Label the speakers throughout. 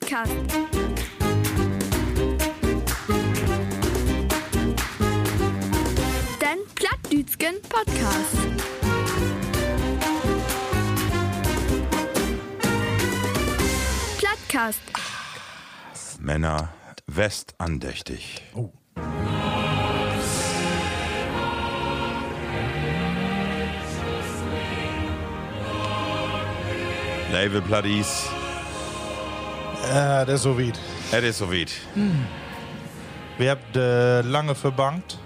Speaker 1: Plattcast. Dein Plattdütschen Podcast. Plattcast.
Speaker 2: Männer, West andächtig.
Speaker 3: Oh.
Speaker 2: Label Platties,
Speaker 3: Ja, das ist so weit.
Speaker 2: es ist soweit.
Speaker 3: Wir habt äh, lange verbankt.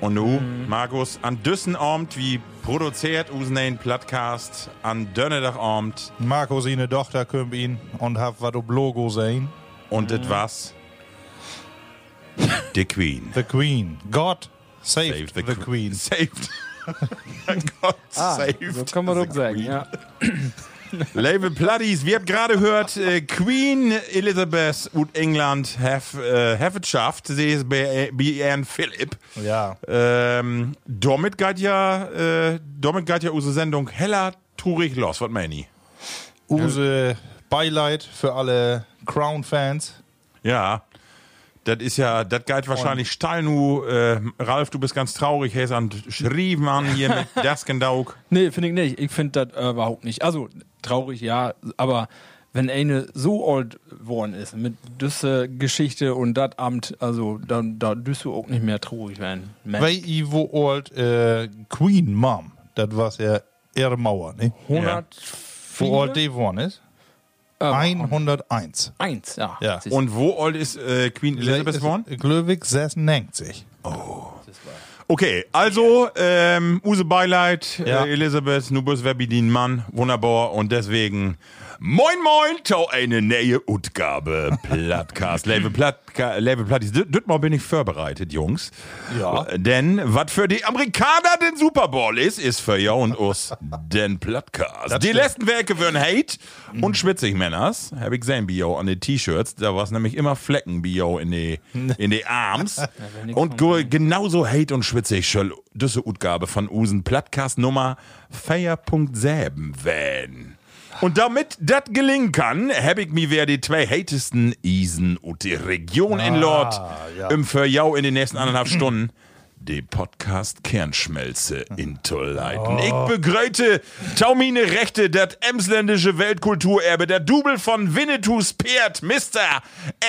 Speaker 2: Und nu, Markus, an Düssen ormt wie produziert usen ein Plattcast, an Dönnedach ormt
Speaker 3: Marco seine Tochter kümmert ihn und hab was ob Logo sehen.
Speaker 2: und et was? Die Queen.
Speaker 3: The Queen. God saved,
Speaker 2: Saved
Speaker 3: the,
Speaker 2: Que-
Speaker 3: Queen.
Speaker 2: Saved. Gott, saved.
Speaker 4: Ah, So kann man
Speaker 2: the
Speaker 4: doch sagen,
Speaker 2: Queen.
Speaker 4: ja.
Speaker 2: Label Pluddies, wir haben gerade gehört, äh, Queen Elizabeth und England have, äh, have it schafft, sie ist bei BN Philip.
Speaker 3: Ja.
Speaker 2: Ähm, damit geht ja, äh, damit geht ja unsere Sendung heller turig los, was meine ich?
Speaker 3: Use Beileid für alle Crown-Fans.
Speaker 2: Ja, das ist ja, das geht wahrscheinlich steil nu, äh, Ralf, du bist ganz traurig, er ist an Schrieben an hier mit Daskendauk.
Speaker 4: Nee, finde ich nicht. Ich finde das äh, überhaupt nicht. Also, traurig, ja, aber wenn eine so alt worden ist, mit düsse Geschichte und das Amt, also, dann da düst du auch nicht mehr traurig werden. Mensch.
Speaker 3: Weil i wo old äh, Queen Mom. Das war ja ihre Mauer, ne?
Speaker 4: 100
Speaker 3: Wo old die worden ist.
Speaker 4: Ah,
Speaker 3: 101.
Speaker 4: ähm, Eins, ja.
Speaker 3: Ja.
Speaker 4: Siehst du.
Speaker 2: Und wo old ist äh, Queen Elizabeth worden?
Speaker 3: Glöwig 96.
Speaker 2: Okay, also ähm, Use Beileid,
Speaker 3: Ja.
Speaker 2: äh, Elisabeth, Nubus Webidin Mann, wunderbar und deswegen Moin Moin, tau eine neue Utgabe, Plattcast, Level Plattka, Level Plattis. Dü- Düttmal bin ich vorbereitet, Jungs.
Speaker 3: Ja.
Speaker 2: Äh, Denn was für die Amerikaner den Super Bowl ist, ist für ja und uns den Plattcast. Die
Speaker 3: stimmt.
Speaker 2: letzten Werke würden Hate und schwitzig Männers, hab ich gesehen, Bio, an den T-Shirts, da war's nämlich immer Flecken, Bio, in die, in die Arms.
Speaker 4: wenn nix
Speaker 2: und go, genauso Hate und schwitzig, schöll, düsse Utgabe von Usen, Plattcast Nummer 4.7 van. Und damit das gelingen kann, hab ich mir wer die zwei hatesten Isen und die Region in Lord
Speaker 3: ja.
Speaker 2: im Verjau in den nächsten anderthalb Stunden die Podcast Kernschmelze in Tolleiten. Ich begrüße Taumine Rechte, das emsländische Weltkulturerbe, der Double von Winnetous Pferd, Mr.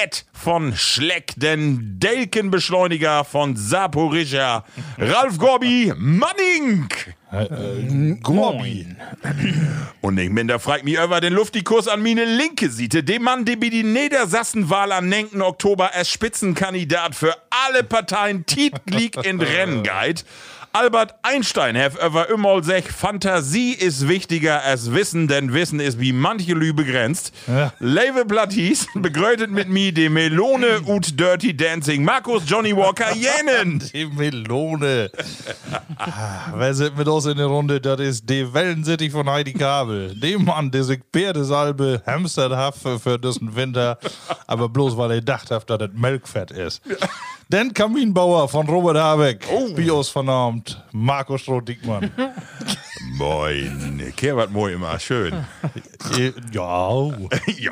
Speaker 2: Ed von Schleck, den Delkenbeschleuniger von Saporischer, Ralf Gorbi Manning.
Speaker 3: Gorbi.
Speaker 2: Und ich bin da fragt mich über den Luftikus an meine linke Seite, dem Mann, der bei die Niedersassenwahl am 9. Oktober als Spitzenkandidat für alle Parteien Tiet liegt in Rennen geht. Albert Einstein have ever immer sech, Fantasie ist wichtiger als Wissen, denn Wissen ist wie manche Lü begrenzt.
Speaker 3: Ja.
Speaker 2: Leve Platties begrötet mit mir die Melone ut Dirty Dancing, Markus Johnny Walker Jenen.
Speaker 3: Die Melone. Ah, Wer sind mit uns in der Runde? Das ist die Wellensittich von Heidi Kabel. Dem Mann, der sich Pferdesalbe hamsterhaft für, für diesen Winter, aber bloß weil er dacht hat, dass das Melkfett ist. Den Kaminbauer von Robert Habeck. Bios vernarmt. Marco Stroh-Dickmann.
Speaker 2: Moin, Kerbert Moi immer, schön.
Speaker 3: Äh, ja.
Speaker 2: jo,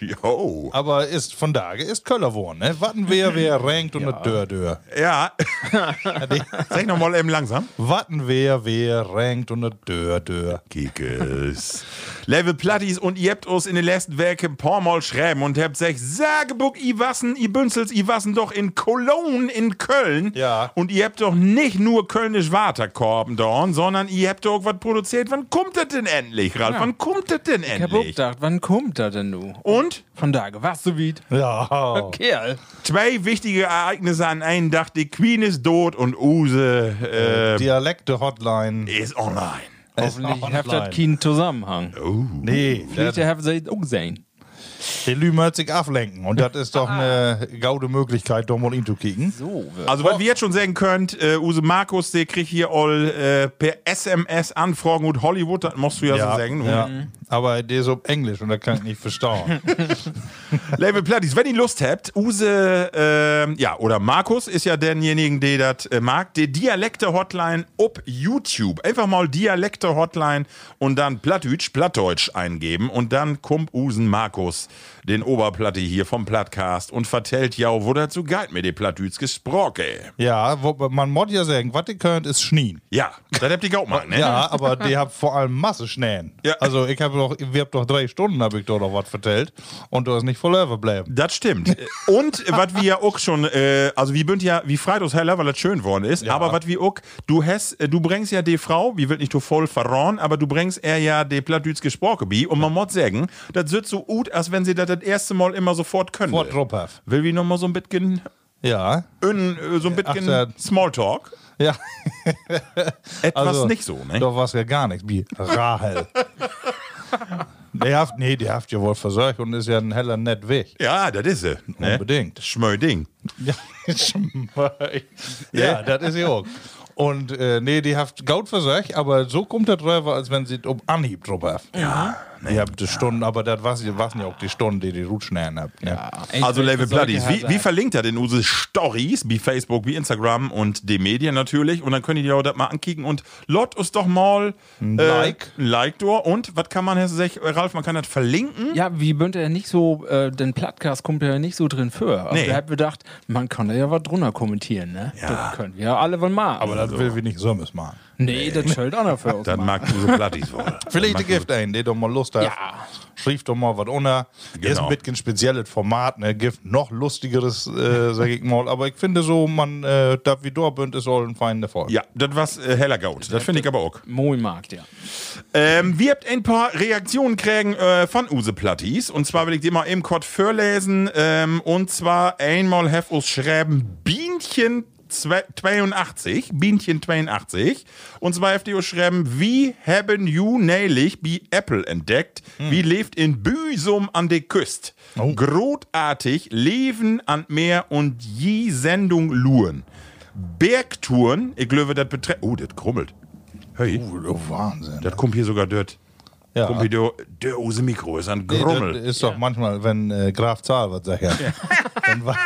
Speaker 2: jo.
Speaker 3: Aber ist von da ist Köller worden, ne? Watten wer, wer rankt und ja. Dör, Dör.
Speaker 2: Ja. Sag nochmal eben langsam.
Speaker 3: Watten wer, wer rankt und Dör, Dör.
Speaker 2: Kikes. Level Platties und ihr habt uns in den letzten Werken Pormol schreiben und habt sech Sagebuck, i Wassen, i Bünzels, i Wassen doch in Cologne, in Köln.
Speaker 3: Ja.
Speaker 2: Und ihr habt doch nicht nur Kölnisch Waterkorben dorn, sondern ihr habt doch was produziert. Wann kommt das denn endlich, Ralf?
Speaker 4: Ja.
Speaker 2: Wann kommt das denn
Speaker 4: Ich hab auch
Speaker 2: endlich?
Speaker 4: gedacht, wann kommt da denn du?
Speaker 2: Und
Speaker 4: Von da, was so weit?
Speaker 3: Ja.
Speaker 2: Oh.
Speaker 4: Kerl.
Speaker 2: zwei wichtige Ereignisse an einem Tag. Die Queen ist tot und Use
Speaker 3: Dialekte-Hotline.
Speaker 2: äh, ist online.
Speaker 4: Hoffentlich
Speaker 3: online.
Speaker 4: hat das keinen Zusammenhang.
Speaker 2: Oh.
Speaker 3: Nee,
Speaker 4: Vielleicht habt ihr auch gesehen.
Speaker 3: Der Lü möchte sich ablenken. Und das ist doch eine gaude Möglichkeit, doch mal ihn zu kicken.
Speaker 4: So, wir-
Speaker 2: Also, was wir jetzt schon sagen könnt, äh, Use Markus, der kriegt hier all äh, per SMS Anfragen und Hollywood, das musst du ja, so sagen.
Speaker 3: ja. Aber der ist auf Englisch und da kann ich nicht verstauen.
Speaker 2: Label Platties, wenn ihr Lust habt, Use, ähm, ja, oder Markus ist ja derjenige, der das äh, mag, die Dialekte-Hotline ob YouTube. Einfach mal Dialekte-Hotline und dann Plattdeutsch, Plattdeutsch eingeben und dann kommt Usen Markus, den Oberplatte hier vom Plattcast und vertellt ja, wo dazu geit mit dem Plattdeutsch gesprochen.
Speaker 3: ja, wo, man muss ja sagen, was ihr könnt, ist Schnien.
Speaker 2: Ja, das habt ihr auch mal, ne?
Speaker 3: Ja, aber die habt vor allem Masse Schnähen.
Speaker 2: Ja.
Speaker 3: Also ich habe noch, wir habt noch drei Stunden, habe ich doch noch was vertellt. Und du hast nicht voll überbleiben.
Speaker 2: Das stimmt. Und was wir ja auch schon, äh, also wir bünd ja wie Freitags heller, weil das schön worden ist, aber was wir auch, du hast, äh, du bringst ja die Frau, wir will nicht du voll verrauen, aber du bringst er ja die Plattdüts gesprochen bi und man muss sagen, das wird so gut, als wenn sie das das erste Mal immer sofort können.
Speaker 3: Vor Drupphaft.
Speaker 2: Will wir nochmal so ein bisschen,
Speaker 3: Ja.
Speaker 2: ön- äh, so ein bisschen
Speaker 3: Ach, da-
Speaker 2: Smalltalk?
Speaker 3: Ja.
Speaker 2: Etwas
Speaker 3: Also,
Speaker 2: nicht so, ne?
Speaker 3: Da war es ja gar nichts. Wie Rahel. der haft, nee, die haft ja wohl versorgt und ist ja ein heller nett Weg.
Speaker 2: Ja, das ist sie. Ne?
Speaker 3: Unbedingt.
Speaker 2: Schmöding.
Speaker 3: Ja, ja das ist ja auch. Und äh, nee, die haft gaut versorgt, aber so kommt der drüber, als wenn sie um Anhieb drüber haft. Ja. Ihr habt die Stunden, aber das waren war's ja auch die Stunden, die die Rutschnähen habt. Ne? Ja.
Speaker 4: Echt,
Speaker 2: Also
Speaker 4: welche
Speaker 2: Level
Speaker 4: solche
Speaker 2: Bloodies, wie,
Speaker 4: Hazard.
Speaker 2: wie verlinkt er denn unsere Stories, wie Facebook, wie Instagram und die Medien natürlich? Und dann könnt ihr die Leute das mal ankicken und lot uns doch mal ein
Speaker 3: Like.
Speaker 2: Äh, ein like door. Und was kann man, Herr Sech, Ralf, man kann das verlinken?
Speaker 4: Ja, wie bünd er nicht so, äh, den Plattcast kommt er nicht so drin für. Aber
Speaker 2: Nee.
Speaker 4: nee. er hat bedacht, man kann da ja was drunter kommentieren, ne? Ja. Das können wir ja alle wohl machen.
Speaker 3: Aber das will wir nicht so machen.
Speaker 4: nee, das schält einer für uns.
Speaker 2: Dann
Speaker 4: machen.
Speaker 2: mag unsere Platties wohl.
Speaker 3: Vielleicht die Gift ein, der doch mal Lust hat. Genau.
Speaker 4: Ja.
Speaker 3: Schrieb doch mal was unter. Ist ein bisschen spezielles Format, ne? Gift noch lustigeres, äh, sag ich mal. Aber ich finde so, man, äh, da wie Dorbünd ist all ein feiner Erfolg.
Speaker 2: Ja, das war's äh, heller Gaut. Das finde ich aber auch.
Speaker 4: Moi mag der.
Speaker 2: Ähm, wir habt ein paar Reaktionen kriegen äh, von Use Platties. Und zwar will ich dir mal eben kurz vorlesen. Ähm, und zwar einmal have us schreiben Bienchen zwe- 82, Bienchen 82. Und zwar habt ihr us schreiben, wie haben you neulich wie Apple entdeckt? Wie lebt in Büsum an der Küste? Großartig, Leben an Meer und je Sendung luren. Bergtouren, ich glaube, das beträgt. Oh, das krummelt. Hey.
Speaker 3: Uh, oh, Wahnsinn.
Speaker 2: Das kommt hier sogar dort.
Speaker 3: Ja.
Speaker 2: Kommt hier der, der Ose Mikro, ist ein
Speaker 3: Nee,
Speaker 2: Grummel.
Speaker 3: Äh, Das ist doch manchmal, wenn äh, Graf Zahl was sagt, ja. dann war,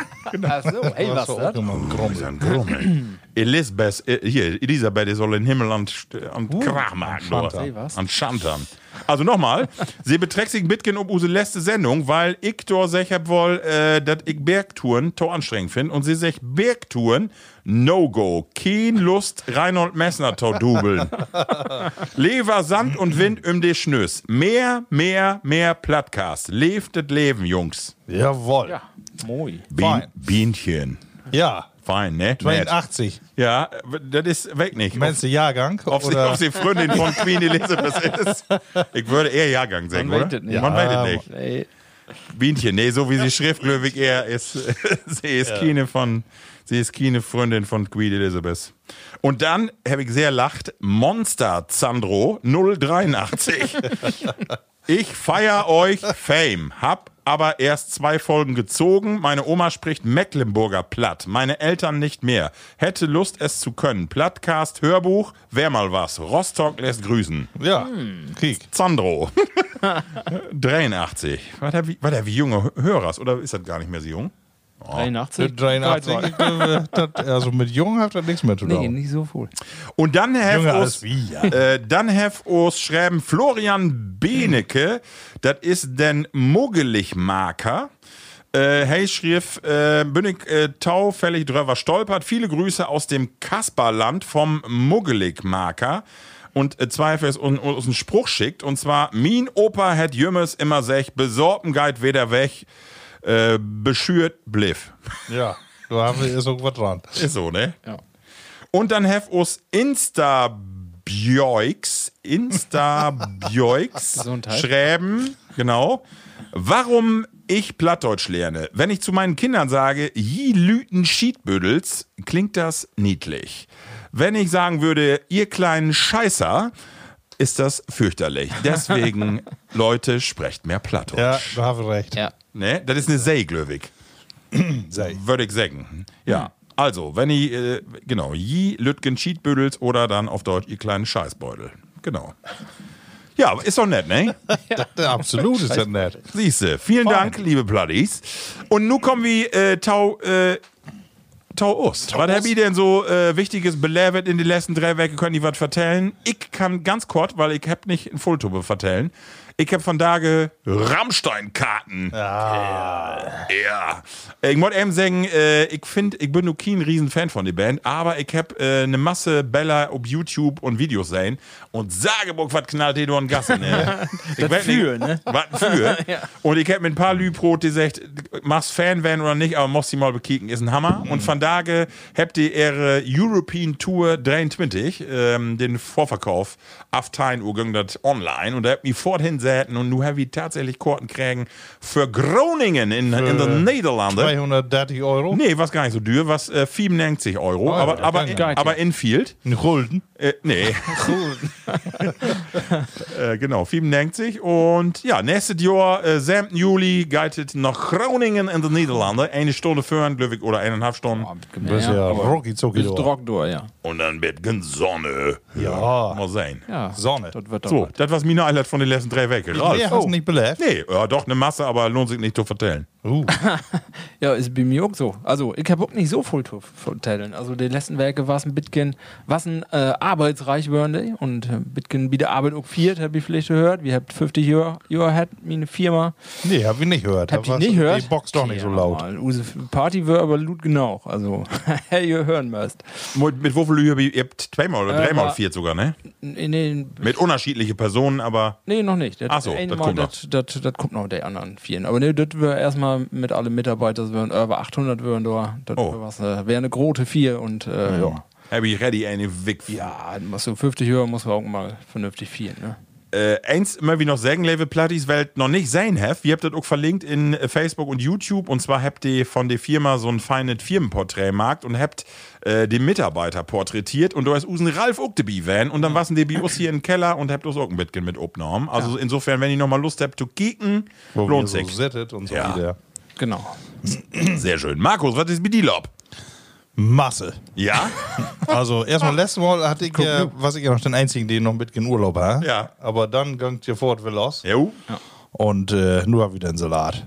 Speaker 4: Ach so, ey, was
Speaker 3: doch
Speaker 4: das?
Speaker 3: auch immer ein
Speaker 2: ist
Speaker 3: Grummel.
Speaker 2: ein Grummel. Elisabeth, äh, hier, Elisabeth die soll den Himmel an, St- an Kram haken, oder?
Speaker 4: Schantern. Ey, was?
Speaker 2: An Schantern. Also nochmal, sie beträgt sich mitgehen um unsere letzte Sendung, weil ich da sech hab wohl, äh, dass ich Bergtouren to anstrengend finde und sie sagt Bergtouren, No-Go, kein Lust, Reinhold Messner to dubeln. Lever, Sand und Wind um de Schnös. Mehr, mehr, mehr Plattcast. Lebt das Leben, Jungs.
Speaker 3: Jawohl.
Speaker 4: Ja,
Speaker 3: Ja.
Speaker 4: moi.
Speaker 2: Bien,
Speaker 3: Fein.
Speaker 2: Bienchen. Fein, ne? Nett.
Speaker 3: 82.
Speaker 2: Ja, das ist weg nicht.
Speaker 3: Meinst du Jahrgang?
Speaker 2: Ob sie,
Speaker 3: oder?
Speaker 2: ob sie Freundin von Queen Elizabeth ist? Ich würde eher Jahrgang sagen,
Speaker 4: Man
Speaker 2: oder?
Speaker 4: weiß es nicht.
Speaker 2: Man
Speaker 3: Ja.
Speaker 2: weiß es nicht.
Speaker 4: Oh, Ey,
Speaker 2: Bienchen, nee, so wie sie schriftgläubig eher ist, sie ist keine von, sie ist keine Freundin von Queen Elizabeth. Und dann habe ich sehr lacht, Monster Sandro 083. Ich feier euch Fame, hab aber erst zwei Folgen gezogen. Meine Oma spricht Mecklenburger platt, meine Eltern nicht mehr. Hätte Lust, es zu können. Plattcast, Hörbuch, wär mal was. Rostock lässt grüßen.
Speaker 3: ja, Krieg.
Speaker 2: Sandro. 83. War der, wie, war der wie junge Hörers oder ist das gar nicht mehr so jung?
Speaker 4: 83.
Speaker 3: 83.
Speaker 4: Drei, drei.
Speaker 3: äh, das- also mit Jungen hat das nichts mehr zu tun.
Speaker 4: Nee, nicht so viel.
Speaker 2: Und dann
Speaker 3: Jünger
Speaker 2: have us,
Speaker 3: als wir.
Speaker 2: äh, dann have us schreiben Florian Benecke, das ist denn Muggeligmarker. Äh, hey Schriff, äh, bin ich äh, taufällig drüber stolpert. Viele Grüße aus dem Kasperland vom Muggeligmarker. Und äh, Zweifel ist uns uns einen Spruch schickt. Und zwar, Min Opa hat Jümmes immer sech, besorben geit weder weg, äh, beschürt bliff.
Speaker 3: Ja, da haben wir ist irgendwas dran.
Speaker 2: Ist so, ne?
Speaker 4: Ja.
Speaker 2: Und dann have us Insta Bjoiks, Insta Bjoiks
Speaker 4: Gesundheit.
Speaker 2: schreiben, genau. Warum ich Plattdeutsch lerne. Wenn ich zu meinen Kindern sage, ji Lüten Schiedbödels, klingt das niedlich. Wenn ich sagen würde, ihr kleinen Scheißer, ist das fürchterlich. Deswegen, Leute, sprecht mehr Plattdeutsch.
Speaker 3: Ja, du hast recht.
Speaker 5: Ja.
Speaker 2: Ne? Das ist eine Seeglöwig,
Speaker 3: Sei.
Speaker 2: würde ich sagen. Ja. Also, wenn ihr, äh, genau, je Lütgen Schiedbüdels oder dann auf Deutsch ihr kleinen Scheißbeutel. Genau. Ja, ist doch nett, ne?
Speaker 3: Absolut ist das nett.
Speaker 2: Siehste, vielen Dank, liebe Platties. Und nun kommen wir äh, Tau, äh, Tau Ost. Was hab ich denn so äh, Wichtiges belehrt in den letzten drei Wochen? Können die was vertellen? Ich kann ganz kurz, weil ich hab nicht in Fulltube vertellen. Ich hab von Tage Rammstein-Karten. Ja. Ich wollte eben sagen, äh, ich finde, ich bin nur kein riesen Fan von der Band, aber ich habe äh, eine Masse Bella auf YouTube und Videos sehen und Sageburg, was knallt die nur in Gasse, ne? ich werd
Speaker 4: für,
Speaker 2: nicht,
Speaker 4: ne?
Speaker 2: Was für. Und ich habe mit ein paar Lübrot gesagt, machst Fan werden oder nicht, aber musst sie mal bekicken, ist ein Hammer.
Speaker 3: Mhm.
Speaker 2: Und von daher habt ihr ihre European Tour 23, ähm, den Vorverkauf, auf 10 Uhr ging das online und da habt ihr mich forthin säten und nu hab ich tatsächlich Korten kriegen für Groningen in, in den Niederlanden.
Speaker 3: 230 Euro.
Speaker 2: Nee, was gar nicht so dür, was äh, 97 Euro,
Speaker 3: Oh ja,
Speaker 2: aber,
Speaker 3: das
Speaker 2: aber,
Speaker 3: kann ich.
Speaker 2: aber Infield.
Speaker 3: Ein Gulden.
Speaker 2: Äh, nee. äh, genau, 97. Und ja, nächstes Jahr, äh, 7. Juli, geitet nach Groningen in den Niederlanden. Eine Stunde führen, Glöwig, oder eineinhalb Stunden.
Speaker 3: Das ist ja rocky zucki
Speaker 5: Ist
Speaker 3: da.
Speaker 5: Rockdoor, ja.
Speaker 2: Und dann wird Sonne.
Speaker 3: Ja.
Speaker 2: Mal sehen.
Speaker 5: ja.
Speaker 3: Sonne.
Speaker 5: Das wird doch
Speaker 2: So,
Speaker 5: was.
Speaker 2: das war's meine Highlight von den letzten drei Wochen.
Speaker 3: Nee,
Speaker 2: Ralf. Oh.
Speaker 3: hast du nicht belässt?
Speaker 2: Nee, ja, doch, eine Masse, aber lohnt sich nicht zu vertellen.
Speaker 3: Uh,
Speaker 4: Ja, ist bei mir auch so. Also, ich habe auch nicht so viel zu vertellen. Also, die letzten Werke war es ein bisschen, was ein äh, arbeitsreich wörende und äh, ein bisschen wieder Arbeit auch viert, hab ich vielleicht gehört. Wir habt 50 Jahre, Jahre hat meine Firma.
Speaker 3: nee, hab ich nicht gehört.
Speaker 4: Habt
Speaker 3: Da
Speaker 4: ihr
Speaker 3: warst
Speaker 4: nicht
Speaker 3: du-
Speaker 4: gehört?
Speaker 3: Die boxt doch nicht so laut.
Speaker 4: Mal. Use Party wär aber laut genau. Also, hey, ihr hören müsst.
Speaker 2: Mit, mit Wuffel, ihr habt zweimal oder
Speaker 4: Äh,
Speaker 2: dreimal
Speaker 4: aber-
Speaker 2: vier sogar, ne?
Speaker 4: In den
Speaker 2: Mit unterschiedlichen Personen, aber
Speaker 4: Nee, noch nicht. Das
Speaker 2: Ach so,
Speaker 4: eine
Speaker 2: das
Speaker 4: Mal,
Speaker 2: kommt
Speaker 4: das, das, das kommt noch der anderen vielen. Aber nee, das wäre erstmal mit allen Mitarbeitern, das wären über 800 wären da. Das
Speaker 2: Oh.
Speaker 4: wär was, äh, wäre eine große vier und äh, ja.
Speaker 2: hab ich ready eine Wick.
Speaker 4: Ja, was so 50 höher muss man auch mal vernünftig vieren, ne?
Speaker 2: äh, eins immer wie noch sagen, Level Platties Welt noch nicht sein habt, ihr habt das auch verlinkt in äh, Facebook und YouTube und zwar habt ihr von der Firma so ein feines Firmenporträtmarkt und habt äh, den Mitarbeiter porträtiert und da ist Usen Ralf Uktebi van und dann waren die Bios hier im Keller und habt uns auch ein bisschen mit aufgenommen. Also insofern, wenn ihr nochmal Lust habt zu kicken,
Speaker 3: Wo wir
Speaker 2: lohnt
Speaker 3: so
Speaker 2: sich.
Speaker 3: sittet und so
Speaker 2: Ja.
Speaker 3: wieder.
Speaker 4: Genau.
Speaker 2: Sehr schön. Markus, was ist mit dir Lob?
Speaker 3: Masse.
Speaker 2: Ja?
Speaker 3: Also erstmal letztes Mal hatte ich ja,
Speaker 4: Guck,
Speaker 3: was ich ja noch den einzigen, den noch mit in Urlaub habe.
Speaker 2: Ja.
Speaker 3: Aber dann ging ihr fort will los.
Speaker 2: Jo.
Speaker 3: Und äh, nur hab wieder einen Salat.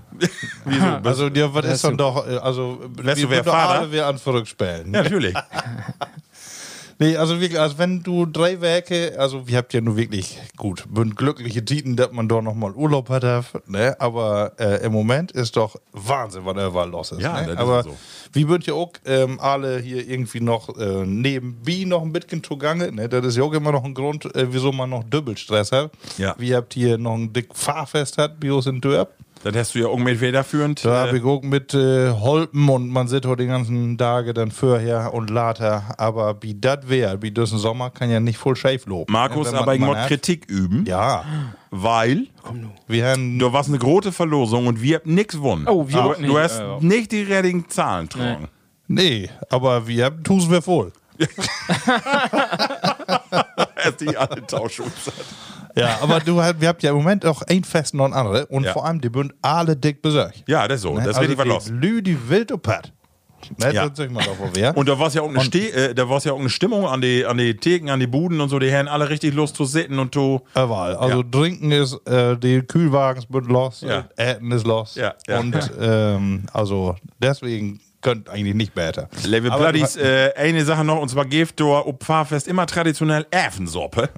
Speaker 3: Wieso? Also ja, was ist dann doch, äh, also
Speaker 2: Lässt du wer
Speaker 3: wir würden doch
Speaker 2: fahren,
Speaker 3: alle wir an verrückt spielen.
Speaker 2: Ja, natürlich.
Speaker 3: Nee, also wirklich, also wenn du drei Werke, also wir habt ja nur wirklich gut, bin glückliche Titen, dass man doch nochmal Urlaub hat, ne? Aber äh, im Moment ist doch Wahnsinn, was der Wahl los ist.
Speaker 2: Ja,
Speaker 3: ne?
Speaker 2: das ist
Speaker 3: aber
Speaker 2: so.
Speaker 3: wir würden ja auch ähm, alle hier irgendwie noch äh, nebenbei noch ein bisschen zugange, ne? Das ist ja auch immer noch ein Grund, äh, wieso man noch Doppelstress hat.
Speaker 2: Ja.
Speaker 3: Wir habt hier noch ein dick Fahrfest hat, Bios in Dörp.
Speaker 2: das hast du ja irgendwie federführend.
Speaker 3: Da hab
Speaker 2: äh,
Speaker 3: ich auch mit äh, Holpen und man sitzt heute die ganzen Tage dann vorher und later. Aber wie das wär, wie das ein Sommer, kann ja nicht voll schief loben. ne?
Speaker 2: Markus,
Speaker 3: Wenn man-
Speaker 2: aber ich
Speaker 3: man
Speaker 2: muss
Speaker 3: hat-
Speaker 2: Kritik üben,
Speaker 3: Ja,
Speaker 2: weil
Speaker 3: wir haben
Speaker 2: Du warst eine große Verlosung und wir haben nichts gewonnen.
Speaker 4: Oh, wir
Speaker 2: du,
Speaker 4: auch nicht,
Speaker 2: du hast
Speaker 4: äh,
Speaker 2: nicht die richtigen Zahlen getragen.
Speaker 3: Nee, aber wir haben tun's wir wohl.
Speaker 2: Erst die alle Tauschung.
Speaker 3: Ja, aber du, halt- wir habt ja im Moment auch ein Fest noch ein andere und
Speaker 2: Ja.
Speaker 3: vor allem die bünd alle dick besorgt.
Speaker 2: Ja, das ist so.
Speaker 3: Ne?
Speaker 2: Das wird nicht
Speaker 3: die
Speaker 2: verlost.
Speaker 3: Lü, die wild und pat. Ne,
Speaker 2: Ja.
Speaker 3: das sag ich mal davor, wer.
Speaker 2: Und da war es ja auch eine Ste äh, da war's ja auch eine Stimmung an die, an die Theken, an die Buden und so. Die Herren alle richtig Lust zu sitten und zu.
Speaker 3: Überall. Also
Speaker 2: Ja.
Speaker 3: trinken ist, äh, die Kühlwagens sind los,
Speaker 2: Ja.
Speaker 3: äh, Äten ist los.
Speaker 2: Ja, ja.
Speaker 3: Und ähm, also deswegen könnt eigentlich nicht besser.
Speaker 2: Level
Speaker 3: Aber-
Speaker 2: Bloodies, äh, eine Sache noch, und zwar gibt dort ob Pfarrfest immer traditionell Äfensoppe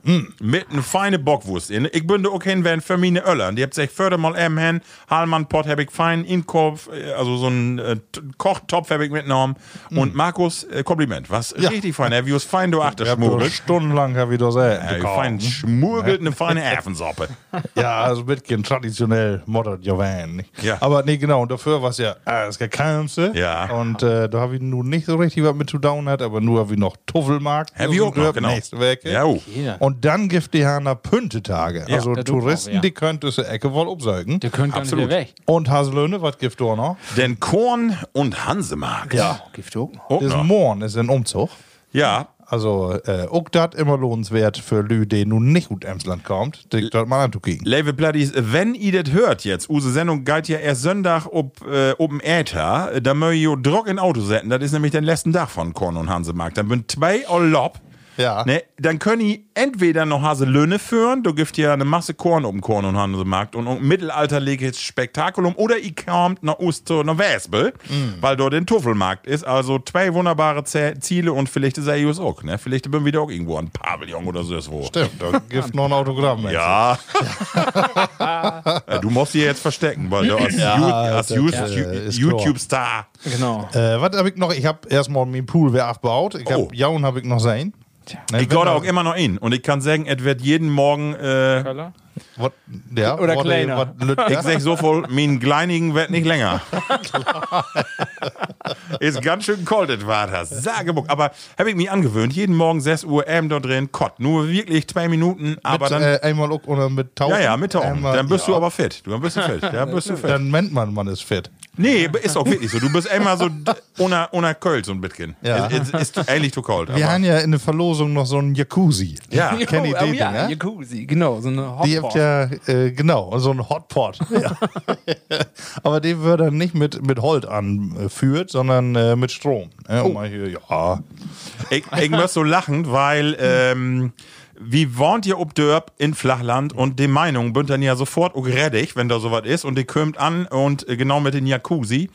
Speaker 2: mit einer feine Bockwurst in. Ich bin da auch hin, wenn für meine Öllern. Die habt sich förder mal eben hin, Halmann Pott hab ich fein in Kopf, äh, also so einen äh, T- Kochtopf hab ich mitgenommen.
Speaker 3: Hm.
Speaker 2: Und Markus, äh, Kompliment, was richtig fein, er wie us fein du achter
Speaker 3: Ich hab nur
Speaker 2: schmurgelt.
Speaker 3: stundenlang hab ich das äh,
Speaker 2: Ja,
Speaker 3: gekauft.
Speaker 2: fein schmurgelt eine feine Äfensoppe.
Speaker 3: Ja, also mitgehen, traditionell modern Javan.
Speaker 2: Ja.
Speaker 3: Aber nee, genau, und dafür war es ja äh, das Gekämpfte.
Speaker 2: Ja.
Speaker 3: Und äh, da habe ich nun nicht so richtig was mit zu down hat, aber nur wie noch Tuffelmarkt.
Speaker 2: Hab ich auch noch, genau.
Speaker 3: Nächste Woche.
Speaker 2: Ja, oh.
Speaker 4: Ja.
Speaker 3: Und dann gibt die Hanna Püntetage.
Speaker 2: Ja,
Speaker 3: also
Speaker 4: der
Speaker 3: Touristen,
Speaker 4: Dubraum, ja.
Speaker 3: die könnt diese Ecke wohl absäugen.
Speaker 4: Der könnte gar nicht mehr weg.
Speaker 3: Und Haselöhne, was gibt da noch?
Speaker 2: Denn Korn und Hansemarkt.
Speaker 3: Ja.
Speaker 4: Ah, Gift auch noch.
Speaker 2: Auch
Speaker 3: Das
Speaker 2: noch.
Speaker 3: Morn ist ein Umzug.
Speaker 2: Ja,
Speaker 3: Also, äh, auch das immer lohnenswert für Lü, die nun nicht gut Emsland kommt, die dort mal anzugehen.
Speaker 2: Level Bloodies, wenn ihr das hört jetzt, use Sendung galt ja erst Sonntag ob äh, oben Äther, da möcht ihr Druck in Auto setzen, das ist nämlich der letzten Tag von Korn und Hansemarkt. Dann bin zwei Urlaub.
Speaker 3: Ja.
Speaker 2: Ne, dann können die entweder noch Haselöhne führen, du gibst ja eine Masse Korn um Korn und Hansemarkt und ein mittelalterliches Spektakulum, oder ihr kommt nach Usto, nach Wesbel, weil dort ein Tuffelmarkt ist. Also zwei wunderbare Zä- Ziele und vielleicht ist er just auch, ne? Vielleicht bin wieder auch irgendwo ein Pavillon oder so. Stimmt.
Speaker 3: Stimmt, da gibt noch ein Autogramm. Mensch.
Speaker 2: Ja. ja. Du musst sie jetzt verstecken, weil du als,
Speaker 3: Ja,
Speaker 2: Ju- als
Speaker 3: das,
Speaker 2: Ju-
Speaker 3: äh, ist
Speaker 2: YouTube-Star.
Speaker 4: Genau.
Speaker 3: Äh, was habe ich noch? Ich habe erstmal meinen Pool wieder aufgebaut. Ich habe
Speaker 2: Oh.
Speaker 3: Jaun habe ich noch sein. Ne,
Speaker 2: Ich
Speaker 3: wenn
Speaker 2: gehöre
Speaker 3: da-
Speaker 2: auch immer noch in. Und ich kann sagen, es wird jeden Morgen. Äh,
Speaker 3: Wat, ja,
Speaker 4: Oder
Speaker 3: wat-
Speaker 4: kleiner.
Speaker 3: wat lüt
Speaker 2: ich
Speaker 3: das?
Speaker 2: sag so voll, mein Kleinigen wird nicht länger. Ist ganz schön kalt, das war das. Sagebuck. Aber habe ich mich angewöhnt, jeden Morgen 6 Uhr am dort drin, Kott. Nur wirklich zwei Minuten, aber
Speaker 3: mit,
Speaker 2: dann.
Speaker 3: äh, einmal auch oder mit Tauchen.
Speaker 2: ja, ja, mit Tauchen.
Speaker 3: Einmal-
Speaker 2: Dann bist
Speaker 3: ja.
Speaker 2: du aber fit. Du dann bist du fit. Dann bist du fit.
Speaker 3: Dann meint man, man ist fit.
Speaker 2: Nee, ist auch wirklich so. Du bist einmal so d- ohne, ohne Kölz und Bitkin.
Speaker 3: Ja.
Speaker 2: Ist, ist, ist eigentlich zu kalt.
Speaker 3: Wir
Speaker 2: aber-
Speaker 3: haben ja in der Verlosung noch so einen Jacuzzi.
Speaker 2: Ja.
Speaker 4: Jo,
Speaker 3: kenn die
Speaker 4: oh
Speaker 3: Idee,
Speaker 4: ja,
Speaker 3: ne?
Speaker 4: Jacuzzi, genau, so eine
Speaker 3: Die habt
Speaker 4: Hotpot.
Speaker 3: ja, äh, genau, so einen Hotpot. Ja. Aber den wird dann nicht mit, mit Holt anführt, sondern äh, mit Strom. Ne? Und mal hier, ja.
Speaker 2: ich, ich muss so lachen, weil ähm, wie wohnt ihr ob Dörp in Flachland und die Meinung bünd dann ja sofort auch reddig, wenn da sowas ist und die kömmt an und äh, genau mit den Jacuzzi.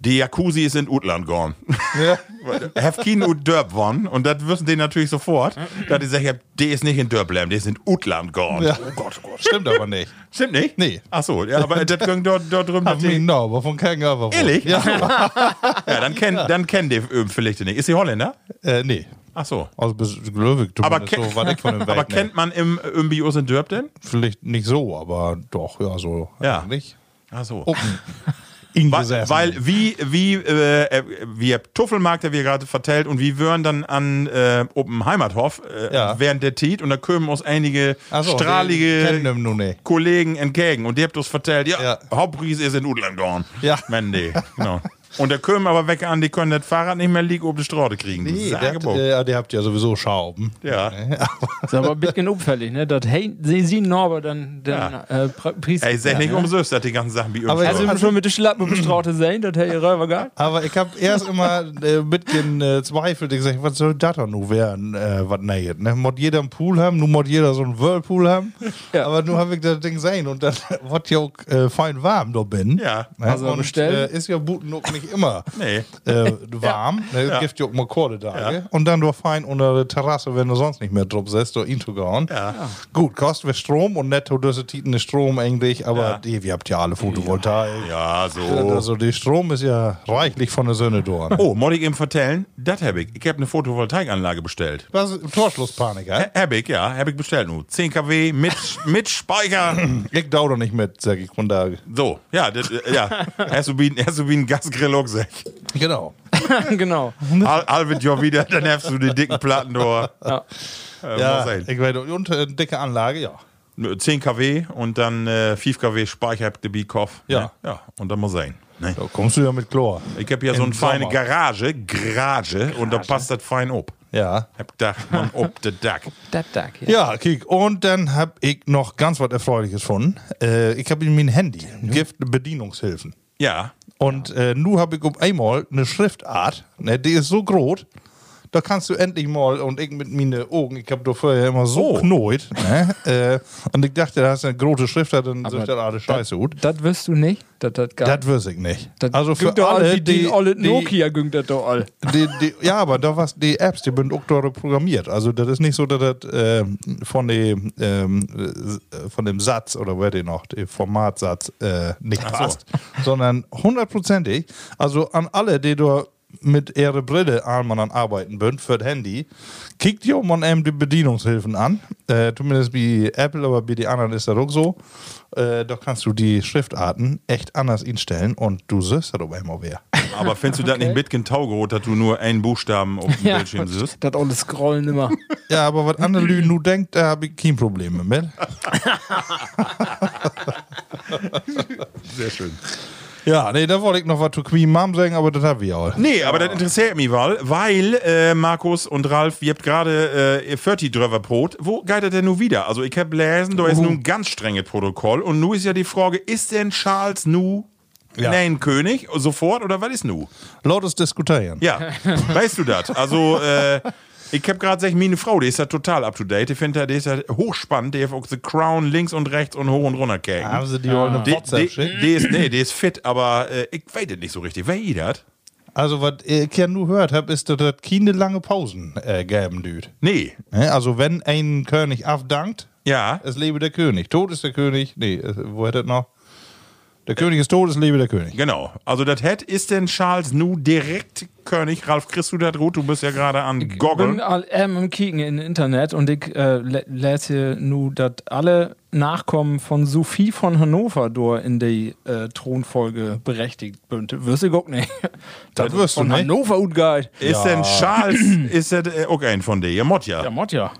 Speaker 2: Die Jacuzzi ist in Utland gone. Hefkin und Dörp won und das wissen die natürlich sofort, dass die sagen, die ist nicht in Dörp bleiben, die ist in Utland gone.
Speaker 3: Ja. Oh Gott, oh Gott. Stimmt aber nicht.
Speaker 2: Stimmt nicht?
Speaker 3: Nee.
Speaker 2: Ach so, ja, aber das ging dort, dort drüben.
Speaker 3: Hat
Speaker 2: das
Speaker 3: mich genau, aber von keinem Cover.
Speaker 2: Ehrlich?
Speaker 3: Ja.
Speaker 2: Ja, dann kennt dann kennt ihr Öhm vielleicht nicht. Ist sie Holländer?
Speaker 3: äh, nee.
Speaker 2: Ach so.
Speaker 3: Also bis Glöwig, du
Speaker 2: Aber,
Speaker 3: meinst
Speaker 2: ken
Speaker 3: so, was ich von dem
Speaker 2: aber
Speaker 3: Welt ne?
Speaker 2: kennt man im Ömbios in Dörp denn?
Speaker 3: Vielleicht nicht so, aber doch, ja, Oh. so
Speaker 2: Ja.
Speaker 3: eigentlich.
Speaker 2: Ach so.
Speaker 3: Gucken.
Speaker 2: Weil, weil wie, wie, äh, äh, wie der Tuffelmarkt, der wir gerade vertellt, und wie wären dann an äh, Open Heimathof äh,
Speaker 3: Ja.
Speaker 2: während der Tiet und da kommen uns einige
Speaker 3: Ach so, die kennen
Speaker 2: strahlige
Speaker 3: ihn nun nicht.
Speaker 2: Kollegen entgegen und die habt uns vertellt, ja,
Speaker 3: Ja.
Speaker 2: Hauptprise ist in Udland gone.
Speaker 3: Ja.
Speaker 2: Mandy, genau. Und da kommen aber weg an, die können das Fahrrad nicht mehr liegen, ob die Straße kriegen.
Speaker 3: Nee, der,
Speaker 2: Sagebuch.
Speaker 3: hat, äh, der habt ja sowieso Schrauben.
Speaker 2: Ja.
Speaker 4: Ist aber ein bisschen unfällig, ne? Das hey, sie, sie, Norbert, dann, dann äh, Pri- Priester.
Speaker 2: Ey, sag nicht
Speaker 4: ne?
Speaker 2: umsonst, dass die ganzen Sachen wie
Speaker 3: Aber-
Speaker 4: Also,
Speaker 2: Ömstroh.
Speaker 4: wir müssen schon mit der Schlappe bestraute sein, das hey, Röver geil.
Speaker 3: Aber ich hab erst immer äh, mit den äh, Zweifel gesagt, was soll das doch nun werden, äh, was näht. Ne? Mod jeder einen Pool haben, nun mod jeder so einen Whirlpool haben.
Speaker 4: Ja.
Speaker 3: Aber nun hab ich das Ding sein und dann wird ja auch äh, fein warm da bin.
Speaker 2: Ja.
Speaker 3: Ne?
Speaker 4: Also
Speaker 3: und,
Speaker 4: bestellen.
Speaker 3: Äh, ist ja Buten auch nicht immer
Speaker 2: Nee.
Speaker 3: äh, warm. Ne? Es
Speaker 2: Ja.
Speaker 3: gibt ja auch mal kurze Tage.
Speaker 2: Ja.
Speaker 3: Und dann doch fein unter der Terrasse, wenn du sonst nicht mehr drauf sitzt, da ihn zu gehen.
Speaker 2: Ja. Ja.
Speaker 3: Gut, kostet wir Strom und netto diese Titen ist Strom eigentlich, aber
Speaker 2: Ja.
Speaker 3: die, wir habt ja alle Photovoltaik.
Speaker 2: Ja, so.
Speaker 3: Also der Strom ist ja reichlich von der Sonne dort.
Speaker 2: Oh, muss ich eben vertellen, das hab ich. Ich hab eine Photovoltaikanlage bestellt.
Speaker 3: Was ist Torschlusspanik, hä?
Speaker 2: Ä- Hab ich, ja, hab ich bestellt nur. 10 kW mit, mit Speicher.
Speaker 3: Ich dauere nicht mit, sag ich von da.
Speaker 2: So, ja, das, äh, ja. Hast du wie, ein- hast du wie ein Gasgrill auch gesagt.
Speaker 3: Genau.
Speaker 4: genau.
Speaker 2: Al- Alvin Jahr wieder, dann hast du die dicken Platten durch.
Speaker 4: Ja.
Speaker 2: Äh,
Speaker 3: Ja,
Speaker 2: muss sein.
Speaker 3: ich werde und äh, dicke Anlage, ja.
Speaker 2: Nö, 10 kW und dann äh, 5 kW Speicher hab ich Bikoff.
Speaker 3: Ja.
Speaker 2: Ne? Ja, und dann muss sein. Ne?
Speaker 3: Da kommst du ja mit Chlor.
Speaker 2: Ich hab ja so
Speaker 3: Im
Speaker 2: eine feine
Speaker 3: Sommer.
Speaker 2: Garage, Garage, und da passt das fein ob.
Speaker 3: Ja.
Speaker 2: Hab gedacht, man, ob der Dack.
Speaker 4: Das Tag, ja.
Speaker 3: Ja, kick. Und dann hab ich noch ganz was Erfreuliches gefunden. Äh, ich habe mein Handy, Gift Bedienungshilfen.
Speaker 2: Ja.
Speaker 3: Und äh, nun habe ich um einmal eine Schriftart, ne, die ist so groß, da kannst du endlich mal, und ich mit meinen Augen, ich habe doch vorher immer so
Speaker 2: Oh.
Speaker 3: knoit, ne, äh, und ich dachte, da hast du eine große Schriftart, dann
Speaker 4: Aber
Speaker 3: sieht das alles scheiße gut.
Speaker 4: Das wirst du nicht. Das, das,
Speaker 3: Das wüsste ich nicht.
Speaker 4: das
Speaker 3: also für
Speaker 4: güngt doch
Speaker 3: alle,
Speaker 4: wie
Speaker 3: die,
Speaker 4: die olle
Speaker 3: die,
Speaker 4: Nokia güngt das doch all.
Speaker 3: die, die, ja, aber da was die Apps, die sind auch dort programmiert. Also das ist nicht so, dass das äh, von dem ähm, äh, von dem Satz oder wer den noch, der Formatsatz äh, nicht
Speaker 2: Ach so.
Speaker 3: passt, sondern hundertprozentig. Also an alle, die da mit ihrer Brille an man an arbeiten bünd für das Handy, kickt ihr man eben die Bedienungshilfen an. Äh, zumindest wie Apple, aber bei den anderen ist das auch so. Äh, da kannst du die Schriftarten echt anders instellen und du siehst das auf einmal wer.
Speaker 2: Aber findest du das nicht ein bisschen taugerot, dass du nur einen Buchstaben auf dem Bildschirm siehst?
Speaker 4: das alles Scrollen immer.
Speaker 3: Ja, aber was andere Leute nun denkt, da habe ich kein Problem mit.
Speaker 2: Sehr schön.
Speaker 3: Ja, nee, da wollte ich noch was zu Queen Mom sagen, aber das hab ich auch.
Speaker 2: Nee, aber das interessiert mich, weil, weil äh, Markus und Ralf, ihr habt gerade äh, 40 Dröver Brot. Wo geht er denn nun wieder? Also, ich hab gelesen, da ist nun ein ganz strenges Protokoll. Und nun ist ja die Frage, ist denn Charles nu
Speaker 3: Ja.
Speaker 2: nein König sofort oder was ist nu?
Speaker 3: Lautes Diskutieren.
Speaker 2: Ja, weißt du das? Also, äh, ich hab gerade gesagt, meine Frau, die ist ja total up to date. Die findet ja, die ist ja hochspannend. Die hat auch The Crown links und rechts und hoch und runter kecken.
Speaker 3: Haben sie die ah. eine
Speaker 2: Die,
Speaker 3: WhatsApp
Speaker 2: die,
Speaker 3: schicken?
Speaker 2: die, ist, nee, die ist fit, aber äh, ich weiß das nicht so richtig. Wer ihr das?
Speaker 3: Also, was ich ja nur gehört hab, ist, dass das keine lange Pausen äh, geben düht.
Speaker 2: Nee.
Speaker 3: Ne, Also, wenn ein König abdankt,
Speaker 2: Ja.
Speaker 3: es lebe der König. Tot ist der König. Nee, äh, wo hättet noch? Der König ist tot, es lebe der König.
Speaker 2: Genau. Also das hätte ist denn Charles nu direkt König. Ralf, kriegst du das gut? Du bist ja gerade an
Speaker 4: bin
Speaker 2: Goggle.
Speaker 4: all- ähm, im Kicken im Internet und ich äh, lä- lese nur, dass alle Nachkommen von Sophie von Hannover durch in die äh, Thronfolge berechtigt sind. Wirst du gucken, nicht.
Speaker 3: Das wirst du
Speaker 4: Von
Speaker 3: nicht.
Speaker 4: Hannover, gut geil.
Speaker 2: Ist denn Charles, ist das äh, auch ein von dir? Ja, Motja.
Speaker 4: Ja, Mott ja.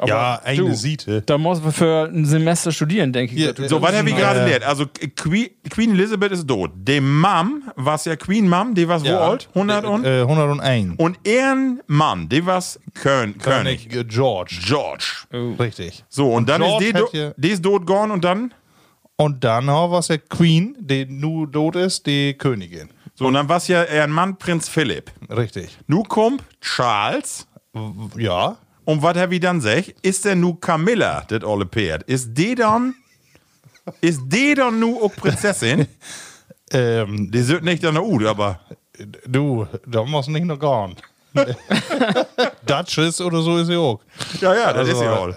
Speaker 4: Aber
Speaker 3: Ja, eine
Speaker 4: du,
Speaker 3: Siete.
Speaker 4: Da muss man für ein Semester studieren, denke ich.
Speaker 3: Hier,
Speaker 4: Das-
Speaker 2: So, was habe ich
Speaker 3: Ja.
Speaker 2: gerade gelernt? Also äh, Que- Queen Elizabeth ist tot. Die Mom, was ja Queen Mom, die war wo alt? 100 und?
Speaker 3: Äh, 101.
Speaker 2: und ihren Mann, die war König. König.
Speaker 3: äh, George.
Speaker 2: George.
Speaker 3: Richtig.
Speaker 2: So, und dann
Speaker 3: George
Speaker 2: ist die,
Speaker 3: hat
Speaker 2: do,
Speaker 3: ja-
Speaker 2: die ist tot gone und dann?
Speaker 3: Und dann haben wir ja Queen, die nu tot ist, die Königin.
Speaker 2: So, und dann war ja ihren Mann Prinz Philipp.
Speaker 3: Richtig.
Speaker 2: Nu kommt Charles.
Speaker 3: W- Ja.
Speaker 2: Und was er wie dann sech, ist denn nu Camilla, das olle Pferd? Ist die dann, ist die dann nu auch Prinzessin?
Speaker 3: Ähm,
Speaker 2: Die sind nicht an der Ude, aber
Speaker 3: du, da muss nicht noch gehen. Duchess oder so ist sie auch.
Speaker 2: ja, ja, das ist ja all.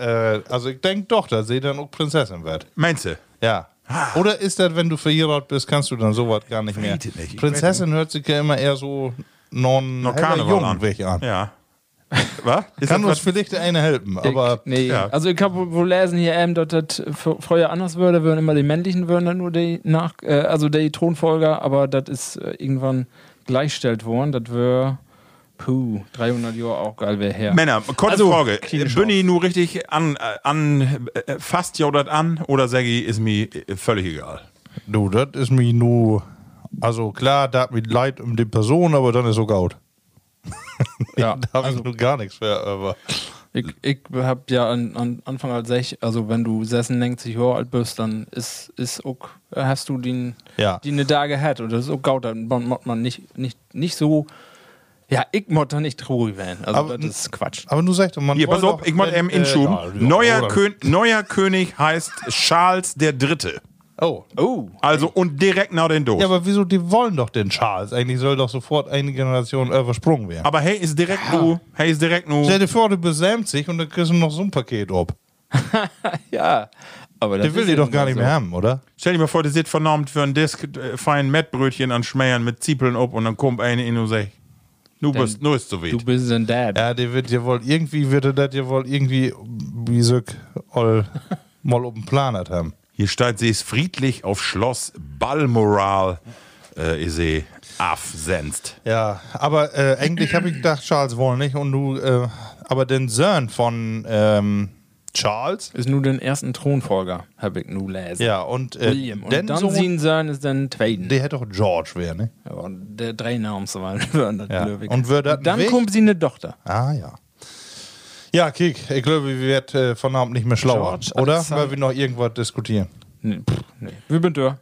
Speaker 3: äh, also ich denke doch, dass sie dann auch Prinzessin wird.
Speaker 2: Meinst du?
Speaker 3: Ja. Oder ist das, wenn du verheiratet bist, kannst du dann sowas gar nicht mehr?
Speaker 2: Ah. Weiß ich nicht. Ich
Speaker 3: Prinzessin hört sich ja immer eher so non
Speaker 2: Noch Karneval an.
Speaker 3: Jugendweg an.
Speaker 2: Ja. Was? Ist
Speaker 3: Kann
Speaker 2: das
Speaker 3: uns
Speaker 2: was?
Speaker 3: vielleicht eine helfen,
Speaker 4: Ich-
Speaker 3: aber
Speaker 4: nee.
Speaker 2: ja.
Speaker 4: Also ich habe wohl lesen hier, ähm, dass das fr- früher anders würde, würden immer die männlichen würden dann nur die nach, äh, also die Thronfolger, aber das ist äh, irgendwann gleichgestellt worden. Das wäre puh, 300 Jahre auch geil wäre her.
Speaker 2: Männer, kurze
Speaker 4: Also,
Speaker 2: Frage. Äh,
Speaker 4: keine Chance.
Speaker 2: Bin ich nu richtig an, äh, an äh, fast ja oder an oder sag ich, ist mir äh, völlig egal.
Speaker 3: du, das ist mir nur. Also klar, da hat mir leid um die Person, aber dann ist so gaut.
Speaker 4: ja.
Speaker 3: Da habe
Speaker 2: also-
Speaker 3: ich nur gar nichts für, aber.
Speaker 4: Ich, ich hab ja an, an Anfang als sech, also wenn du 96 Jahre alt bist, dann ist, ist auch, hast du den,
Speaker 3: Ja.
Speaker 4: die eine Tage hat und das ist auch gaut, dann mod man nicht, nicht, nicht so, ja, ich mod da nicht traurig werden. Also
Speaker 3: Aber-
Speaker 4: das ist Quatsch.
Speaker 3: Aber du sagst doch, man
Speaker 2: Hier, pass
Speaker 3: wollte
Speaker 2: auf,
Speaker 3: doch,
Speaker 2: ich mach
Speaker 3: wenn, äh,
Speaker 2: eben Inschuben.
Speaker 3: ja, ja,
Speaker 2: neuer,
Speaker 3: oder-
Speaker 2: Kön neuer König heißt Charles der Dritte.
Speaker 3: Oh.
Speaker 4: Oh.
Speaker 2: Also und direkt nach den Dos.
Speaker 3: Ja, aber wieso, die wollen doch den Charles. Eigentlich soll doch sofort eine Generation übersprungen werden.
Speaker 2: Aber hey, ist direkt nu, hey, ist direkt nu.
Speaker 3: Stell dir vor, du besämst dich und dann kriegst du noch so ein Paket ob.
Speaker 4: Ja, aber das
Speaker 3: Der will
Speaker 4: ist
Speaker 3: die
Speaker 4: ja
Speaker 3: doch gar nicht
Speaker 4: nun mal
Speaker 3: mehr haben, oder?
Speaker 2: Stell dir mal vor, der sitzt vernormt für ein Disk, äh, fein Mettbrötchen an Schmähern mit Ziepeln ob und dann kommt eine in und sagt, nu
Speaker 4: Dann-
Speaker 2: bist, nu ist so
Speaker 4: so.
Speaker 2: weit.
Speaker 4: Du bist ein Dad.
Speaker 3: Ja, der wird ja wohl irgendwie, wird er das ja wohl irgendwie, wie so, all, mal auf dem Plan hat haben.
Speaker 2: Hier steht, sie ist friedlich auf Schloss Balmoral, äh, ist sie afsenzt.
Speaker 3: Ja, aber äh, eigentlich habe ich gedacht, Charles wohl nicht und du, äh, aber den Sohn von ähm, Charles.
Speaker 4: Ist nur den ersten Thronfolger, hab ich nur lesen.
Speaker 3: Ja, und äh,
Speaker 4: William. Und
Speaker 3: den
Speaker 4: dann
Speaker 3: Sohn,
Speaker 4: sehen sein ist dann Tweeden.
Speaker 3: der hätte doch George wäre, ne?
Speaker 4: Aber der drei Namen so waren das
Speaker 3: Ja.
Speaker 4: Löwig.
Speaker 3: Und wird das
Speaker 4: dann
Speaker 3: weg?
Speaker 4: kommt sie eine Tochter.
Speaker 3: Ah, ja. Ja, Kick, ich glaube, wir werden äh, von Abend nicht mehr schlauer,
Speaker 4: George halt-
Speaker 3: oder?
Speaker 4: Alexander-
Speaker 3: Weil wir noch irgendwas diskutieren.
Speaker 4: Nee, pff, nee. Wir sind da.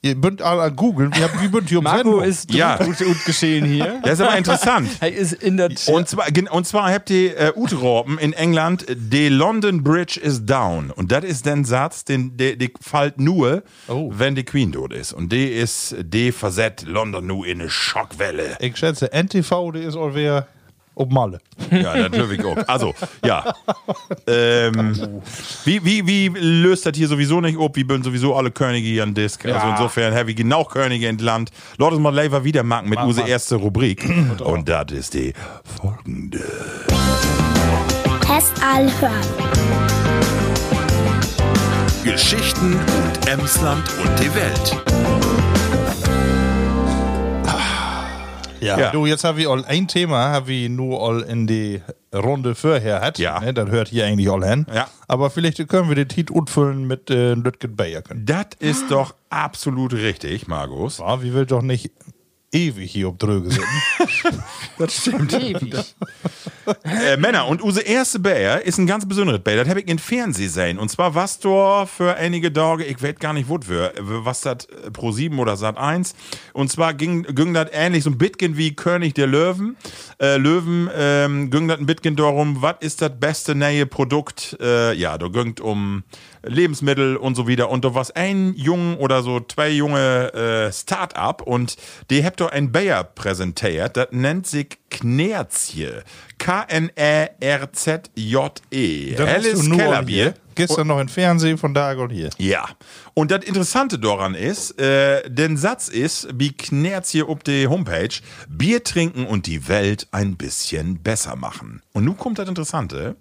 Speaker 3: Ihr bünd alle an googeln, wir haben wie bünd hier um
Speaker 4: Marco
Speaker 3: Sendung.
Speaker 4: ist
Speaker 2: Ja.
Speaker 4: gut, gut, gut geschehen hier.
Speaker 2: Das ist aber interessant.
Speaker 4: Er ist in der
Speaker 2: Und zwar, gen- und zwar habt ihr äh, Utropen in England, the London Bridge is down. Und das ist der Satz, den der der fällt nur,
Speaker 3: Oh.
Speaker 2: wenn die Queen tot ist. Und die ist, die versetzt London nu in eine Schockwelle.
Speaker 3: Ich schätze, NTV, der ist all wer ob Malle.
Speaker 2: Ja, natürlich auch. Also, ja. Ähm, wie, wie, wie löst das hier sowieso nicht ob? Wir bünden sowieso alle Könige hier an Disk. Also
Speaker 4: Ja.
Speaker 2: insofern, heavy genau Könige entland. Lord mal Lever wieder machen mit unsere
Speaker 3: Mann.
Speaker 2: erste Rubrik. Und das ist die folgende.
Speaker 5: Test all hören.
Speaker 2: Geschichten und Emsland und die Welt.
Speaker 3: Ja.
Speaker 2: Ja.
Speaker 3: Du, jetzt haben wir all ein Thema, haben wir nur all in die Runde vorher hat.
Speaker 2: Ja.
Speaker 3: Ne, das hört hier eigentlich all hin.
Speaker 2: Ja.
Speaker 3: Aber vielleicht können wir den Titel füllen mit äh, Lütgen Bayer.
Speaker 2: Das ist doch absolut richtig, Margus.
Speaker 3: Ah, wir will doch nicht ewig hier ob Dröge sitzen.
Speaker 4: Das stimmt. Ewig.
Speaker 2: Äh, Männer, und unsere erste Bär ist ein ganz besonderes Bär. Das habe ich in Fernsehen gesehen. Und zwar was da für einige Tage, ich weiß gar nicht, was für, äh, was das Pro 7 oder Sat 1. Und zwar ging, ging das ähnlich so ein bisschen wie König der Löwen. Äh, Löwen ähm, ging das ein bisschen darum, was ist das beste neue Produkt? Äh, ja, da ging um Lebensmittel und so wieder. Und da war ein Jungen oder so zwei junge äh, Start-up und die habt doch ein Bayer präsentiert. Das nennt sich Knerzie. K-N-E-R-Z-J-E.
Speaker 3: Dann hast
Speaker 2: Helles
Speaker 3: du nur
Speaker 2: Kellerbier.
Speaker 3: hier. Gestern noch im Fernsehen, von da und hier.
Speaker 2: Ja. Und das Interessante daran ist, äh, den Satz ist, wie knärt's hier auf die Homepage, Bier trinken und die Welt ein bisschen besser machen. Und nun kommt das Interessante.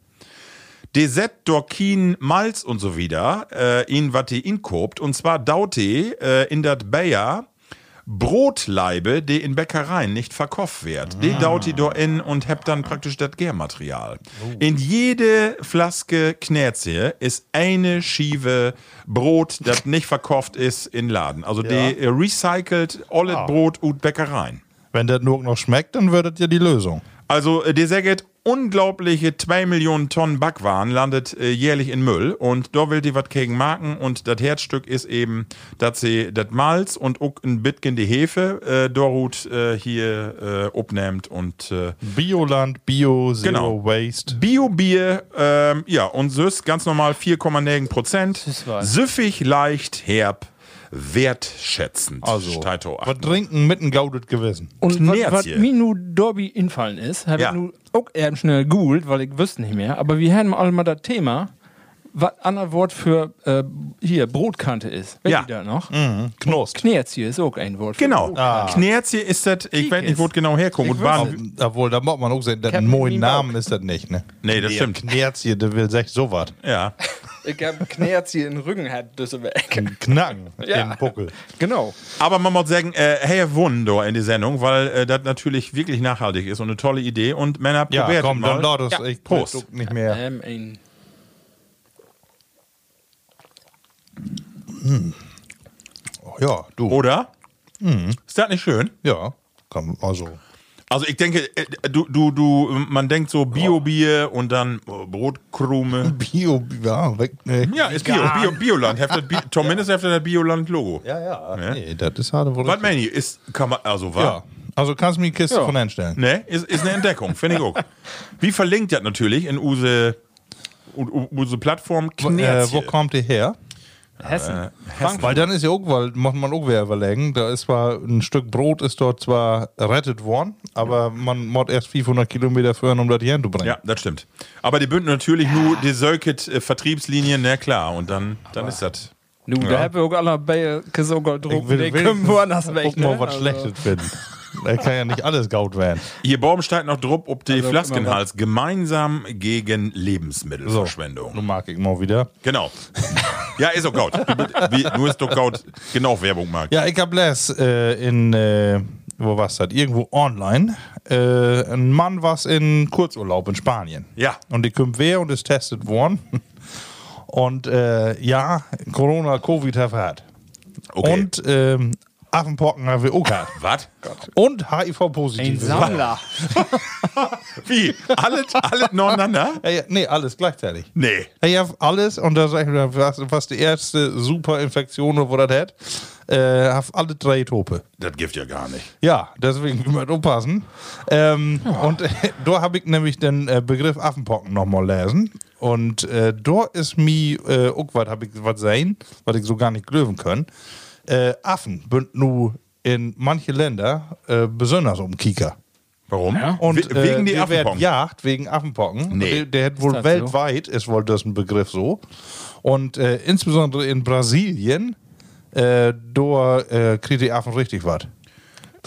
Speaker 2: Desert, Dorkin, Malz und so wieder, äh, in wat die inkobt. Und zwar daute äh, in dat Bayer Brotleibe, die in Bäckereien nicht verkauft wird. Die daut die do in und hebt dann praktisch das Gärmaterial. In jede Flaske Knärzie ist eine Schiebe Brot, das nicht verkauft ist, in Laden. Also die äh, recycelt alles Brot und Bäckereien.
Speaker 3: Wenn das nur noch schmeckt, dann würdet ihr die Lösung.
Speaker 2: Also äh, der Säget unglaubliche 2 Millionen Tonnen Backwaren landet äh, jährlich in Müll und da will die was gegen machen und das Herzstück ist eben, dass sie das Malz und auch ein bisschen die Hefe äh, Dorut äh, hier äh, abnimmt und äh,
Speaker 3: Bioland, Bio, Zero
Speaker 2: Genau.
Speaker 3: Waste.
Speaker 2: Bio-Bier, ähm, ja und süß, ganz normal 4,9 Prozent,
Speaker 4: was.
Speaker 2: süffig, leicht, herb, wertschätzend.
Speaker 3: Also,
Speaker 2: Steigt auch
Speaker 3: was trinken mit einem Gaudet Gewissen.
Speaker 4: Und was,
Speaker 2: Knirps
Speaker 4: was
Speaker 2: hier.
Speaker 4: mir nur Dobby infallen ist, habe
Speaker 2: Ja.
Speaker 4: ich nur auch eben schnell googelt, weil ich wüsste nicht mehr. Aber wir haben alle mal das Thema, was anderes Wort für äh, hier Brotkante ist. Wenn
Speaker 2: Ja.
Speaker 4: die da
Speaker 3: Mhm.
Speaker 4: noch?
Speaker 3: Knost.
Speaker 4: Knirps hier ist auch ein Wort. Für
Speaker 2: Genau,
Speaker 3: Ah.
Speaker 4: Brotkante.
Speaker 2: Knärzie ist das, ich weiß nicht, wo es genau herkommt. Und
Speaker 3: Ob-
Speaker 2: waren,
Speaker 3: Obwohl, da macht man auch sehen,
Speaker 4: hab
Speaker 3: einen neuen
Speaker 4: nie
Speaker 3: Namen ist das nicht, ne?
Speaker 2: nee, das stimmt.
Speaker 3: Knärz hier, der will sich sowas.
Speaker 2: Ja.
Speaker 4: Ich habe Knirps hier in den Rücken, hat Düsselberg.
Speaker 3: Knacken
Speaker 4: Ja.
Speaker 3: im Buckel.
Speaker 4: Genau.
Speaker 2: Aber man muss sagen, äh, hey, Wunder in die Sendung, weil äh, das natürlich wirklich nachhaltig ist und eine tolle Idee. Und Männer,
Speaker 3: Ja,
Speaker 2: probiert
Speaker 3: komm,
Speaker 2: mal.
Speaker 3: dann laut es.
Speaker 2: Ja,
Speaker 3: Ich
Speaker 2: Prost.
Speaker 3: guck nicht mehr.
Speaker 4: Ähm, ein
Speaker 3: Oh, ja, du.
Speaker 2: Oder?
Speaker 3: Mhm.
Speaker 2: Ist das nicht schön?
Speaker 3: Ja, komm, also.
Speaker 2: Also ich denke, äh, du, du, du, man denkt so Bio-Bier und dann oh, Brotkrume.
Speaker 3: Bio, ja, weg. ne, Nee.
Speaker 2: Ja, ist Bio, Bio, Bioland. Heftet Bi zumindest heftet das Bioland-Logo.
Speaker 3: ja, ja. Nee, das ist harte Wolle.
Speaker 2: Was meine ich? Ist, kann man, also war.
Speaker 3: Ja, also kannst du mir die Kiste
Speaker 4: Ja.
Speaker 3: von einstellen.
Speaker 2: Ne, ist, ist eine Entdeckung, finde ich auch. Wie verlinkt das natürlich in use, u- u- use Plattform
Speaker 3: Äh,
Speaker 2: Knärtje.
Speaker 3: wo kommt ihr her?
Speaker 4: Hessen.
Speaker 3: Weil dann ist ja auch, weil muss man auch wieder überlegen, da ist zwar ein Stück Brot ist dort zwar rettet worden, aber man muss erst 500 Kilometer führen, um das hier hinzubringen.
Speaker 2: Ja, das stimmt. Aber die bünden natürlich nur die Circuit-Vertriebslinien, na klar, und dann, dann ist das.
Speaker 4: Nu, da haben wir auch alle bei äh, sogar Druck.
Speaker 3: will
Speaker 4: Die
Speaker 3: wenigstens
Speaker 4: können woanders weg.
Speaker 3: Guck mal,
Speaker 4: ne?
Speaker 3: was Schlechtes finden. Da kann ja nicht alles gaut werden.
Speaker 2: Hier Borben steigt noch drupp, ob die
Speaker 4: Also,
Speaker 2: Flaskenhals gemeinsam gegen Lebensmittelverschwendung.
Speaker 3: Nun mag ich mal wieder.
Speaker 2: Genau. ja, ist doch gaut. Wie, nur ist doch gaut. Genau, Werbung mag.
Speaker 3: Ja, ich hab les äh, in, äh, wo war's das? Irgendwo online. Äh, ein Mann war's in Kurzurlaub in Spanien.
Speaker 2: Ja.
Speaker 3: Und die kommt wer und ist testet worden. Und äh, ja, Corona, Covid hat hat.
Speaker 2: Okay.
Speaker 3: Und ähm, Affenpocken haben wir auch gehabt.
Speaker 2: Was?
Speaker 3: Und
Speaker 4: Ein
Speaker 3: HIV-positiv.
Speaker 4: Sammler.
Speaker 2: Wie? Alles, alles nebeneinander?
Speaker 3: Ja, ja, nee, alles gleichzeitig.
Speaker 2: Nee.
Speaker 3: Ja, Ja, alles. Und da sag ich mir, was, was die erste super Infektion, wo das hat, äh, hab alle drei Tope.
Speaker 2: Das gibt ja gar nicht.
Speaker 3: Ja, deswegen immer aufpassen. Ähm, Und äh, da habe ich nämlich den äh, Begriff Affenpocken nochmal lesen. Und äh, da ist mir äh, auch was habe ich was sein, was ich so gar nicht glöwen können. Äh, Affen bünden nu in manche Länder äh, besonders um Kika.
Speaker 2: Warum?
Speaker 3: Und
Speaker 2: We- wegen die
Speaker 3: äh, die werden
Speaker 2: Affenpocken.
Speaker 3: Jagd wegen Affenpocken.
Speaker 2: Nee.
Speaker 3: Der, der hat wohl
Speaker 4: das so?
Speaker 3: weltweit, ist wohl das ein Begriff so. Und äh, insbesondere in Brasilien, äh, da äh, kriegt die Affen richtig was.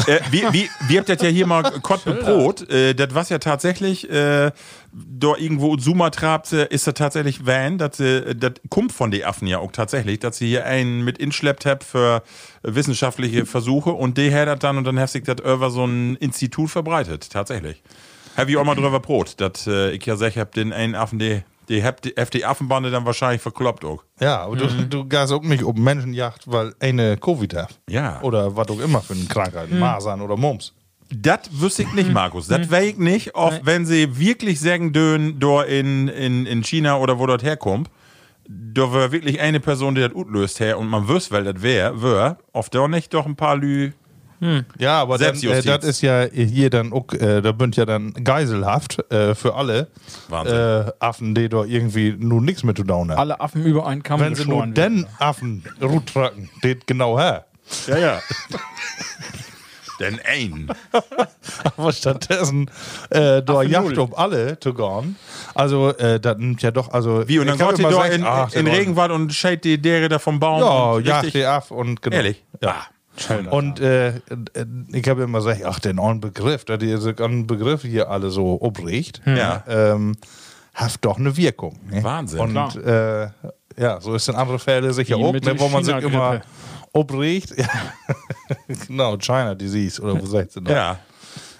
Speaker 2: Äh, wir, wir, wir habt das ja hier mal Kott beprot. Äh, das was ja tatsächlich, äh, da irgendwo in Sumatra habt ihr- ist das tatsächlich Van, dass sie- äh, das kommt von den Affen ja auch tatsächlich, dass sie hier einen mit inschleppt habt für wissenschaftliche Versuche und die hat das dann und dann hat sich das über so ein Institut verbreitet, tatsächlich. Hab ich auch mal drüber brot, dass äh, ich ja sag, hab den einen Affen, die, die habt die, habt die Affenbande dann wahrscheinlich verkloppt auch.
Speaker 3: Ja, aber
Speaker 2: Mhm.
Speaker 3: du, du gehst auch nicht um Menschenjagd, weil eine Covid hat.
Speaker 2: Ja. Mhm.
Speaker 3: Oder was auch immer für eine Krankheit, Masern oder Mumps.
Speaker 2: Das wüsste ich nicht, Markus. Das wäre ich nicht, ob wenn sie wirklich sagen dürfen, da in, in, in China oder wo dort herkommt, da wäre wirklich eine Person, die das gut löst her und man wüsste, weil das wäre, wär, ob da nicht doch ein paar Lü.
Speaker 3: Ja, aber dann, äh,
Speaker 2: Selbstjustiz.
Speaker 3: das ist ja hier dann auch, äh, da bünd ja dann Geiselhaft äh, für alle
Speaker 2: Wahnsinn.
Speaker 3: äh, Affen, die da irgendwie nun nichts mit zu tun haben.
Speaker 4: Alle Affen über einen Kamm
Speaker 3: Wenn sie nur
Speaker 4: geschoren werden.
Speaker 3: den Affen ruttracken, det genau her.
Speaker 2: Ja, ja. Denn ein.
Speaker 3: Aber stattdessen äh, da
Speaker 4: Affen
Speaker 3: Jagd
Speaker 4: null.
Speaker 3: um alle zu gehen. Also, äh, das nimmt ja doch, also.
Speaker 2: Wie, und dann
Speaker 3: ich hab
Speaker 2: kommt ihr
Speaker 3: immer
Speaker 2: da
Speaker 3: gesagt,
Speaker 2: in,
Speaker 3: ach,
Speaker 2: in
Speaker 3: der Leute-
Speaker 2: Regenwald und scheit die Dere da vom Baum.
Speaker 3: Ja,
Speaker 2: und
Speaker 3: jagt
Speaker 2: richtig-
Speaker 3: die ab und genau.
Speaker 2: Ehrlich?
Speaker 3: Ja.
Speaker 4: Schön.
Speaker 3: Und äh, äh, ich habe immer gesagt, ach, den neuen Begriff, da die so einen Begriff hier alle so obricht,
Speaker 2: Ja.
Speaker 3: ähm, hat doch eine Wirkung. Ne?
Speaker 2: Wahnsinn.
Speaker 3: Und äh, ja, so ist in anderen Fällen sicher
Speaker 4: Die
Speaker 3: auch,
Speaker 4: mit
Speaker 3: ne,
Speaker 4: der
Speaker 3: wo man sich
Speaker 4: China-Grippe.
Speaker 3: immer obricht. Ja. genau, China Disease oder wo sagt sie noch?
Speaker 2: Ah, Ja.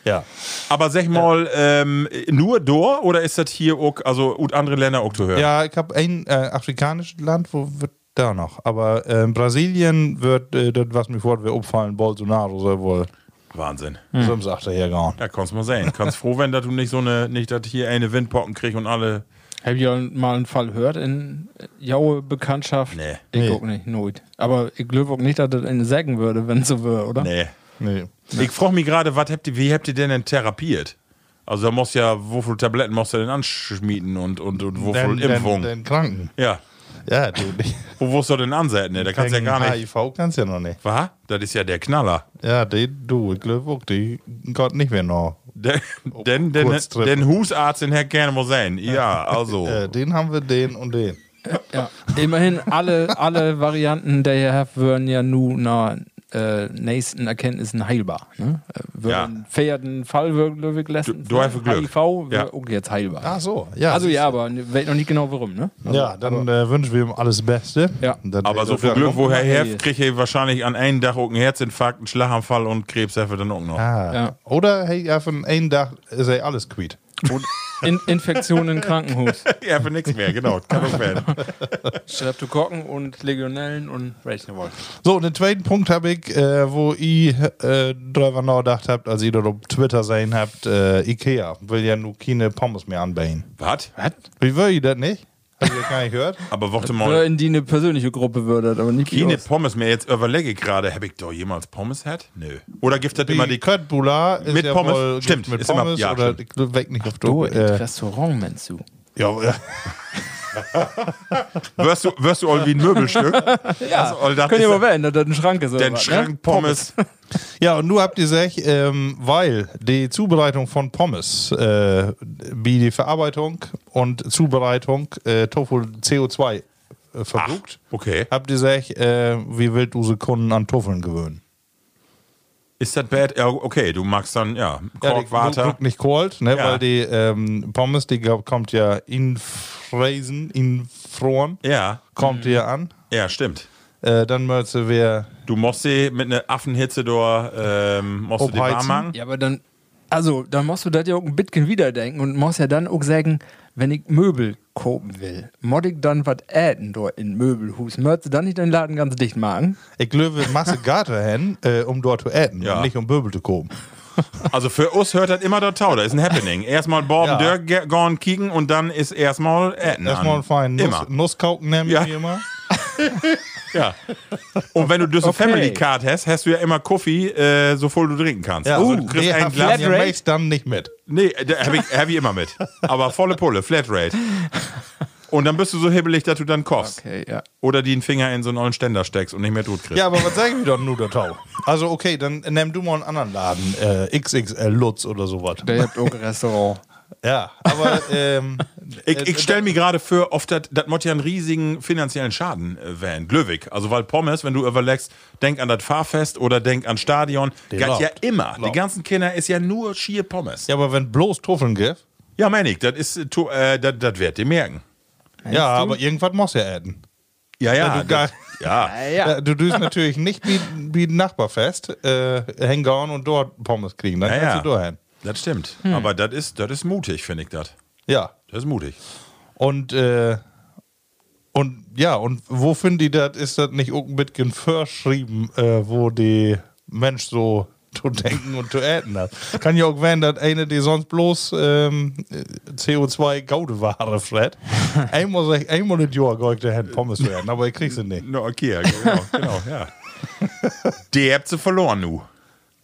Speaker 3: ja.
Speaker 2: Aber sag mal, ähm, nur Dor oder ist das hier auch, also und andere Länder auch zu hören?
Speaker 3: Ja, ich habe ein äh, afrikanisches Land, wo wird da noch? Aber äh, Brasilien wird, äh, das, was mir vorher auffallen, Bolsonaro soll wohl
Speaker 2: Wahnsinn.
Speaker 3: hm. zum Sachter hergehauen.
Speaker 2: Ja, kannst mal sehen. Kannst froh werden, dass du nicht so eine, nicht, dass hier eine Windpocken kriegst und alle.
Speaker 4: Hab ich ja mal einen Fall gehört in jaue Bekanntschaft?
Speaker 2: Nee.
Speaker 4: Ich
Speaker 3: Nee.
Speaker 4: nee. auch nicht, nooit. Aber ich glaube auch nicht, dass das einen sägen würde, wenn so wäre, oder?
Speaker 2: Nee.
Speaker 3: Nee.
Speaker 2: Ich frage mich gerade, was habt ihr, wie habt ihr denn denn therapiert? Also da musst ja, wofür Tabletten musst du denn anschmieden und, und, und wofür
Speaker 3: Den, den,
Speaker 2: Impfung?
Speaker 3: den Kranken.
Speaker 2: Ja.
Speaker 3: Ja, du.
Speaker 2: Wo wirst du denn ansetzen? Ne? Da kannst du ja gar nicht.
Speaker 3: HIV kannst ja noch nicht.
Speaker 2: Was? Das ist ja der Knaller.
Speaker 3: Ja, die, du, ich glaube, die Gott nicht mehr noch.
Speaker 2: Den, den, den,
Speaker 3: Oh, kurz trippen.
Speaker 2: den Husarzt in Herr gerne muss sein. Ja, also.
Speaker 3: Äh, den haben wir, den und den.
Speaker 4: Ja. Immerhin, alle, alle Varianten der hier habt, würden ja nun nach äh, nächsten Erkenntnissen heilbar. Ne? Äh, Würden
Speaker 2: Ja.
Speaker 4: Pferden Fall wirklich lassen.
Speaker 2: Du- du hast Glück.
Speaker 4: HIV wär
Speaker 2: Ja.
Speaker 4: auch jetzt heilbar.
Speaker 3: Ach so, ja.
Speaker 4: also ja, aber ne- weiß noch nicht genau warum, ne? Also,
Speaker 3: Ja, dann äh, wünschen wir ihm alles Beste.
Speaker 4: Ja.
Speaker 3: Dann-
Speaker 2: aber so viel
Speaker 3: Ja,
Speaker 2: Glück, woher
Speaker 4: Hey.
Speaker 3: äh.
Speaker 2: herrscht, kriegt ihr wahrscheinlich an einem Tag auch einen Herzinfarkt, einen Schlaganfall und Krebs dafür dann auch noch.
Speaker 3: Ah.
Speaker 4: Ja.
Speaker 3: Oder hey, ja, von einem Tag ist er alles quiet.
Speaker 4: Und In Infektionen im Krankenhaus.
Speaker 2: Ja, für nichts mehr, genau. Kann auch werden.
Speaker 4: Streptokokken und Legionellen und Rechnewolken.
Speaker 3: So, und den zweiten Punkt habe ich, äh, wo ihr äh, drüber nachgedacht habt, als ihr dort auf Twitter sehen habt, äh, Ikea will ja nur keine Pommes mehr anbauen.
Speaker 2: Was?
Speaker 3: Wie will ihr das nicht? Habt ihr das gar nicht gehört?
Speaker 2: Aber warte
Speaker 4: Oder
Speaker 2: mal,
Speaker 4: in die eine persönliche Gruppe würdet, aber nicht die
Speaker 2: keine
Speaker 4: aus.
Speaker 2: Pommes mehr. Jetzt überlege ich gerade, habe ich da jemals Pommes gehabt? Nö. Oder gibt das
Speaker 3: Die
Speaker 2: immer die K
Speaker 3: Köttbula ist
Speaker 2: Mit
Speaker 3: ja
Speaker 2: Pommes.
Speaker 3: Wohl,
Speaker 2: Stimmt,
Speaker 3: mit
Speaker 2: ist immer-
Speaker 3: Pommes
Speaker 2: ja,
Speaker 3: oder
Speaker 2: stimmt.
Speaker 3: ich weg nicht auf du.
Speaker 4: Du, äh,
Speaker 3: Äh,
Speaker 4: Restaurant meinst du?
Speaker 3: ja, ja.
Speaker 2: Wirst du, wirst du all wie ein Möbelstück?
Speaker 4: Ja,
Speaker 2: Also, all das
Speaker 4: könnt ihr
Speaker 2: ist
Speaker 4: mal wählen, dass das ein Schrank ist. oder
Speaker 2: Den
Speaker 4: was, ne?
Speaker 2: Schrank Pommes.
Speaker 3: ja, und nur habt ihr gesagt, ähm, weil die Zubereitung von Pommes, äh, wie die Verarbeitung und Zubereitung äh, Tofu CO2 äh, verbrucht,
Speaker 2: Okay.
Speaker 3: habt ihr gesagt, äh, wie willst du die Kunden an Toffeln gewöhnen?
Speaker 2: Ist das bad? Ja, okay, du magst dann, ja,
Speaker 3: Ja, die
Speaker 2: Korkwater.
Speaker 3: Druck nicht kalt, ne,
Speaker 2: Ja.
Speaker 3: weil die ähm, Pommes, die glaub- kommt ja in Fräsen, in Froren,
Speaker 2: Ja, Mhm.
Speaker 3: kommt hier an.
Speaker 2: ja, stimmt.
Speaker 3: Äh, dann möchtest wir
Speaker 2: Du musst sie mit einer Affenhitze da, ähm, musst du die warm
Speaker 3: Obheizen?
Speaker 2: machen.
Speaker 4: Ja, aber dann, also, dann musst du das ja auch ein bisschen wiederdenken und musst ja dann auch sagen, wenn ich Möbel kaufen will, mod ich dann was äten dort in Möbelhus? Möchtest du dann nicht den Laden ganz dicht machen?
Speaker 3: Ich löwe Masse Garter hin, äh, um dort zu essen,
Speaker 2: Ja.
Speaker 3: und nicht um Böbel zu kommen.
Speaker 2: Also für uns hört das immer der Tau, da ist ein Happening. Erstmal Borben
Speaker 3: Ja.
Speaker 2: Dirk ge- gorn kicken und dann ist erstmal Etten
Speaker 3: Erstmal einen feinen
Speaker 2: Immer.
Speaker 3: Nuss, Nusskauken nehmen
Speaker 2: Ja.
Speaker 3: wie immer.
Speaker 2: Ja. Und wenn du diese
Speaker 4: Okay.
Speaker 2: Family Card hast, hast du ja immer Kaffee, äh, so voll du trinken kannst.
Speaker 3: Ja,
Speaker 2: also,
Speaker 3: also,
Speaker 2: du kriegst
Speaker 3: nee,
Speaker 2: ein Glas.
Speaker 4: Flat-
Speaker 3: Ihr
Speaker 4: Rate?
Speaker 3: möchtest dann nicht mit.
Speaker 2: Nee, da hab ich, hab ich immer mit. Aber volle Pulle, Flatrate. Und dann bist du so hibbelig, dass du dann kochst.
Speaker 4: Okay, ja.
Speaker 2: Oder die einen Finger in so einen ollen Ständer steckst und nicht mehr tot kriegst.
Speaker 3: Ja, aber was sagen wir doch nur der Tau? Also okay, dann nimm du mal einen anderen Laden, äh, XXL Lutz oder sowas.
Speaker 4: Der habt auch ein Restaurant.
Speaker 3: Ja, aber ähm,
Speaker 2: Ich, ich stelle mir gerade für, oft hat das muss ja einen riesigen finanziellen Schaden äh, werden. Glöwig. Also, weil Pommes, wenn du überlegst, denk an das Fahrfest oder denk an Stadion.
Speaker 3: Die
Speaker 2: Galt ja
Speaker 3: läuft.
Speaker 2: immer. Die
Speaker 3: Läuft.
Speaker 2: ganzen Kinder ist ja nur schier Pommes. Ja,
Speaker 3: Ja, aber wenn bloß Tuffeln gibt,
Speaker 2: ja mein ich, das ist, äh, tu- äh, das das werdet ihr merken.
Speaker 3: ja, aber irgendwas muss ja äten.
Speaker 2: Ja, ja.
Speaker 3: Ja, du gar-
Speaker 2: das- Ja.
Speaker 3: Ja. Du düst natürlich nicht wie, wie ein Nachbarfest äh, hängen und dort Pommes kriegen. Dann
Speaker 2: Ja,
Speaker 3: kannst
Speaker 2: ja.
Speaker 3: du dahin.
Speaker 2: Das stimmt. Aber das ist, das ist mutig, finde ich das.
Speaker 3: Ja.
Speaker 2: Das ist mutig.
Speaker 3: Und, äh, und ja, und wo finden die das? Ist das nicht irgendein bisschen verschrieben, äh, wo die Mensch so zu denken und zu äten hat? Kann ja auch werden, dass eine, die sonst bloß ähm, CO2-Gaudeware fred, einmal, einmal in Jahr gehe ich dahin Pommes werden, aber ich krieg sie nicht.
Speaker 2: No, okay, ja, genau, genau, ja. Die habt sie verloren, nu.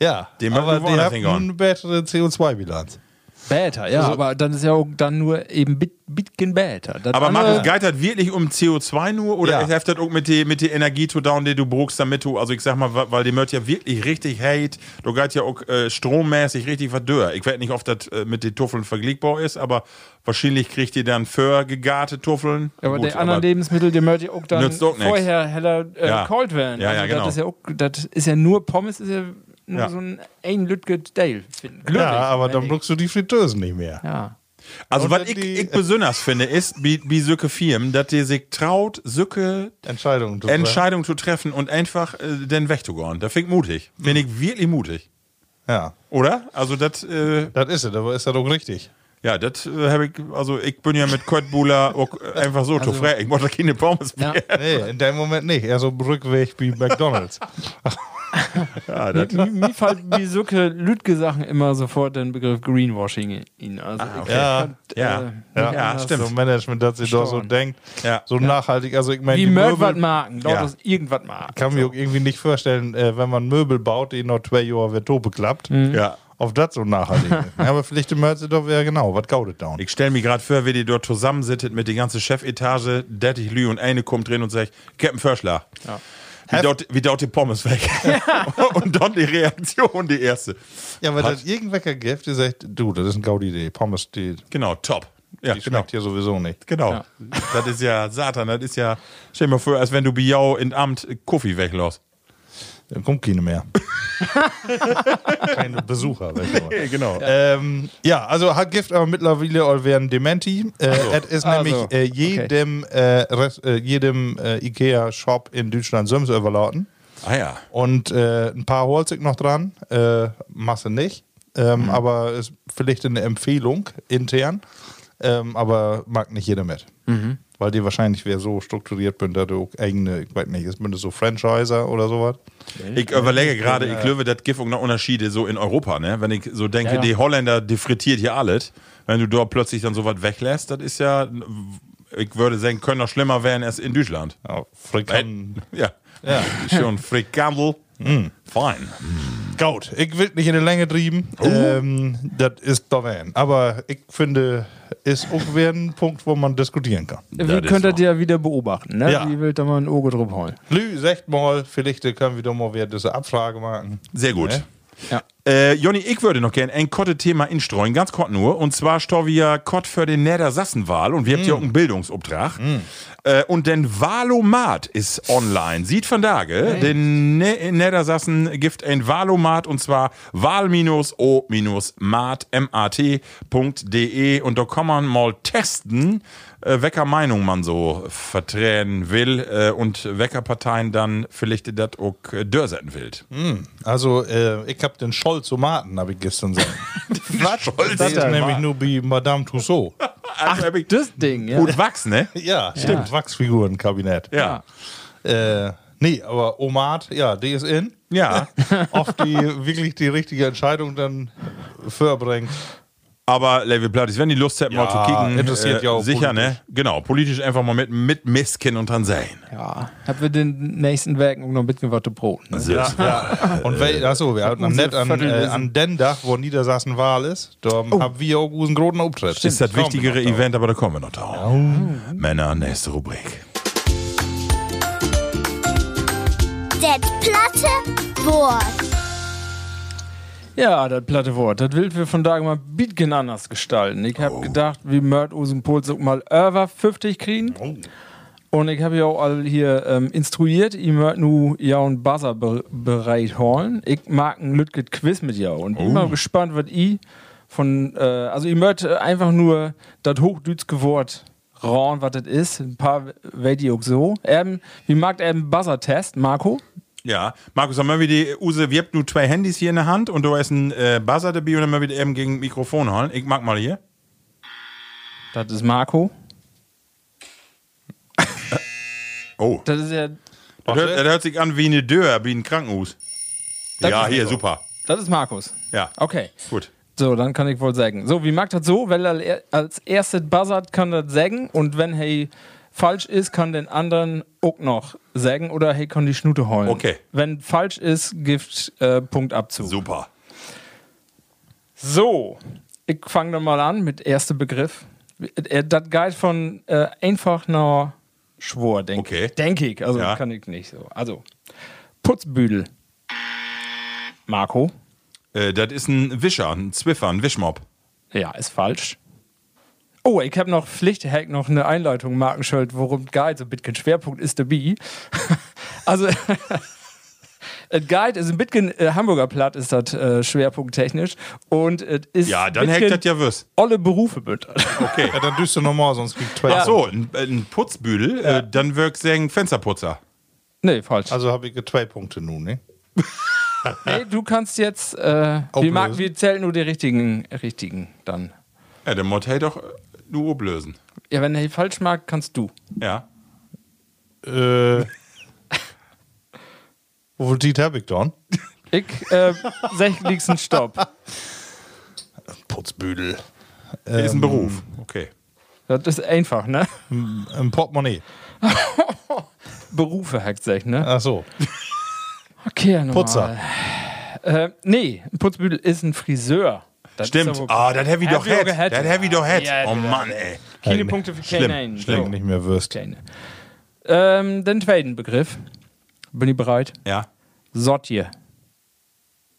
Speaker 3: Ja,
Speaker 2: Den machen
Speaker 3: aber
Speaker 2: wir
Speaker 3: die
Speaker 2: woanders
Speaker 3: haben
Speaker 2: hingehen.
Speaker 3: eine bessere CO2-Bilanz.
Speaker 4: Bäter,
Speaker 2: Also
Speaker 4: ja, aber dann ist ja auch dann nur eben bit, bitgen Bäter. Das
Speaker 2: Aber
Speaker 4: andere-
Speaker 2: Markus, geht das wirklich um CO2 nur oder
Speaker 3: Ja.
Speaker 2: ja. das auch mit der mit die Energie zu down, die du brauchst, damit du, also ich sag mal, wa- weil die Mört ja wirklich richtig hate, du geht ja auch äh, strommäßig richtig verdörr. Ich weiß nicht, ob das äh, mit den Tuffeln vergleichbar ist, aber wahrscheinlich kriegt ihr dann für gegarte Tuffeln.
Speaker 4: Ja, aber
Speaker 2: Gut,
Speaker 4: die anderen Lebensmittel, die möchte ich auch dann
Speaker 2: Nützt auch nix.
Speaker 4: vorher heller äh,
Speaker 2: Ja.
Speaker 4: kalt werden.
Speaker 2: Ja, ja, genau.
Speaker 4: Das ist ja, auch, das ist ja nur Pommes, ist ja nur
Speaker 2: Ja.
Speaker 4: so ein ein Lütget Dale. Glücklich.
Speaker 3: Ja, aber dann
Speaker 4: ja.
Speaker 3: brauchst du die Fritteusen nicht mehr.
Speaker 4: ja.
Speaker 2: Also,
Speaker 3: Und
Speaker 2: was
Speaker 3: dann
Speaker 2: ich,
Speaker 3: die-
Speaker 2: ich besonders finde, ist, wie wie Sücke Firmen, dass die sich traut, Sücke
Speaker 3: Entscheidungen. zu treffen.
Speaker 2: Entscheidung zu treffen und einfach äh, den Weg zu gehen. Da finde ich mutig. Finde ich wirklich mutig.
Speaker 3: Ja,
Speaker 2: Oder? Also, das, äh,
Speaker 3: das ist es, aber ist das auch richtig?
Speaker 2: ja, das äh, habe ich, also ich bin ja mit Kurt Bula auch, äh, einfach so
Speaker 3: Also
Speaker 2: zu frei. Ich wollte keine Pommes mehr.
Speaker 3: Nee, in dem Moment nicht. Eher so ein Rückweg wie McDonalds.
Speaker 2: Ja, das-
Speaker 4: Mir, mir fällt wie Sücke Lütge Sachen immer sofort den Begriff Greenwashing in. Also
Speaker 2: Ah,
Speaker 4: ich
Speaker 3: Ah, Ja,
Speaker 2: ja. Ja,
Speaker 3: So ein Management, dass sie doch so
Speaker 4: Steuern.
Speaker 3: denkt.
Speaker 2: Ja.
Speaker 3: So nachhaltig. Also ich meine,
Speaker 4: Wie
Speaker 3: die
Speaker 4: Mörd was
Speaker 3: Möbel
Speaker 4: marken, laut
Speaker 2: Ja.
Speaker 4: das irgendwas marken.
Speaker 3: kann mir auch irgendwie nicht vorstellen, äh, wenn man Möbel baut, die noch zwei Jahre wird tot beklappt. Mhm.
Speaker 2: ja.
Speaker 3: Auf das so nachhaltig. ist. Ja, aber vielleicht merkt sie doch, ja genau, was gaudet down.
Speaker 2: Ich stelle mir gerade vor, wie die dort zusammensittet mit der ganzen Chefetage, Dettich Lü und eine kommt drin und sagt, Captain Förschler, wie, dort, wie dort die Pommes weg. und dann die Reaktion, die erste.
Speaker 3: Ja, weil
Speaker 2: Hat-
Speaker 3: das irgendwelcher Gift, die sagt, du, das ist eine Gaudi-Idee. Pommes, die, die
Speaker 2: Genau, top. Ja, genau.
Speaker 3: schmeckt hier sowieso nicht.
Speaker 2: Genau.
Speaker 4: Ja.
Speaker 2: Das ist ja Satan, das ist ja, stell dir mal vor, als wenn du Biau in Amt Kofi weglässt.
Speaker 3: Dann kommt keine mehr. keine Besucher. weiß ich aber.
Speaker 2: genau.
Speaker 3: Ähm, ja, also hat Gift aber mittlerweile all werden Dementi. Äh, Es ist
Speaker 4: Ah,
Speaker 3: nämlich
Speaker 4: so.
Speaker 3: äh, jedem, äh, Res- äh, jedem äh, Ikea-Shop in Deutschland Söms überlauten.
Speaker 2: Ah ja.
Speaker 3: Und äh, ein paar holt sich noch dran, äh, Masse nicht.
Speaker 4: Mhm.
Speaker 3: Ähm, Aber ist vielleicht eine Empfehlung intern. Ähm, aber mag nicht jeder mit.
Speaker 4: Mhm.
Speaker 3: Weil die wahrscheinlich wer so strukturiert bin, dass du auch eigene, ich weiß nicht, ist mindestens so Franchiser oder sowas.
Speaker 2: Ich überlege gerade, ich glaube, das gibt auch noch Unterschiede so in Europa, ne? Wenn ich so denke,
Speaker 4: Ja, ja.
Speaker 2: die Holländer, die frittiert hier alles. Wenn du dort plötzlich dann so was weglässt, das ist ja, ich würde sagen, können noch schlimmer werden als in Deutschland.
Speaker 3: Ja, Frikannen.
Speaker 2: Ja. ja. Schon Frikandel.
Speaker 4: Mhm.
Speaker 2: Fein.
Speaker 3: Gut, ich will nicht in die Länge trieben.
Speaker 2: Oh.
Speaker 3: Ähm, das ist doch ein. Aber ich finde, ist auch wieder ein Punkt, wo man diskutieren kann.
Speaker 4: Wie
Speaker 2: Das
Speaker 4: könnt
Speaker 2: ist
Speaker 4: ihr ja wieder beobachten, ne?
Speaker 3: Ja.
Speaker 4: Wie will da mal ein Auge drauf holen?
Speaker 3: Lü, sagt mal, vielleicht können wir doch mal wieder diese Abfrage machen.
Speaker 2: Sehr gut.
Speaker 3: Ne?
Speaker 4: Ja.
Speaker 2: Äh, Jonny, ich würde noch gerne ein kotte Thema instreuen, ganz kort nur. Und zwar stau wir kott für den Niedersassenwahl und wir habt ja auch einen Bildungsobtrag. Äh, und den Wahlomat ist online. Sieht von Tage, den ne Niedersassen gibt ein Wahlomat und zwar wahl-o-mat.de und da kann man mal testen, äh, wecker Meinung man so vertreten will äh, und wecker Parteien dann vielleicht das auch äh, dörsetten will.
Speaker 3: Also, äh, ich habe den Scholz-Omaten, habe ich gestern gesagt.
Speaker 2: Was? Scholz
Speaker 3: Das ist nämlich nur wie Madame Tussaud.
Speaker 2: Ach,
Speaker 4: Das Ding, ja.
Speaker 2: Gut wachs, ne?
Speaker 3: ja, stimmt. Wachsfigurenkabinett.
Speaker 2: Ja.
Speaker 3: Äh, nee, aber Omat, ja, die ist in.
Speaker 2: Ja.
Speaker 3: Oft die wirklich die richtige Entscheidung dann verbringt.
Speaker 2: Aber Level Plattis, wenn die Lust hätten, mal
Speaker 3: Ja,
Speaker 2: zu kicken,
Speaker 3: interessiert ja auch
Speaker 2: sicher,
Speaker 3: politisch.
Speaker 2: ne? Genau, politisch einfach mal mit, mit Miskin und dann sehen.
Speaker 4: Ja. Haben wir den nächsten Werken auch noch ein bisschen was zu broten. Ne?
Speaker 2: So.
Speaker 3: Und weil, achso, wir Äh, hatten am
Speaker 4: unsere
Speaker 3: Net an, äh,
Speaker 4: Viertelwissen.
Speaker 3: an den Dach, wo Niedersachsen Wahl ist, da haben wir auch einen großen Auftritt.
Speaker 2: Ist das
Speaker 3: Kommen
Speaker 2: wichtigere
Speaker 3: wir noch
Speaker 2: Event, aber da kommen wir noch drauf. Männer, nächste Rubrik.
Speaker 5: Det platte Wort.
Speaker 4: Ja, das platte Wort. Das will wir von daher mal Beatgen anders gestalten. Ich habe gedacht, wir mört unseren Polzug mal über 50 kriegen. Und ich habe ja auch all hier ähm, instruiert, ihr mört nu ja und Buzzer be bereit holen. Ich mag ein Lütget Quiz mit ja und bin mal gespannt, was i von, äh, also ihr mört äh, einfach nur das hochdütske Wort rauen, was das ist. Ein paar Welt ich auch so. Ähm, wie mag eben Buzzer-Test, Marco?
Speaker 2: Ja, Markus, haben wir wieder die Use, wir haben nur zwei Handys hier in der Hand und du hast einen äh, Buzzer dabei und dann mal wieder eben gegen Mikrofon holen. Ich mag mal hier.
Speaker 4: Das ist Marco.
Speaker 2: Oh,
Speaker 4: Das ist ja,
Speaker 2: das hört, das hört sich an wie eine Dörr, wie ein Krankenhus. Ja, hier, super.
Speaker 4: das ist Markus.
Speaker 2: Ja,
Speaker 4: Okay.
Speaker 2: gut.
Speaker 4: So, dann kann ich wohl sagen. So, wie mag das so? Weil er als erstes buzzert, kann das sagen. Und wenn hey falsch ist, kann den anderen auch noch sagen. Oder hey kann die Schnute heulen.
Speaker 2: Okay.
Speaker 4: Wenn falsch ist, gibt äh, Punktabzug. So.
Speaker 2: Super.
Speaker 4: ich fange dann mal an mit erster Begriff. Äh, Das geht von äh, einfach nur Schwur, denke
Speaker 2: Okay.
Speaker 4: ich. Denke ich. Also,
Speaker 2: Ja.
Speaker 4: kann ich nicht so. Also, Putzbüdel. Marco.
Speaker 2: Äh, das ist ein Wischer, ein Zwiffer, ein Wischmob.
Speaker 4: Ja, ist falsch. Oh, ich habe noch Pflichthack noch eine Einleitung, Markenschild, worum Guide, so Bitcoin Schwerpunkt ist der B. also et Guide ist ein Bitcoin äh, Hamburger Platt ist das äh, Schwerpunkt technisch und et ist
Speaker 2: Ja, dann
Speaker 4: Bitcoin
Speaker 2: hängt das ja wirst.
Speaker 4: alle Berufe mit.
Speaker 2: Okay.
Speaker 3: Ja, dann düst du nochmal, sonst kriegt zwei.
Speaker 2: Ach so, ein, ein Putzbüdel, äh, dann wirkt sagen Fensterputzer.
Speaker 4: nee, falsch.
Speaker 3: Also habe ich zwei Punkte nun, ne?
Speaker 4: nee, du kannst jetzt äh,
Speaker 2: Oh,
Speaker 4: wir
Speaker 3: Auflösen.
Speaker 4: mag wir zählen nur die richtigen richtigen dann.
Speaker 2: Ja, der Mod hey doch äh, nur oblösen.
Speaker 4: Ja, wenn er falsch mag, kannst du.
Speaker 2: Ja.
Speaker 3: Äh. Wofür Tiet habe ich dann?
Speaker 4: Ich äh, sech liegst ein Stopp.
Speaker 3: Putzbüdel.
Speaker 4: Ähm,
Speaker 2: ist ein Beruf. Okay.
Speaker 4: Das ist einfach, ne?
Speaker 3: Ein Portemonnaie.
Speaker 4: Berufe hackt sich, ne?
Speaker 3: Ach so.
Speaker 4: Okay, normal.
Speaker 3: Putzer.
Speaker 4: Äh, nee, ein Putzbüdel ist ein Friseur. Das ist
Speaker 2: Stimmt.
Speaker 4: aber-
Speaker 2: Ah, das Heavy doch
Speaker 4: Heavy
Speaker 2: Head.
Speaker 4: doch Head.
Speaker 2: Das Heavy doch Head.
Speaker 4: Ja,
Speaker 2: Oh
Speaker 4: Digga.
Speaker 2: Mann, ey.
Speaker 4: Keine Punkte für
Speaker 2: Schlimm,
Speaker 4: K9.
Speaker 2: schlimm.
Speaker 4: So,
Speaker 3: Nicht mehr Würst.
Speaker 4: K9. Ähm, den zweiten Begriff. Bin ich bereit?
Speaker 2: Ja.
Speaker 4: Sortier.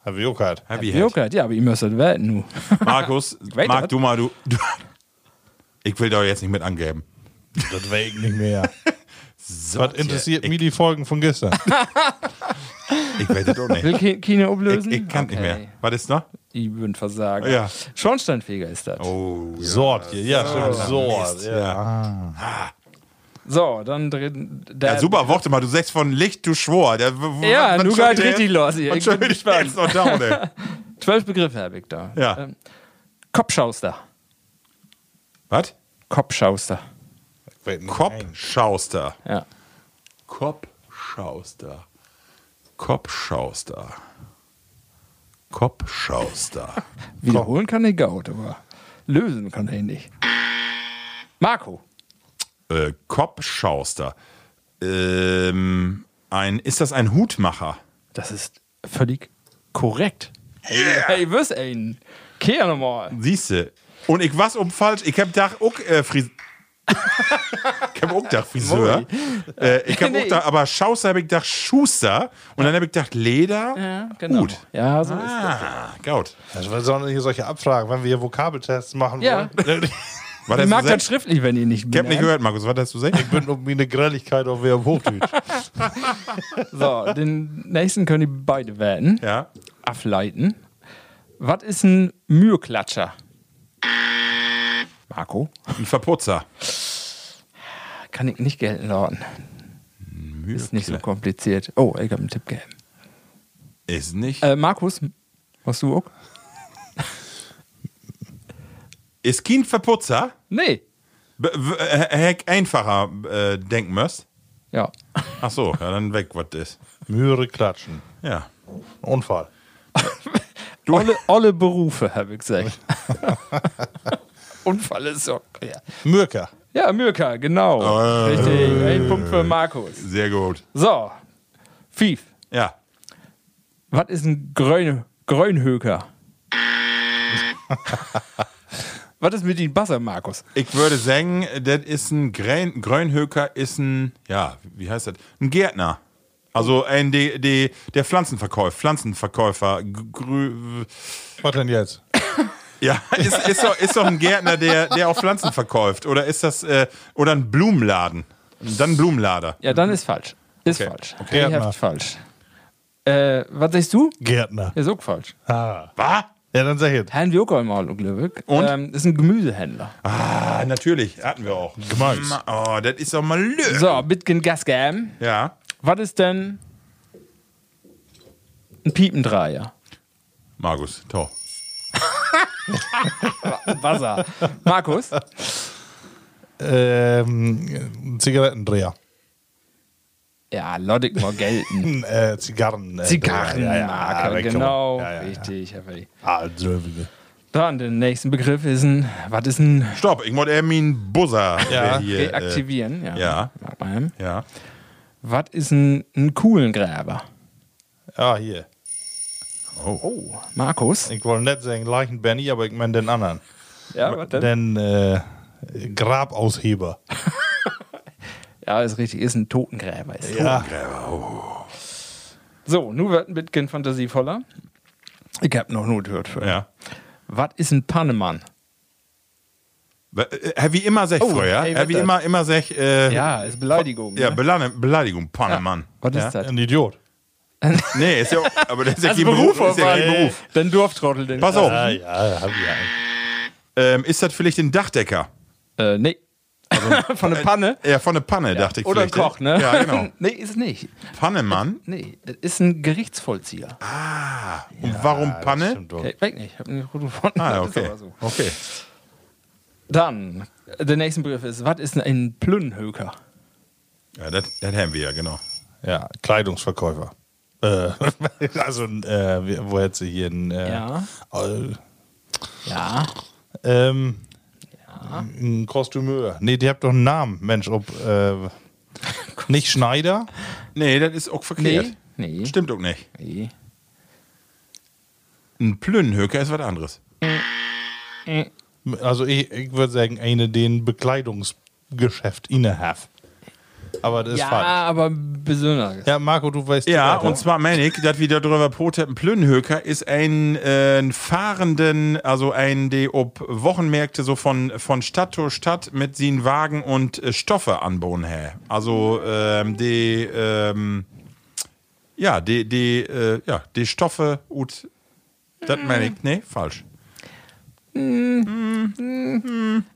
Speaker 3: Habe ich auch gehabt.
Speaker 2: Heavy
Speaker 4: Ja,
Speaker 2: Head.
Speaker 4: ja, aber ihr müsst das werden, nu.
Speaker 2: Markus,
Speaker 4: weiß
Speaker 2: mag
Speaker 4: das.
Speaker 2: du mal, du, du. Ich will da jetzt nicht mit angeben.
Speaker 3: Das wäre ich nicht mehr.
Speaker 2: So,
Speaker 3: Was interessiert mich die Folgen von gestern?
Speaker 2: Ich will das doch
Speaker 4: Will
Speaker 2: nicht.
Speaker 4: Ki- Kine
Speaker 2: Ich,
Speaker 4: ablösen?
Speaker 2: ich kann nicht mehr. Was ist noch?
Speaker 4: Ich bin Versager.
Speaker 2: Ja.
Speaker 4: Schornsteinfeger ist das.
Speaker 2: Oh, ja.
Speaker 3: Sort hier, ja, stimmt. Sort.
Speaker 2: Mist,
Speaker 3: Ja. Ah.
Speaker 2: ja.
Speaker 4: So, dann drin.
Speaker 2: ja, super, warte mal, du sagst von Licht, du schwor. Der,
Speaker 4: Ja, nu geht richtig los hier.
Speaker 2: Und
Speaker 4: Ich bin
Speaker 2: schon bin ich jetzt
Speaker 4: gespannt.
Speaker 2: noch down, ey.
Speaker 4: Zwölf Begriffe habe ich da.
Speaker 2: Ja.
Speaker 4: Ähm, Kopfschauster.
Speaker 2: Was?
Speaker 4: Kopfschauster.
Speaker 3: Kopf.
Speaker 2: Kopfschauster.
Speaker 4: Ja.
Speaker 2: Kopfschauster. Kopfschauster. Kopfschauster.
Speaker 4: Wiederholen kann ich gut, aber lösen kann ich nicht. Marco.
Speaker 2: äh, Kopfschauster. Ähm, ein, ist das ein Hutmacher?
Speaker 4: Das ist völlig korrekt. Hey, wirst ein. Kehr nochmal.
Speaker 2: Siehste. Und ich was um falsch. Ich hab gedacht, auch äh, Fris ich hab auch gedacht, Friseur. Äh, ich hab
Speaker 4: Nee.
Speaker 2: auch gedacht, aber Schauster hab ich gedacht, Schuster. Und dann hab ich gedacht, Leder.
Speaker 4: Ah.
Speaker 2: Gut.
Speaker 4: Genau. Ja, so ist
Speaker 2: Ah, gut.
Speaker 3: Also, was sollen denn hier solche Abfragen, wenn wir hier Vokabeltests machen
Speaker 4: Ja.
Speaker 3: wollen?
Speaker 2: War
Speaker 4: Ich
Speaker 2: das so
Speaker 4: mag das
Speaker 2: Also ich
Speaker 4: schriftlich, wenn ihr nicht
Speaker 2: hab nicht
Speaker 4: benennt.
Speaker 2: gehört, Markus. Was hast du gesagt?
Speaker 3: Ich bin um meine Grelligkeit auf im Hochdeutsch.
Speaker 4: So, den nächsten können die beide werden.
Speaker 2: Ja.
Speaker 4: Ableiten. Was ist ein Müheklatscher? Marco?
Speaker 2: Ein Verputzer.
Speaker 4: Kann ich nicht gelten lassen. Ist nicht so kompliziert. Oh, ich habe einen Tipp gegeben.
Speaker 2: Ist nicht.
Speaker 4: Äh, Markus, machst du auch?
Speaker 2: Ist kein Verputzer?
Speaker 4: Nee.
Speaker 2: B- w- äh, Hätt einfacher äh, denken müsst.
Speaker 4: Ja.
Speaker 2: Ach so, ja, dann weg, was ist.
Speaker 3: Mühre klatschen.
Speaker 2: Ja.
Speaker 3: Unfall.
Speaker 4: Olle, olle Berufe, habe ich gesagt. Unfall ist so. Ja,
Speaker 3: Mürker.
Speaker 4: ja Mirka, genau. Richtig. Ein Punkt für Markus.
Speaker 2: Sehr gut.
Speaker 4: So. Fief.
Speaker 2: Ja.
Speaker 4: Was ist ein Gröne, Grönhöker? Was ist mit den Basser, Markus?
Speaker 2: Ich würde sagen, das ist ein Grön Grönhöker, ist ein, ja, wie heißt das? Ein Gärtner. Also äh, die, die, der Pflanzenverkäufer, Pflanzenverkäufer, g- grü,
Speaker 3: Was denn jetzt?
Speaker 2: ja, ist, ist, doch, ist doch ein Gärtner, der, der auch Pflanzen verkauft. Oder ist das, äh, oder ein Blumenladen. Dann ein Blumenlader.
Speaker 4: Ja, dann ist falsch. Ist
Speaker 2: Okay.
Speaker 4: falsch.
Speaker 3: Okay.
Speaker 4: Regelhaft falsch. Äh, was sagst du?
Speaker 3: Gärtner.
Speaker 4: Ist auch falsch.
Speaker 3: Ah.
Speaker 2: Was?
Speaker 3: Ja, dann sag jetzt.
Speaker 4: Herrn Joker im Auto, glaube ich.
Speaker 2: Und?
Speaker 4: Ähm, ist ein Gemüsehändler.
Speaker 2: Ah, natürlich, hatten wir auch.
Speaker 3: Gemais.
Speaker 2: Ma- Oh, das ist doch mal lö.
Speaker 4: So, Bitgen Gas geben.
Speaker 2: Ja.
Speaker 4: Was ist denn ein Piependreier?
Speaker 2: Markus, toll.
Speaker 4: Wasser. Markus?
Speaker 3: Ähm, Zigarettendreher.
Speaker 4: Ja, Loddig mal gelten.
Speaker 3: Hm, Äh, Zigarren. äh, Dreher.
Speaker 4: Zigarrenmarke,
Speaker 3: weg,
Speaker 4: genau.
Speaker 3: Ja, ja, ja.
Speaker 4: Richtig, Herr Freddy.
Speaker 3: Ah, Dröbige.
Speaker 4: Dann, der nächste Begriff ist ein, was ist ein
Speaker 2: Stopp, ich wollte eben einen Buzzer
Speaker 3: Ja.
Speaker 2: hier. Äh,
Speaker 4: Deaktivieren? ja.
Speaker 2: ja.
Speaker 4: Merkt man ihm.
Speaker 2: ja.
Speaker 4: Was ist ein, ein Kuhlengräber?
Speaker 3: Ah, hier.
Speaker 4: Oh, Markus?
Speaker 3: Ich wollte nicht sagen Leichenbernie, aber ich meine den anderen.
Speaker 4: Ja, was
Speaker 3: Den äh, Grabausheber.
Speaker 4: Ja, ist richtig, ist ein Totengräber. Ist tot.
Speaker 3: Ja.
Speaker 4: So, nun wird ein bisschen fantasievoller. Ich hab noch Not gehört für.
Speaker 2: ja.
Speaker 4: Was ist ein Pannemann?
Speaker 2: Äh, Herr wie immer sech
Speaker 4: Oh,
Speaker 2: früher.
Speaker 4: ey,
Speaker 2: Herr wie
Speaker 4: wird
Speaker 2: immer, immer sech. Äh,
Speaker 4: Ja, ist Beleidigung.
Speaker 2: Ja,
Speaker 4: ne?
Speaker 2: Belade- Beleidigung, Pannemann.
Speaker 4: Was
Speaker 2: ja.
Speaker 4: ist das?
Speaker 3: Ein Idiot.
Speaker 2: Nee, ist ja, auch- aber das ist ja kein Beruf. Ist ja kein Beruf.
Speaker 4: Dann Dorftrottel, den.
Speaker 2: Pass auf,
Speaker 3: Ah, ja, hab ich ja.
Speaker 2: ähm, ist das vielleicht ein Dachdecker?
Speaker 4: Äh, nee. Von der Panne.
Speaker 2: Ja, von der Panne, dachte ich.
Speaker 4: Also, Oder ein
Speaker 2: vielleicht.
Speaker 4: Koch, ne?
Speaker 2: Ja, genau.
Speaker 4: nee, ist nicht.
Speaker 2: Pannemann?
Speaker 4: Nee, das ist ein Gerichtsvollzieher.
Speaker 2: Ah, Und warum Panne?
Speaker 3: Stimmt doch.
Speaker 4: Okay, weg nicht. Ich hab einen roten gefunden.
Speaker 2: Ah,
Speaker 4: Das ist
Speaker 2: okay.
Speaker 4: aber so.
Speaker 2: Okay.
Speaker 4: Dann, äh, der nächste Begriff ist, was ist ein Plünnhöker?
Speaker 2: Ja, das, das haben wir ja, genau.
Speaker 3: Ja, Kleidungsverkäufer. Äh, also, ein, äh, wie- wo hätte sie hier ein. Äh,
Speaker 4: Ja.
Speaker 3: äh,
Speaker 4: Ja.
Speaker 3: Ähm, Ein Kostümeur. Nee, die habt doch einen Namen, Mensch. Ob, äh, nicht Schneider?
Speaker 2: Nee, das ist auch verkehrt.
Speaker 4: Nee. Nee.
Speaker 2: Stimmt doch nicht.
Speaker 4: nee.
Speaker 2: Ein Plünnhöker ist was anderes.
Speaker 3: Also ich, ich würde sagen, eine den Bekleidungsgeschäft innehaf. Aber das ist
Speaker 4: Ja,
Speaker 3: falsch.
Speaker 4: aber besonders.
Speaker 3: Ja, Marco, du weißt
Speaker 2: Ja,
Speaker 3: weiter.
Speaker 2: und zwar meine ich, dass wir darüber potet, ein Plünnhöker ist ein, äh, ein fahrenden, also ein, der ob Wochenmärkte so von, von Stadt zu Stadt mit seinen Wagen und äh, Stoffe anbauen hä. Also, ähm, die, ähm, ja, die, die, äh, ja, die Stoffe und, das meine
Speaker 4: Mhm.
Speaker 2: ich, nee, falsch.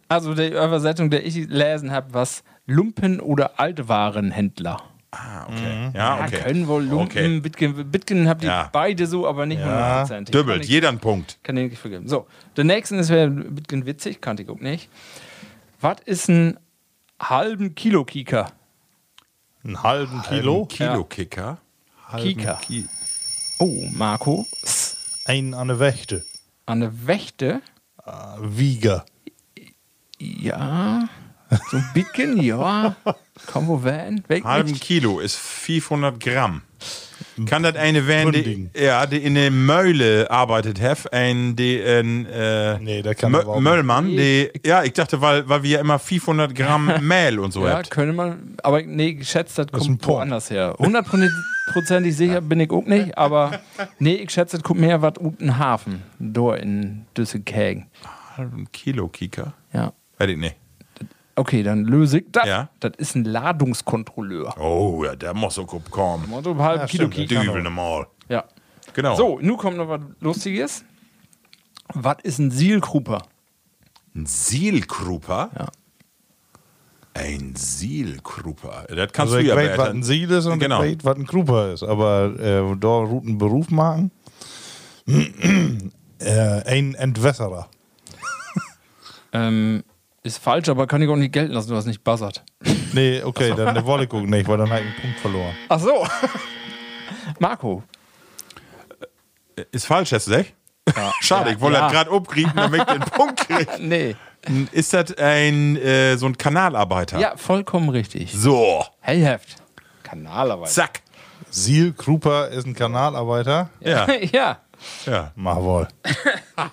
Speaker 4: Also die Übersetzung, der ich gelesen habe, was Lumpen- oder Altwarenhändler.
Speaker 2: Ah, okay. Ja,
Speaker 4: Mhm. Ja,
Speaker 2: okay.
Speaker 4: können wohl Lumpen,
Speaker 2: Okay.
Speaker 4: Bitgen, Bitgen habt ihr
Speaker 2: Ja.
Speaker 4: beide so, aber nicht
Speaker 3: Ja.
Speaker 4: 100%.
Speaker 2: Dübbelt, jeder einen Punkt.
Speaker 4: Kann den nicht vergeben. So, der nächste ist wäre ein bisschen witzig, kannte ich auch nicht. Was ist ein halben Kilo Kika?
Speaker 3: einen halben Kilo,
Speaker 2: Kilo-Kicker.
Speaker 4: Kika.
Speaker 2: Ki-
Speaker 4: Oh, Markus.
Speaker 3: einen an der Wächte.
Speaker 4: An der Wächte?
Speaker 3: Äh, Wieger.
Speaker 4: Ja. So ein bisschen, ja. Komm, wo werden? Weg
Speaker 2: halben
Speaker 4: nicht.
Speaker 2: Kilo ist 500 Gramm. Kann das eine werden, die,
Speaker 3: Pfunding.
Speaker 2: ja, die in der Möhle arbeitet, hef, ein, die, ein, äh,
Speaker 3: Nee, der kann
Speaker 2: Mö-
Speaker 3: aber auch nicht.
Speaker 2: Möllmann, die, ja, ich dachte, weil, weil wir ja immer 500 Gramm Mehl und so
Speaker 4: Ja,
Speaker 2: habt.
Speaker 4: könnte man, aber nee, geschätzt, das
Speaker 3: ein
Speaker 4: kommt
Speaker 3: Punkt.
Speaker 4: woanders her. Hundertprozentig sicher bin ich auch nicht, aber nee, ich schätze, das kommt mehr was unten Hafen, da in Düsseldorf.
Speaker 2: Halben Kilo Kika?
Speaker 4: Ja.
Speaker 2: Weiß ich nicht.
Speaker 4: Okay, dann löse ich das.
Speaker 2: Ja.
Speaker 4: Das ist ein Ladungskontrolleur.
Speaker 2: Oh, ja, der muss so gut kommen.
Speaker 4: Motto halb Kilo
Speaker 2: Die
Speaker 4: Kika.
Speaker 2: Dübel nochmal.
Speaker 4: Ja.
Speaker 2: Genau.
Speaker 4: So, nun kommt noch was Lustiges. Was ist ein Sielgruppe?
Speaker 2: Ein Sielkruper?
Speaker 4: Ja.
Speaker 2: Ein Sielkruper. Das kannst
Speaker 3: Also
Speaker 2: du
Speaker 3: ich
Speaker 2: ja
Speaker 3: weiß, was
Speaker 2: erläutern.
Speaker 3: ein Siel ist und
Speaker 2: Genau.
Speaker 3: ich weiß, was ein Kruper ist. Aber äh, da Routen Beruf machen. äh, ein Entwässerer.
Speaker 4: Ähm, ist falsch, aber kann ich auch nicht gelten lassen, du hast nicht buzzert.
Speaker 3: Nee, okay, dann der Wolle gucken nicht, weil dann hat ich einen Punkt verloren.
Speaker 4: Ach so. Marco.
Speaker 2: Ist falsch, hast du gesagt? Schade, ich wollte
Speaker 4: ja.
Speaker 2: das gerade umkriegen, damit ich den Punkt kriege.
Speaker 4: Nee.
Speaker 2: Ist das ein äh, so ein Kanalarbeiter?
Speaker 4: Ja, vollkommen richtig.
Speaker 2: So,
Speaker 4: Hellheft. Kanalarbeiter.
Speaker 2: zack.
Speaker 3: Seal Kruper ist ein Kanalarbeiter.
Speaker 2: Ja,
Speaker 4: ja.
Speaker 2: ja.
Speaker 3: Mach wohl.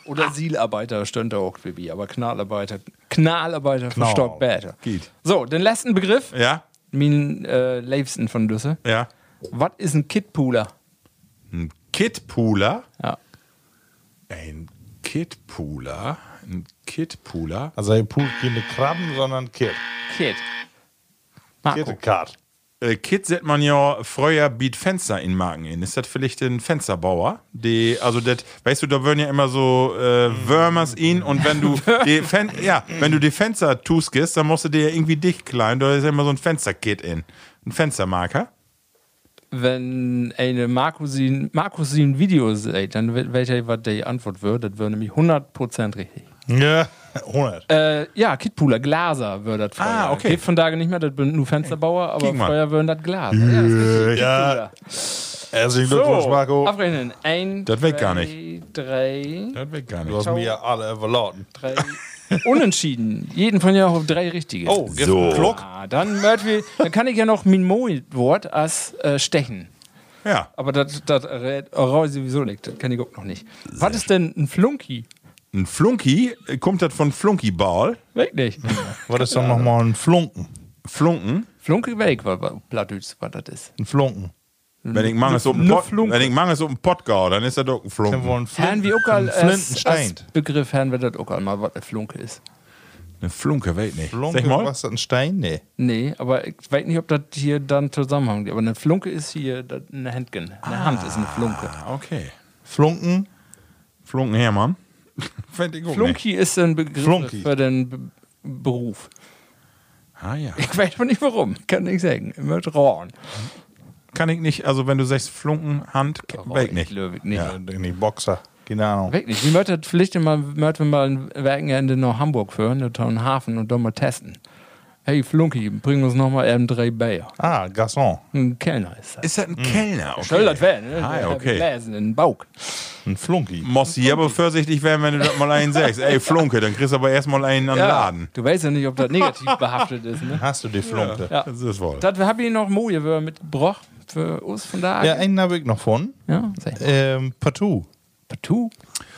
Speaker 4: Oder Siilarbeiter stönt auch, Baby. Aber Knalarbeiter. Knalarbeiter für
Speaker 3: Knall.
Speaker 4: Stockbäder.
Speaker 2: Geht.
Speaker 4: So, den letzten Begriff.
Speaker 2: Ja,
Speaker 4: Min äh, Leifsten von Düsse.
Speaker 2: ja.
Speaker 4: Was ist ein Kitpooler?
Speaker 2: Ein Kidpooler?
Speaker 4: Ja.
Speaker 2: Ein Kidpooler? Ein Kidpooler?
Speaker 3: Also er pult keine Krabben, sondern Kit.
Speaker 4: Kit. Marco.
Speaker 3: Kittekart.
Speaker 2: Äh, Kid sieht man ja früher biet Fenster in Marken in. Ist das vielleicht ein Fensterbauer? Die, also das, weißt du, da würden ja immer so äh, Würmers in und wenn du die Fen ja, wenn du die Fenster tuskest, dann musst du dir ja irgendwie dicht klein. Da ist ja immer so ein Fensterkit in. Ein Fenstermarker.
Speaker 4: Wenn eine Marco sie, Marco sie ein Video sieht, dann wird- welcher was die Antwort wird, das wäre nämlich 100% richtig.
Speaker 3: Ja, 100.
Speaker 4: Äh, ja, Kitpooler, Glaser würde das
Speaker 2: Ah,
Speaker 4: Feuer.
Speaker 2: okay.
Speaker 4: Geht von daher nicht mehr, das sind nur Fensterbauer, aber
Speaker 2: Kiek mal. Hm.
Speaker 4: Feuer würden das Glas. Ja, das ist richtig.
Speaker 3: Ja, herzlichen Glückwunsch,
Speaker 4: so,
Speaker 3: Marco.
Speaker 4: abrechnen. Ein,
Speaker 2: Das weg
Speaker 4: zwei,
Speaker 2: gar
Speaker 4: Drei,
Speaker 2: Das wird gar
Speaker 3: Du
Speaker 2: nicht.
Speaker 3: hast mir ja alle überlauten.
Speaker 4: drei. Unentschieden. Jeden von ja auf drei richtige.
Speaker 3: Oh, jetzt
Speaker 2: So.
Speaker 3: Glock.
Speaker 4: Ah, dann, mört wir, dann kann ich ja noch mein Moid-Wort als äh, Stechen.
Speaker 2: Ja.
Speaker 4: Aber das das rät Aurora sowieso nicht. Das kann ich auch noch nicht. Was ist denn ein Flunky?
Speaker 2: Ein Flunky, äh, kommt das von Flunkyball?
Speaker 4: Weg nicht.
Speaker 3: Was ist doch nochmal ein Flunken?
Speaker 2: Flunken?
Speaker 4: Flunky weg, was was- Plattdeutsch, was das ist.
Speaker 3: Ein Flunken.
Speaker 2: Wenn ich mangels um
Speaker 4: ne
Speaker 2: Pot,
Speaker 4: Flunke.
Speaker 2: wenn ich mangels um Pot gau, dann ist das doch ein
Speaker 3: Dann
Speaker 2: Flunken.
Speaker 3: wollen
Speaker 4: Herrn äh,
Speaker 3: Flint-
Speaker 4: wie Uckerl,
Speaker 3: ein Flintenstein.
Speaker 4: Begriff Herrn wird das Uckerl mal, was eine Flunke ist.
Speaker 2: Eine Flunke, weiß nicht.
Speaker 3: Flunken,
Speaker 2: Sag mal.
Speaker 3: was ist das, ein Stein? Nee.
Speaker 4: Nee, aber ich weiß nicht, ob das hier dann zusammenhängt. Aber eine Flunke ist hier das- eine Handgen. Eine Hand ist eine Flunke.
Speaker 2: Ah, Okay.
Speaker 3: Flunken,
Speaker 2: Flunken Hermann. Fände ich auch nicht.
Speaker 4: Flunky ist ein Begriff
Speaker 3: Flunky.
Speaker 4: für den Be- Beruf.
Speaker 2: Ah ja.
Speaker 4: Ich weiß aber nicht warum. Kann ich sagen. Immer trauen.
Speaker 2: Kann ich nicht, also wenn du sagst Flunken, Hand, weg nicht.
Speaker 4: Löwig nicht.
Speaker 3: ja. Äh, nee, Boxer. Keine Ahnung.
Speaker 4: Weg nicht. Die Mörder Pflicht immer, Mörder wir mal ein Werkenende nach Hamburg führen, in den Hafen und dann mal testen. Hey Flunky, bring uns nochmal eben drei Bayer.
Speaker 3: Ah, Garçon.
Speaker 4: Ein Kellner ist das.
Speaker 2: Ist das ein Kellner? Okay.
Speaker 4: Soll das werden, ne?
Speaker 2: Ah, ja,
Speaker 4: Hab ich
Speaker 2: okay.
Speaker 4: Gelesen, in den Bauch.
Speaker 3: Ein Flunky.
Speaker 2: Musst hier aber vorsichtig werden, wenn du das mal einen sagst. Ey, Flunke, dann kriegst du aber erstmal einen an den Laden.
Speaker 4: Du weißt ja nicht, ob das negativ behaftet ist, ne?
Speaker 3: Hast du die Flunke? Ja,
Speaker 4: Ja.
Speaker 2: Das ist wohl.
Speaker 4: Das habe ich noch Moje mitgebracht für uns von da.
Speaker 3: einen habe ich noch von.
Speaker 4: ja sag ich.
Speaker 3: Ähm, Partout.
Speaker 4: Partout.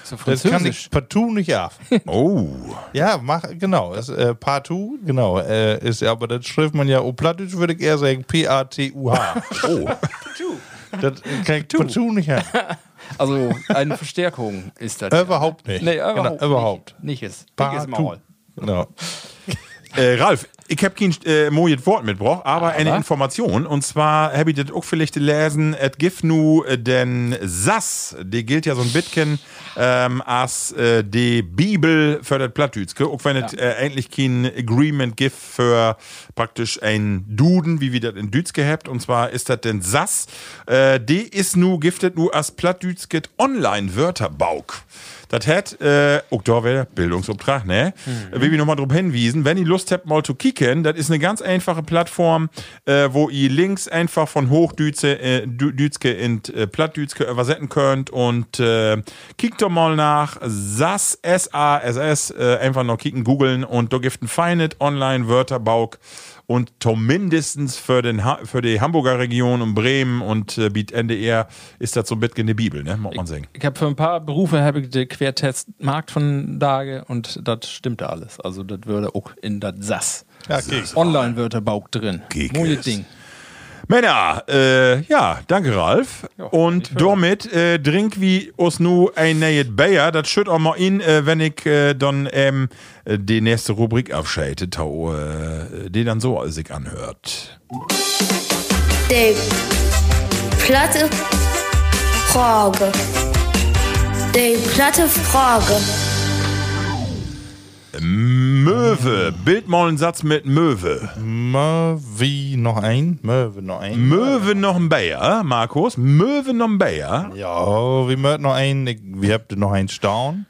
Speaker 4: So
Speaker 3: Das kann ich
Speaker 4: französisch.
Speaker 3: partout nicht ab.
Speaker 2: Oh.
Speaker 3: ja, mach, genau. Das, äh, partout, genau. Äh, ist, ja, aber das schreibt man ja, oh, plattisch würde ich eher sagen P-A-T-U-H.
Speaker 2: Oh.
Speaker 3: das kann ich partout nicht ab.
Speaker 4: Also eine Verstärkung ist das.
Speaker 3: Überhaupt nicht.
Speaker 4: Nee, überhaupt.
Speaker 3: Genau, überhaupt.
Speaker 4: Nicht, nicht ist. Dickes
Speaker 3: Partout.
Speaker 4: Maul.
Speaker 3: Genau.
Speaker 2: Äh, Ralf, ich hab kein äh, mojet Wort mitgebracht, aber, eine
Speaker 4: Aber?
Speaker 2: Information. Und zwar hab ich das auch vielleicht gelesen, et gif nu äh, den Sass, die gilt ja so ein bisschen ähm, als äh, die Bibel für das Plattdütske, auch wenn es äh, eigentlich kein Agreement gibt für praktisch ein Duden, wie wir das in Dütz gehabt. Und zwar ist das den Sass, äh, die ist nu giftet nu als Plattdütsket Online-Wörterbauk. Das hat, äh, auch da wäre Bildungsobtrag, ne? Will ich nochmal drauf hinwiesen, wenn ihr Lust habt, mal zu kicken, das ist eine ganz einfache Plattform, äh, wo ihr Links einfach von Hochdütze, äh, Dü- Dütske in äh, Plattdütske übersetzen könnt und äh, kickt doch mal nach SAS, S-A-S-S, äh, einfach noch kicken, googeln und da gibt ein Feinet Online Wörterbauk und mindestens für, den ha für die Hamburger Region und Bremen und äh, biet NDR ist das so ein bisschen eine Bibel, ne? Muss man sagen.
Speaker 4: Ich habe für ein paar Berufe habe ich den Quertest Markt von Dage und das stimmte alles. Also das würde auch in das Sass.
Speaker 3: Ja, okay.
Speaker 4: Online wird der Bauch drin.
Speaker 2: Kick
Speaker 4: Moje
Speaker 2: es.
Speaker 4: Ding.
Speaker 2: Männer, äh, ja, danke Ralf. und damit äh, trink wie uns nu ein neues Bayer. Das schütt auch mal in, äh, wenn ich äh, dann ähm, äh, die nächste Rubrik abschalte, tau, äh, die dann so sich anhört.
Speaker 5: Die platte Frage. Die platte Frage.
Speaker 2: Möwe, bild mal einen Satz mit Möwe.
Speaker 3: Möwi noch ein. Möwe noch ein.
Speaker 2: Möwe noch ein Bayer, Markus. Möwe noch ein Bayer.
Speaker 3: Ja, wir möchten noch einen. Ich- Wir habt noch einen Staun.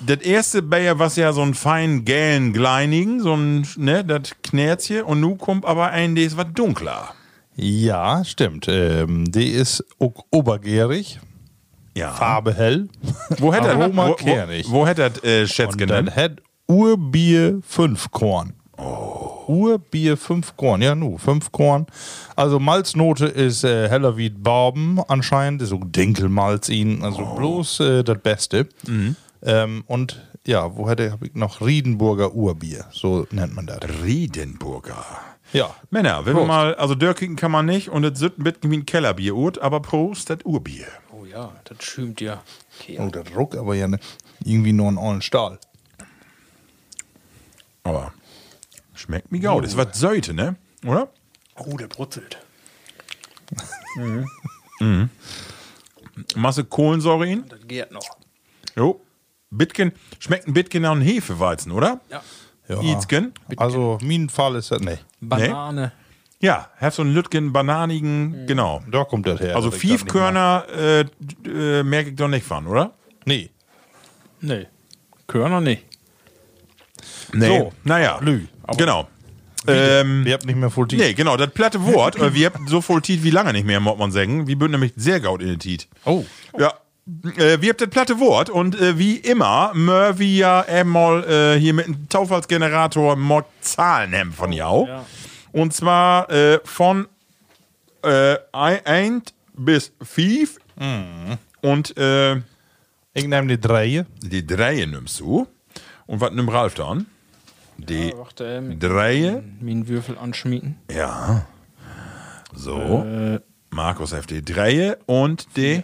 Speaker 2: Das erste Bayer was ja so ein fein gälen Gleinigen, so ein, ne, das Knärzchen. Und nu kommt aber ein, der ist was dunkler.
Speaker 3: Ja, stimmt. Ähm, die ist auch obergärig,
Speaker 2: Ja.
Speaker 3: Farbe hell.
Speaker 2: Wo hätte er,
Speaker 3: Aroma
Speaker 2: wo,
Speaker 3: kernig.
Speaker 2: wo, wo hätte er äh, Schätz
Speaker 3: Und dann
Speaker 2: genannt?
Speaker 3: hat Urbier 5 Korn.
Speaker 2: Oh.
Speaker 3: Urbier 5 Korn, ja nu, 5 Korn. Also Malznote ist äh, heller wie Barben anscheinend, ist so Dinkelmalz ihn, also
Speaker 2: Oh.
Speaker 3: bloß äh, das Beste.
Speaker 2: Mhm.
Speaker 3: Ähm, und ja, wo hätte hab ich noch Riedenburger Urbier, so nennt man das.
Speaker 2: Riedenburger.
Speaker 3: Ja.
Speaker 2: Männer, wenn wir
Speaker 3: Prost.
Speaker 2: mal, also Dörkigen kann man nicht und es sind mit ein Kellerbier, ut, aber Prost, das Urbier.
Speaker 4: Oh ja, das schümt ja.
Speaker 3: Oh, der Druck aber ja ne, irgendwie nur einen ollen Stahl.
Speaker 2: Aber schmeckt mir gut. Ist was Söte, ne? Oder?
Speaker 4: Oh, der brutzelt.
Speaker 2: Mhm. Masse Kohlensäure in.
Speaker 4: Das geht noch.
Speaker 2: Jo. Bitken, schmeckt ein Bitken an Hefeweizen, oder?
Speaker 4: Ja.
Speaker 3: Ja.
Speaker 2: Itzken.
Speaker 3: Also, mein Fall ist das nicht.
Speaker 4: Banane.
Speaker 2: Ja, hast so einen Lütgen, bananigen,
Speaker 4: Mhm.
Speaker 2: genau.
Speaker 3: Da kommt das her.
Speaker 2: Also
Speaker 3: dass ich das
Speaker 2: Fiefkörner äh, d- äh, merke ich doch nicht von, oder?
Speaker 3: nicht mag.
Speaker 4: Nee. Körner nicht.
Speaker 2: Nee. So, naja.
Speaker 3: Lü. Aber-
Speaker 2: Genau.
Speaker 3: Nee.
Speaker 2: Ähm,
Speaker 3: Ihr habt nicht mehr voll tief.
Speaker 2: nee, genau, das platte Wort. äh, wir habt so voll Tiet wie lange nicht mehr im Mottmann sägen. Wir bünden nämlich sehr gaut in den Tiet.
Speaker 3: Oh.
Speaker 2: Ja. Äh, wir habt das platte Wort und äh, wie immer, Murphy ja einmal äh, hier mit dem Taufallsgenerator Mod Zahlen haben von Jau.
Speaker 4: ja.
Speaker 2: Und zwar äh, von äh, 1 bis 5 und äh,
Speaker 3: Ich nehme die drei.
Speaker 2: die 3 nimmst du. Und was nimmt Ralf dann? Die
Speaker 4: Warte, äh, mit
Speaker 2: 3,
Speaker 4: meinen Würfel anschmieden.
Speaker 2: ja. So, Markus hat die 3 und die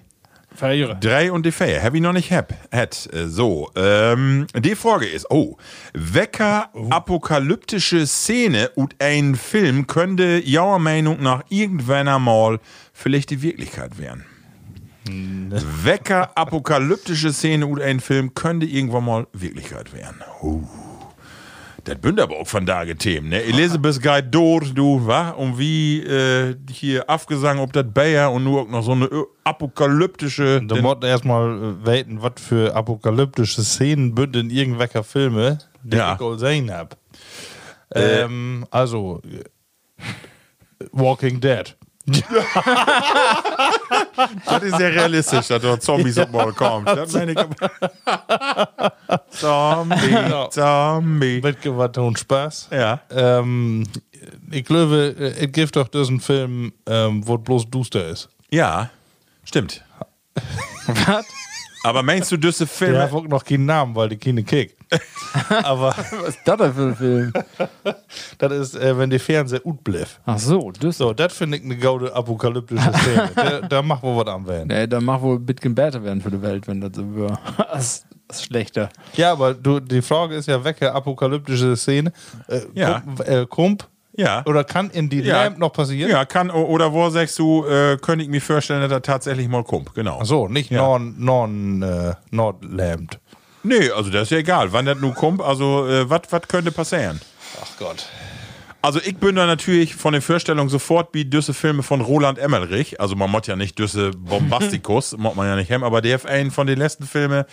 Speaker 4: Verjähre.
Speaker 2: 3 und die 4. Hab ich noch nicht hab, hat. Äh, So, ähm, die Frage ist, oh, wecker apokalyptische Szene und ein Film könnte jouer Meinung nach irgendwann einmal vielleicht die Wirklichkeit werden. Wecker apokalyptische Szene und ein Film könnte irgendwann mal Wirklichkeit werden. Oh. Das bünd aber auch von Tage Themen, ne? Elisabeth Guy dort, du, wa? Und wie äh, hier Afgesang, ob das Bayer und nur auch noch so eine ö- apokalyptische.
Speaker 3: Du musst erstmal weten, äh, was für apokalyptische Szenen bünd in irgendwelcher Filme, die
Speaker 2: Ja. Äh.
Speaker 3: ich all gesehen hab. Ähm, also, äh, Walking Dead.
Speaker 2: Das ist sehr realistisch, dass dort Zombies ja. mal kommen. Das meine ich aber- Zombie, Zombie.
Speaker 3: Mitgewandt und Spaß.
Speaker 2: Ja.
Speaker 3: Ähm, ich glaube, äh, es gibt doch diesen Film, ähm, wo es bloß duster ist.
Speaker 2: Ja, stimmt. Aber meinst du, diese Filme?
Speaker 3: Der hat auch noch keinen Namen, weil die keine Kick. Aber
Speaker 4: Was ist das denn für ein Film?
Speaker 3: das ist, äh, wenn der Fernseher gut bleibt.
Speaker 4: Ach so, das.
Speaker 3: So, das finde ich eine gaude apokalyptische Szene. da, da machen wir was am Van.
Speaker 4: Nee, dann mag wohl Bitcoin besser werden für die Welt, wenn das so wäre. Das ist schlechter.
Speaker 3: Ja, aber du, die Frage ist ja, welche apokalyptische Szene äh,
Speaker 2: Ja.
Speaker 3: Kump, äh, Kump
Speaker 2: Ja.
Speaker 3: oder kann in die
Speaker 2: Ja.
Speaker 3: Lamp noch passieren?
Speaker 2: Ja, kann, o- oder wo sagst du, äh, könnte ich mir vorstellen, dass er tatsächlich mal kommt, genau.
Speaker 3: Ach so, nicht
Speaker 2: Ja.
Speaker 3: non, non, äh, not lampt.
Speaker 2: Nee, also das ist ja egal, wann das nun kommt, also äh, was könnte passieren?
Speaker 3: Ach Gott.
Speaker 2: Also ich bin da natürlich von den Vorstellungen sofort wie düsse Filme von Roland Emmerich. Also man mott ja nicht düsse Bombastikus, mott man ja nicht hem, aber der hat einen von den letzten Filmen,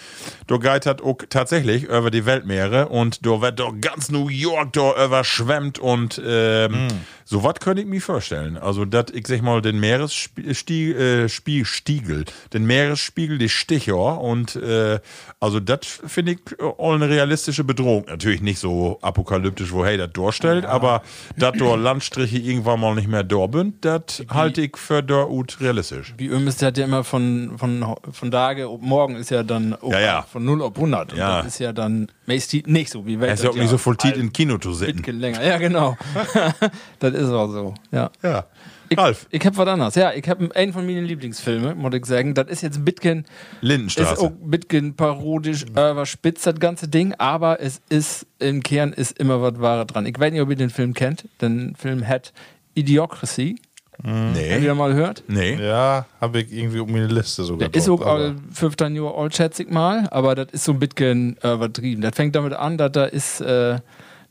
Speaker 2: da geht hat auch tatsächlich über die Weltmeere und da wird doch ganz New York da überschwemmt und ähm, so was könnte ich mir vorstellen. Also das, ich sag mal, den Meeresspiegel, äh, Spie- Stiegel, den Meeresspiegel, die Stichor und äh, also das finde ich äh, auch eine realistische Bedrohung. Natürlich nicht so apokalyptisch, wo hey das durchstellt, aber dass da Landstriche irgendwann mal nicht mehr da sind, das halte ich für da gut realistisch.
Speaker 4: Wie Ömis, der hat ja immer von, von, von Tage, ob morgen ist ja dann ob-
Speaker 2: Ja, ja.
Speaker 4: von 0 auf 100. Und
Speaker 2: Ja.
Speaker 4: Das ist ja dann meistens nicht so wie Welt.
Speaker 2: Er ist ja auch nicht so voll tief im Kino zu
Speaker 4: Bitcoin
Speaker 2: sitzen.
Speaker 4: länger. Ja, genau. das ist auch so. Ja.
Speaker 2: Ja.
Speaker 4: Ich,
Speaker 2: Ralf,
Speaker 4: ich hab was anderes. Ja, ich hab einen von meinen Lieblingsfilmen, muss ich sagen. Das ist jetzt Bitcoin. Ist auch
Speaker 2: Lindenstraße.
Speaker 4: Bitcoin parodisch, äh, was spitz das ganze Ding, aber es ist im Kern ist immer was Wahres dran. Ich weiß nicht, ob ihr den Film kennt. Den Film hat Idiocracy, wenn
Speaker 2: Nee.
Speaker 4: ihr mal hört.
Speaker 2: Nee.
Speaker 3: Ja, habe ich irgendwie um meine Liste sogar.
Speaker 4: Der ist
Speaker 3: drauf,
Speaker 4: auch
Speaker 3: aber-
Speaker 4: all 15 Jahre alt, oh, schätze ich mal, aber das ist so ein bisschen äh, übertrieben. Das fängt damit an, dass da ist, äh,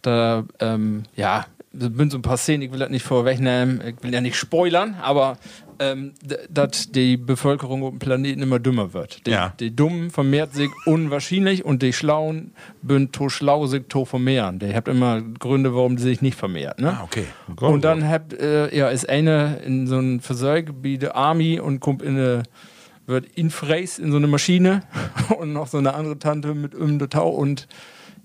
Speaker 4: da, ähm, ja, da sind so ein paar Szenen, ich will das nicht vorwegnehmen, ich will ja nicht spoilern, aber ähm, d- dass die Bevölkerung auf dem Planeten immer dümmer wird. Die,
Speaker 2: Ja.
Speaker 4: die Dummen vermehrt sich unwahrscheinlich und die Schlauen bünd to schlau sich to vermehren. Die habt immer Gründe, warum die sich nicht vermehrt. Ne?
Speaker 2: Ah, okay.
Speaker 3: Gott,
Speaker 4: und dann habt, äh, ja, ist eine in so einem Versorgungsgebiet der Army und kommt in eine, wird infräs in so eine Maschine und noch so eine andere Tante mit um der Tau und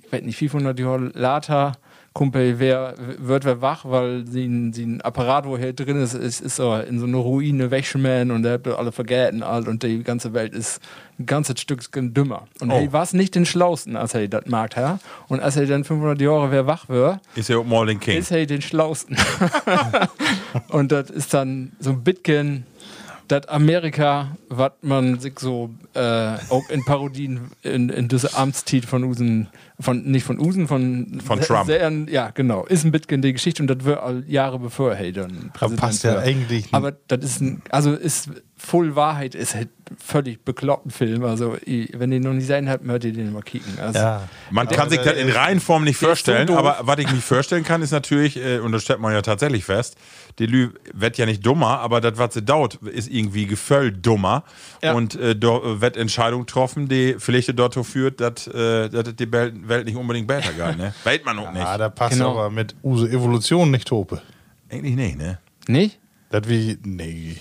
Speaker 4: ich weiß nicht, 500 Jahre later Kumpel wär, wird wer wach, weil sie ein, sie ein Apparat, wo hier drin ist, ist, ist er in so eine Ruine wegschmähen und der hat alle vergessen alt und die ganze Welt ist ein ganzes Stückchen dümmer. Und
Speaker 2: Oh.
Speaker 4: hey, war es nicht den Schlausten, als er das mag, ja? Und als er dann 500 Jahre wer wach wird,
Speaker 2: Ist ja auch Morning King.
Speaker 4: ist hey den Schlausten. und das ist dann so ein bisschen das Amerika, was man sich so äh, auch in Parodien in, in diese Amtstitel von Usen, von nicht von Usen, von,
Speaker 2: Von
Speaker 4: Se-
Speaker 2: Trump.
Speaker 4: Serien- ja, genau. Ist ein bisschen die Geschichte und das wird all Jahre bevor hey dann
Speaker 3: Da passt ja
Speaker 4: wird.
Speaker 3: eigentlich nicht.
Speaker 4: Aber das ist ein, also ist voll Wahrheit, ist halt völlig bekloppten Film. Also, ich- wenn den noch nicht sein habt, hört ihr den mal kicken. Also,
Speaker 3: Ja.
Speaker 2: Man kann sich das in Reihenform nicht vorstellen, aber was ich mich vorstellen kann, ist natürlich, äh, und das stellt man ja tatsächlich fest, die Lü wird ja nicht dummer, aber das, was sie daut, ist irgendwie geföll dummer.
Speaker 4: Ja.
Speaker 2: Und äh, do, wird Entscheidung getroffen, die vielleicht dazu führt, dass äh, dass es die Welt Welt nicht unbedingt besser geht. Ne? Welt man auch nicht.
Speaker 3: Ah, da passt
Speaker 4: Genau.
Speaker 3: aber mit Use Evolution nicht tope.
Speaker 2: Eigentlich nicht, ne?
Speaker 4: Nicht?
Speaker 3: Das wie, nee.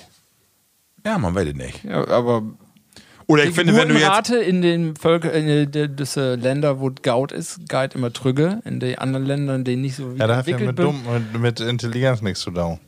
Speaker 2: Ja, man weiß es nicht.
Speaker 4: Ja, aber
Speaker 2: Oder ich
Speaker 4: Die
Speaker 2: finde, wenn du jetzt.
Speaker 4: Geburtenrate in den Völker, in de, diese Länder, wo Gaut ist, Gaut immer Trügge. In den anderen Ländern, die nicht so wie
Speaker 3: Ja, da hat ja
Speaker 4: entwickelt
Speaker 3: mit, dumm, mit, mit Intelligenz nichts zu tun.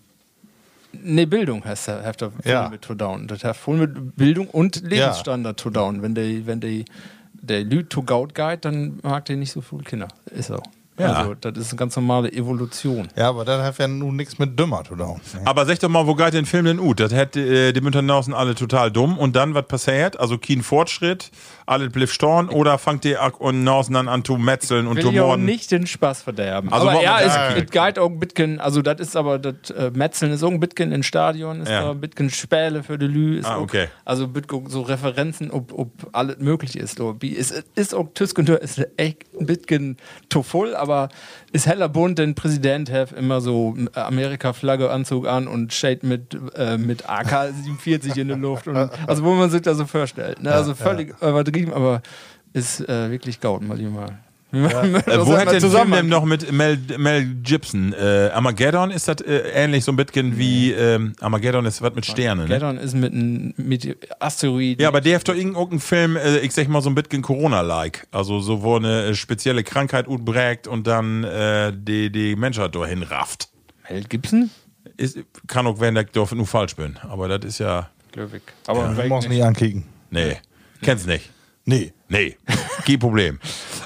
Speaker 4: Nee, Bildung heißt da, hat da voll
Speaker 3: Ja.
Speaker 4: mit to down. Das hat voll mit Bildung und Lebensstandard to down. Wenn die, wenn die, der Lüd to Gaut geht, dann mag der nicht so viele Kinder. Ist so.
Speaker 2: Ja.
Speaker 4: Also, das ist eine ganz normale Evolution.
Speaker 3: Ja, aber das hat ja nun nichts mit dümmer zu tun.
Speaker 2: Aber sag doch mal, wo geht den Film denn ut? Das hätte äh, die Mütter draußen alle total dumm. Und dann, was passiert? Also, kein Fortschritt, alle bliff storn oder fangt ihr ak- und draußen dann an zu metzeln und
Speaker 4: will
Speaker 2: zu
Speaker 4: ja auch
Speaker 2: morden?
Speaker 4: nicht den Spaß verderben.
Speaker 2: Also
Speaker 4: Also aber
Speaker 2: wollen wir
Speaker 4: ja,
Speaker 2: sagen.
Speaker 4: es es geht auch ein bisschen, also das ist aber, das äh, Metzeln ist auch ein bisschen im Stadion, ist
Speaker 2: Ja.
Speaker 4: da ein bisschen Späle für die Lü. Ist
Speaker 2: Ah,
Speaker 4: auch-
Speaker 2: okay.
Speaker 4: Also ein bisschen so Referenzen, ob, ob alles möglich ist. So. Wie Ist, ist auch Tüskentür ist echt ein bisschen zu voll, aber ist heller bunt, denn Präsident hat immer so Amerika-Flagge, Anzug an und Shade mit, äh, mit AK-47 in der Luft. Und, also wo man sich da so vorstellt. Ne? Also völlig übertrieben, aber ist äh, wirklich gaut, mal die mal.
Speaker 2: Äh,
Speaker 4: Das
Speaker 2: wo hat der
Speaker 4: hat man
Speaker 2: Film
Speaker 4: zusammen-
Speaker 2: denn noch mit Mel, Mel Gibson? Äh, Armageddon ist das äh, ähnlich so ein bisschen wie ähm, Armageddon ist was mit Sternen. Ne?
Speaker 4: Armageddon ist mit einem Meteor- Asteroid.
Speaker 2: Ja, aber der hat doch irgendeinen Film, äh, ich sag mal so ein bisschen Corona-like. Also so wo eine äh, spezielle Krankheit utbrägt und dann äh, die, die Menschheit dahin rafft.
Speaker 4: Mel Gibson?
Speaker 2: Ist, kann auch werden, dass ich doch nur falsch bin. Aber das ist ja.
Speaker 4: Glöwig. Aber
Speaker 3: Du musst nicht ankicken.
Speaker 2: Nee. Kennst nicht.
Speaker 3: Nee.
Speaker 2: Nee, kein Problem.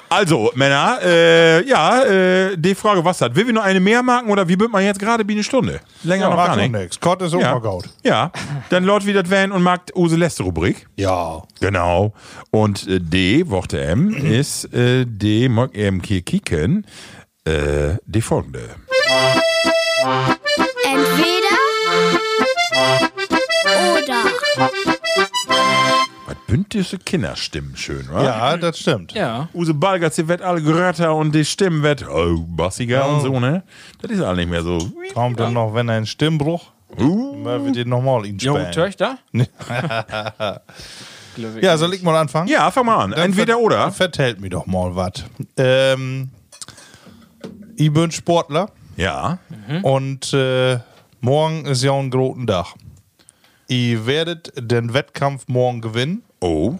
Speaker 2: Also, Männer, äh, ja, äh, die Frage, was hat? Will wir noch eine mehr machen oder wie wird man jetzt gerade wie eine Stunde? Länger noch gar
Speaker 3: Macht
Speaker 2: nicht.
Speaker 3: doch nichts. Gott ist auch
Speaker 2: Ja.
Speaker 3: mal gaut.
Speaker 2: ja, dann Lord wieder Van und mag Use letzte Rubrik.
Speaker 3: Ja.
Speaker 2: Genau. Und äh, D, Worte M, ist äh, D, mag eben hier kicken, äh, die folgende.
Speaker 5: Entweder oder.
Speaker 2: Was bündische Kinderstimmen schön, oder?
Speaker 3: Ja, das stimmt.
Speaker 4: Ja.
Speaker 2: Use Balgatz, die wird alle grötter und die Stimmen wird oh, bassiger und so, ne? Das ist alles nicht mehr so.
Speaker 3: Kommt dann noch, wenn ein Stimmbruch,
Speaker 2: Uh.
Speaker 3: dann wird den nochmal ihn
Speaker 4: Junge
Speaker 3: spähen.
Speaker 4: Töchter?
Speaker 3: Ja, soll ich mal anfangen?
Speaker 2: Ja, fang mal an.
Speaker 3: Dann
Speaker 2: Entweder
Speaker 3: ver-
Speaker 2: oder.
Speaker 3: Vertellt mir doch mal was. Ähm, ich bin Sportler
Speaker 2: Ja.
Speaker 3: und äh, morgen ist ja ein großen Tag. Ihr werdet den Wettkampf morgen gewinnen
Speaker 2: Oh.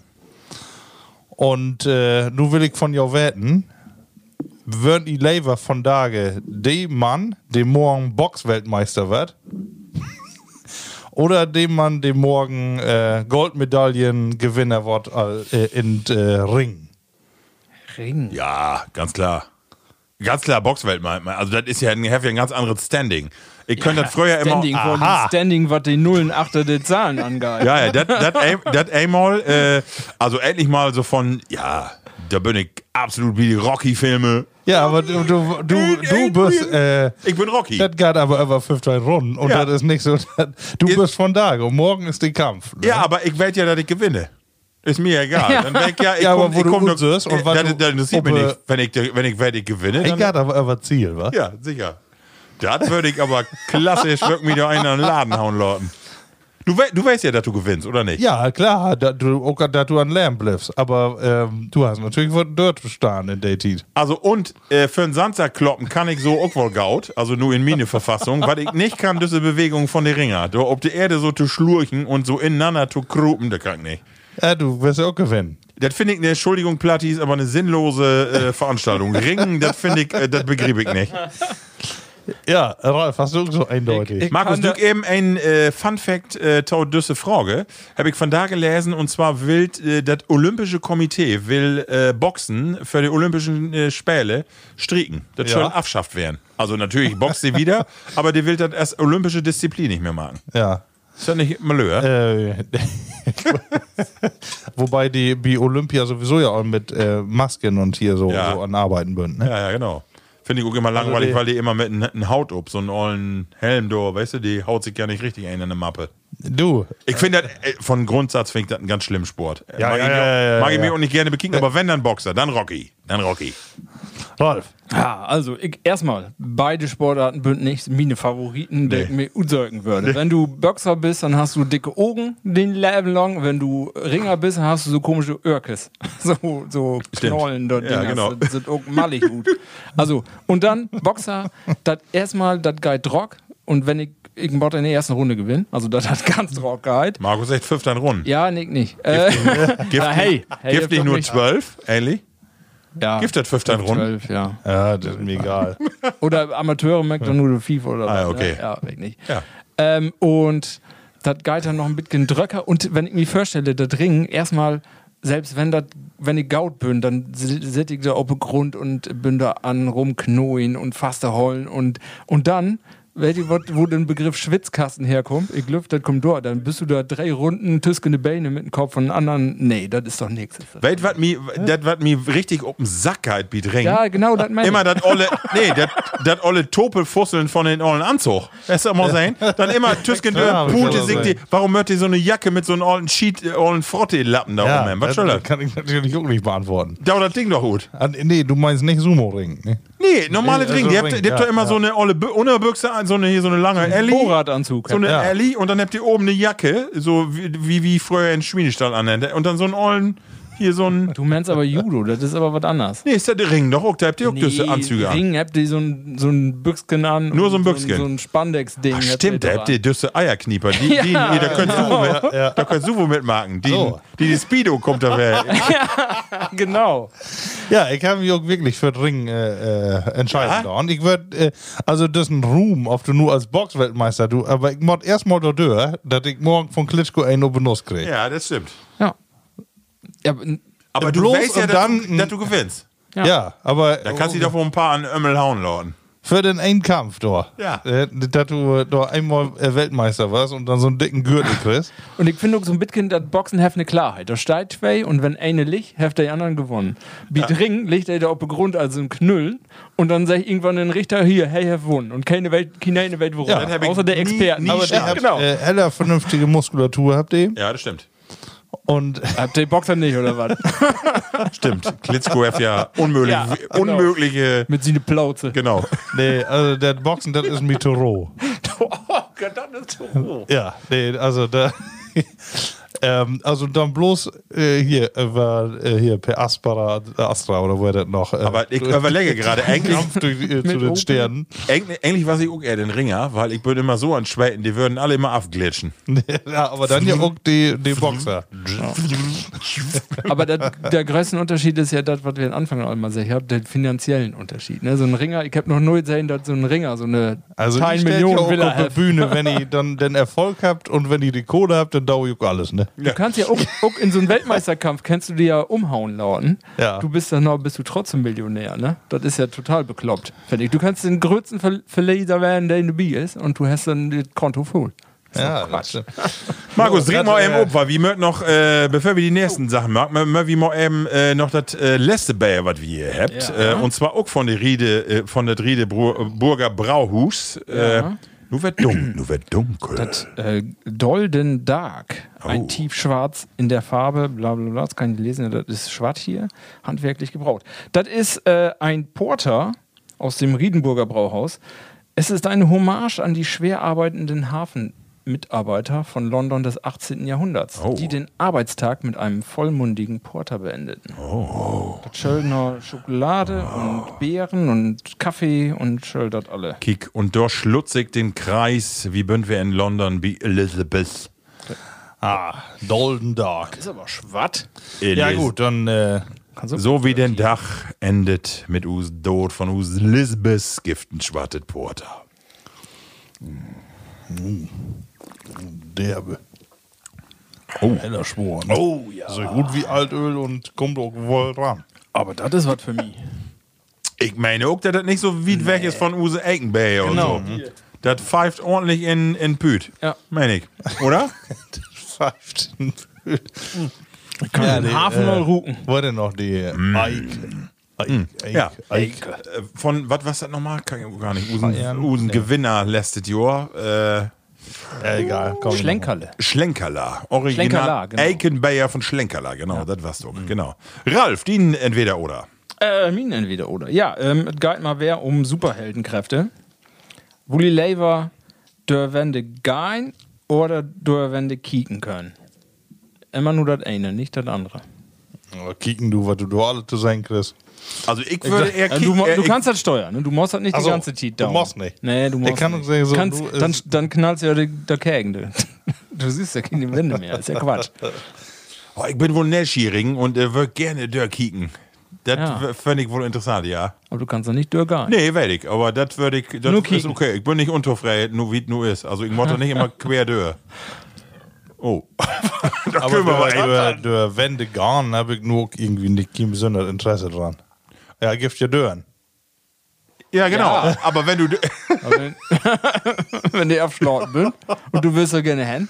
Speaker 3: und äh, nun will ich von dir wetten, wird die Lever von Tage dem Mann, der morgen Boxweltmeister wird, oder dem Mann, der morgen äh, Goldmedaillengewinner wird äh, in äh, Ring.
Speaker 4: Ring.
Speaker 2: Ja, ganz klar. Ganz klar, Boxweltmeister. Also, das ist ja ein, hat ja ein ganz anderes Standing. Ihr könnt das früher immer.
Speaker 4: Standing, von, Standing, was die Nullen achter der Zahlen angeht.
Speaker 2: Ja, ja, das einmal, äh, also endlich mal so von, ja, da bin ich absolut wie die Rocky-Filme.
Speaker 3: Ja, aber du, du, du, du
Speaker 2: Adrian.
Speaker 3: bist. Äh,
Speaker 2: Ich bin Rocky.
Speaker 3: das geht aber über 15 Runden und
Speaker 2: Ja.
Speaker 3: das ist nicht so. Du
Speaker 2: Ihr-
Speaker 3: bist von da und morgen ist der Kampf. ne?
Speaker 2: Ja, aber ich werde ja, dass ich gewinne. Ist mir egal. Dann werd ich ja, ich
Speaker 3: Ja, aber
Speaker 2: komm,
Speaker 3: wo
Speaker 2: ich
Speaker 3: du
Speaker 2: komm
Speaker 3: gut
Speaker 2: doch-
Speaker 3: siehst und was
Speaker 2: das,
Speaker 3: du-
Speaker 2: das interessiert mich
Speaker 3: ob,
Speaker 2: nicht. Wenn ich, wenn ich, wenn ich gewinne,
Speaker 3: Ich
Speaker 2: dann,
Speaker 3: geht aber über Ziel, wa?
Speaker 2: ja, sicher. Das würde ich aber klassisch, würde mich da einer in den Laden hauen, Leuten. Du, we du weißt ja, dass du gewinnst, oder nicht?
Speaker 3: Ja, klar, da du, auch, da du an Lärm bleibst. Aber ähm, du hast natürlich von dort bestanden in der Tiet.
Speaker 2: Also und äh, für einen Samstag kloppen kann ich so auch wohl gaut, also nur in meine Verfassung. Was ich nicht kann, diese Bewegung von den Ringer. Du, ob die Erde so zu schlurchen und so ineinander zu krupen, das kann ich nicht.
Speaker 3: Ja, du wirst ja auch gewinnen.
Speaker 2: Das finde ich, ne, Entschuldigung, Platti, ist aber eine sinnlose äh, Veranstaltung. Ringen, das finde ich, äh, das begrieb ich nicht.
Speaker 3: Ja, Ralf, hast du so eindeutig.
Speaker 4: Ich-
Speaker 2: Markus,
Speaker 4: kann da-
Speaker 2: du eben ein äh, Fun Fact, äh, taudüsse Frage, habe ich von da gelesen, und zwar will äh, das Olympische Komitee will äh, Boxen für die Olympischen äh, Spiele striken. Das
Speaker 3: Ja.
Speaker 2: soll abschafft werden. Also natürlich boxt sie wieder, aber die will das als olympische Disziplin nicht mehr machen.
Speaker 3: ja.
Speaker 2: Ist das nicht Malheur?
Speaker 3: Äh, wobei die Bi Olympia sowieso ja auch mit äh, Masken und hier so,
Speaker 2: Ja.
Speaker 3: so an Arbeiten bünden. Ne?
Speaker 2: Ja, ja, genau. Finde ich auch immer langweilig,
Speaker 4: Äh.
Speaker 3: die-
Speaker 2: weil die immer mit einem Haut ob, so einen ollen Helm da, weißt du, die haut sich ja nicht richtig ein in eine Mappe.
Speaker 3: Du,
Speaker 2: Ich finde das, äh, von Grundsatz finde ich das einen ganz schlimmen Sport. Äh,
Speaker 3: Ja,
Speaker 2: mag
Speaker 3: ja,
Speaker 2: ich, mir
Speaker 3: ja,
Speaker 2: auch-
Speaker 3: ja,
Speaker 2: mag ich
Speaker 3: ja.
Speaker 2: mir auch nicht gerne bekicken, aber wenn dann Boxer, dann Rocky. Dann Rocky.
Speaker 3: Ralf,
Speaker 4: Ja, also ich, erstmal, beide Sportarten bünden nicht meine Favoriten, der ich mir unsorgen würde. Wenn du Boxer bist, dann hast du dicke Augen den Leben lang. Wenn du Ringer bist, dann hast du so komische Örkes. So, so
Speaker 2: Stimmt.
Speaker 4: Knollen dort.
Speaker 2: Ja,
Speaker 4: Dingers.
Speaker 2: genau.
Speaker 4: Das sind auch malig gut. Also, und dann Boxer, das erstmal, das geht Rock. Und wenn ich irgendwann in der ersten Runde gewinne, also das hat ganz Rock gehalt.
Speaker 2: Markus sagt fünf dann Runden.
Speaker 4: Ja, Nick nicht. Äh,
Speaker 2: Gift,
Speaker 4: Ah, hey. Hey,
Speaker 2: Gift
Speaker 4: hilft
Speaker 2: nicht
Speaker 4: doch
Speaker 2: nur
Speaker 4: nicht.
Speaker 2: zwölf, ehrlich?
Speaker 4: ja,
Speaker 2: Gift das fünf dann Runden.
Speaker 4: 12, ja.
Speaker 3: ja, das ist mir egal.
Speaker 4: Oder Amateure merkt dann nur FIFA oder
Speaker 2: Ah,
Speaker 4: was,
Speaker 2: okay.
Speaker 4: Ne? Ja, weg nicht.
Speaker 2: Ja.
Speaker 4: Ähm, und das geht dann noch ein bisschen dröcker. Und wenn ich mir vorstelle, das Ringen, erstmal, selbst wenn das, wenn ich gaut bin, dann sitze ich da auf dem Grund und bin da an rumknoien und fast da heulen und, und dann, wenn ich, wo, wo den Begriff Schwitzkasten herkommt, ich glaube, das kommt dort, dann bist du da drei Runden tüskende Beine mit dem Kopf von den anderen. Nee, das ist doch nichts.
Speaker 2: Weißt was mir, das was mir richtig um den Sack geht, bietet Ring.
Speaker 4: Ja, genau, das meine ich.
Speaker 2: Immer das olle, nee, das- das olle Topelfusseln von den ollen Anzug. Weißt du, mal sein? Dann immer Tüsken,
Speaker 3: Ja,
Speaker 2: ja,
Speaker 3: aber
Speaker 2: Pute,
Speaker 3: kann das
Speaker 2: sich die,
Speaker 3: sein.
Speaker 2: warum hört ihr so eine Jacke mit so einem ollen Sheet, äh, ollen Frotte-Lappen da
Speaker 3: Ja, äh,
Speaker 2: rum, Oh, man? Was
Speaker 3: das-
Speaker 2: soll das?
Speaker 3: das kann ich natürlich auch nicht beantworten.
Speaker 2: Da das Ding doch gut.
Speaker 3: Ah, Nee, du meinst nicht Sumo-Ring. Ne?
Speaker 2: Nee, normale
Speaker 3: Nee,
Speaker 2: Ring.
Speaker 3: also
Speaker 2: die habt,
Speaker 3: Ring,
Speaker 2: die habt
Speaker 3: ja,
Speaker 2: doch immer
Speaker 3: ja.
Speaker 2: so eine olle Bü- Unterbüchse, an, so eine, hier so eine lange Ellie.
Speaker 4: Vorratanzug.
Speaker 2: So eine
Speaker 3: Ja.
Speaker 2: Ellie und dann habt ihr oben eine Jacke, so wie, wie, wie früher in Schmiedestall anhängt. Und dann so einen ollen, hier so einen.
Speaker 4: du meinst aber Judo, das ist aber was anderes.
Speaker 2: Nee, ist der Ring doch auch, da habt ihr auch Düsse Anzüge an.
Speaker 4: Ring habt ihr so ein, so ein Büchsken an.
Speaker 2: Nur so ein
Speaker 4: und
Speaker 2: Büchsken.
Speaker 4: So ein, so ein Spandex-Ding.
Speaker 2: Ach,
Speaker 4: habt ihr
Speaker 2: stimmt, da
Speaker 4: dran.
Speaker 2: habt ihr Düsse Eierknieper. Die, die, die, da könnt Suvo mit, da könnt Suvo mitmachen. Die,
Speaker 3: So.
Speaker 2: die, die Speedo kommt da wer.
Speaker 4: Genau.
Speaker 3: Ja, ich habe mich auch wirklich für den Ring äh, äh, entscheiden
Speaker 2: Ja?
Speaker 3: ja? Und ich würde, äh, also das ist ein Ruhm, ob du nur als Boxweltmeister du, aber ich mod erstmal da durch, dass ich morgen von Klitschko einen auf den Nuss kriege.
Speaker 2: Ja, das stimmt.
Speaker 4: Ja. ja
Speaker 2: Aber
Speaker 3: Äh,
Speaker 2: du
Speaker 3: bloß
Speaker 2: weißt ja,
Speaker 3: und
Speaker 2: dass, du-
Speaker 3: dann- Oh.
Speaker 2: dass du gewinnst.
Speaker 4: Ja.
Speaker 3: Ja. aber
Speaker 2: Da kannst du dich doch wohl ein paar an Ömmel hauen lauten.
Speaker 3: für den einen Kampf da,
Speaker 2: Ja.
Speaker 3: äh, dass du da einmal äh, Weltmeister warst und dann so einen dicken Gürtel kriegst.
Speaker 4: und ich finde auch so ein bisschen, das Boxen hat eine Klarheit. Da steigt zwei und wenn eine liegt, hat der anderen gewonnen. Wie dringend liegt er da auf dem Grund als ein Knüll und dann sagt irgendwann den Richter, hier, hey, Herr gewonnen. Und keine Welt, keine Welt, worum.
Speaker 3: Ja,
Speaker 4: Ja,
Speaker 2: das hab ich
Speaker 4: Außer der
Speaker 2: nie-
Speaker 4: Experten.
Speaker 2: nie
Speaker 4: aber
Speaker 2: Ja,
Speaker 3: Ihr
Speaker 4: der,
Speaker 3: habt,
Speaker 4: genau.
Speaker 3: äh, heller vernünftige Muskulatur habt ihr
Speaker 2: Ja, das stimmt.
Speaker 3: und
Speaker 4: Habt ihr Boxer nicht, oder was?
Speaker 2: Stimmt. Klitschko hat ja, unmöglich,
Speaker 4: Ja, genau.
Speaker 2: unmögliche.
Speaker 4: Mit sie eine Plauze.
Speaker 2: Genau.
Speaker 3: nee, also das Boxen, das ist mir zu roh.
Speaker 4: Oh Gott, das ist so hoch.
Speaker 3: Ja, nee, also da. ähm, also dann bloß äh, hier, äh, war, äh, hier per Aspera, Astra oder wo er das noch. Äh,
Speaker 2: Aber ich
Speaker 3: durch-
Speaker 2: überlege gerade. Eigentlich,
Speaker 3: Kampf durch, äh, zu
Speaker 4: Open.
Speaker 3: den Sternen.
Speaker 2: eigentlich, eigentlich war ich auch eher den Ringer, weil ich bin immer so an Schwäten, die würden alle immer abglitschen.
Speaker 3: ja, aber dann ja auch die, die Boxer.
Speaker 4: Aber der, der größte Unterschied ist ja das, was wir am Anfang auch immer sagen, ihr habt den finanziellen Unterschied. Ne? So ein Ringer, ich habe noch null gesehen, dass so ein Ringer so eine
Speaker 3: Also ich stell ja auch auf der Bühne, wenn ihr dann den Erfolg habt und wenn ihr die Kohle habt, dann dauert ich alles, ne?
Speaker 4: Du kannst ja auch, auch in so einem Weltmeisterkampf, kannst du dir ja umhauen lauten.
Speaker 3: Ja.
Speaker 4: Du bist dann noch, bist du trotzdem Millionär, ne? Das ist ja total bekloppt, finde ich. Du kannst den größten Ver Verleser werden, der in der B ist und du hast dann das Konto voll.
Speaker 3: Ja, das stimmt.
Speaker 2: Markus,
Speaker 3: So,
Speaker 2: dreh
Speaker 3: das,
Speaker 2: mal
Speaker 3: äh,
Speaker 2: eben um, weil wir möchten noch, äh, bevor wir die nächsten Sachen machen, mö- möchten wir mal eben äh, noch das äh, letzte Bier, was wir hier habt.
Speaker 4: Ja.
Speaker 2: Äh, und zwar auch von der Riede, äh, von der Riede Bru- Burger Brauhus. Äh, Nu wird dunkel, nu wird dunkel.
Speaker 4: Äh, Dolden Dark. Ein Tiefschwarz in der Farbe, bla bla bla, das kann ich nicht lesen, das ist schwarz hier, handwerklich gebraut. Das ist äh, ein Porter aus dem Riedenburger Brauhaus. Es ist eine Hommage an die schwer arbeitenden Hafenmitarbeiter von London des 18. Jahrhunderts,
Speaker 2: Oh.
Speaker 4: die den Arbeitstag mit einem vollmundigen Porter beendeten. Das Schöldner Schokolade und Beeren und Kaffee und Schöldert alle.
Speaker 2: Kick und durch schlutzig den Kreis, wie bünd wir in London, wie Elizabeth.
Speaker 3: Ah, Dolden Dark.
Speaker 4: Ist aber schwatt.
Speaker 2: It
Speaker 3: Ja
Speaker 2: is
Speaker 3: gut, dann äh,
Speaker 2: So wie den Dach endet mit us Tod von us Lisbeth Giften schwattet Porter.
Speaker 3: derbe.
Speaker 2: Oh.
Speaker 3: Heller Schworen.
Speaker 2: Oh ja.
Speaker 3: So gut wie Altöl und kommt auch wohl ran.
Speaker 4: Aber das ist was für mich.
Speaker 2: Ich meine auch, dass das nicht so weit weg ist von Use Eckenbay
Speaker 3: Genau.
Speaker 2: und so. Das pfeift ordentlich in, in Püt.
Speaker 4: Ja.
Speaker 2: Meine ich. Oder?
Speaker 3: Pfeift. Hm.
Speaker 4: Kann ja, den
Speaker 2: äh,
Speaker 4: Hafen
Speaker 3: äh,
Speaker 4: mal ruken.
Speaker 3: Wollte noch die Eike. Eike.
Speaker 2: Hm. Ja.
Speaker 3: Eike. Eike.
Speaker 2: Äh, Von, was war das nochmal? Kann ich gar nicht.
Speaker 4: Ah,
Speaker 2: Usen,
Speaker 3: Bayern.
Speaker 2: Usen Gewinner letztes Jahr. Äh,
Speaker 3: Äh, egal, komm.
Speaker 4: Schlenkerle.
Speaker 2: Schlenkerla. Original.
Speaker 4: Schlenkerla, genau. Mhm.
Speaker 2: Eikenbayer von Schlenkerla, genau. Das war's doch. Genau. Ralf, die entweder oder.
Speaker 4: Äh, Minen entweder oder. Ja, ähm, es geht mal wer um Superheldenkräfte. Wooly Lever, Dörwende Gein oder Dörwende kicken können. Immer nur das eine, nicht das andere.
Speaker 3: Aber Kicken du, was du da alles zu sein kriegst.
Speaker 2: Also ich würde eher
Speaker 4: Äh, du,
Speaker 2: kick-
Speaker 4: mo-
Speaker 2: äh,
Speaker 4: du
Speaker 2: ich-
Speaker 4: kannst das steuern, ne? du musst das nicht
Speaker 3: Ach
Speaker 4: die
Speaker 3: so,
Speaker 4: ganze Zeit
Speaker 3: du
Speaker 4: down.
Speaker 3: musst nicht.
Speaker 4: Nee, du
Speaker 3: Der
Speaker 4: musst
Speaker 3: kann
Speaker 4: nicht.
Speaker 3: doch sagen, so,
Speaker 4: kannst,
Speaker 3: du- äh,
Speaker 4: dann,
Speaker 3: es-
Speaker 4: dann knallst du ja die- da gegen. Du Du siehst ja keine Wände mehr, ist ja Quatsch.
Speaker 2: Oh, ich bin wohl Näschjährigen und äh, würde gerne Dirk kicken. Das
Speaker 4: Ja.
Speaker 2: ja. fände ich wohl interessant, ja.
Speaker 4: Aber du kannst doch nicht Dörgein.
Speaker 2: Nee, werde ich, aber das würde ich. Das
Speaker 4: Nur
Speaker 2: ist
Speaker 4: kicken.
Speaker 2: okay. Ich bin nicht unterfrei, nur wie es nur ist. Also ich mache das nicht immer quer durch. Oh. da
Speaker 3: Aber
Speaker 2: können wir mal eben.
Speaker 3: über, über Wände garn habe ich nur irgendwie nicht kein besonderes Interesse dran. Ja, gibt ja Dörren.
Speaker 2: Ja, genau. Aber wenn du.
Speaker 4: Wenn, wenn die abschlagen bin und du willst ja gerne hin.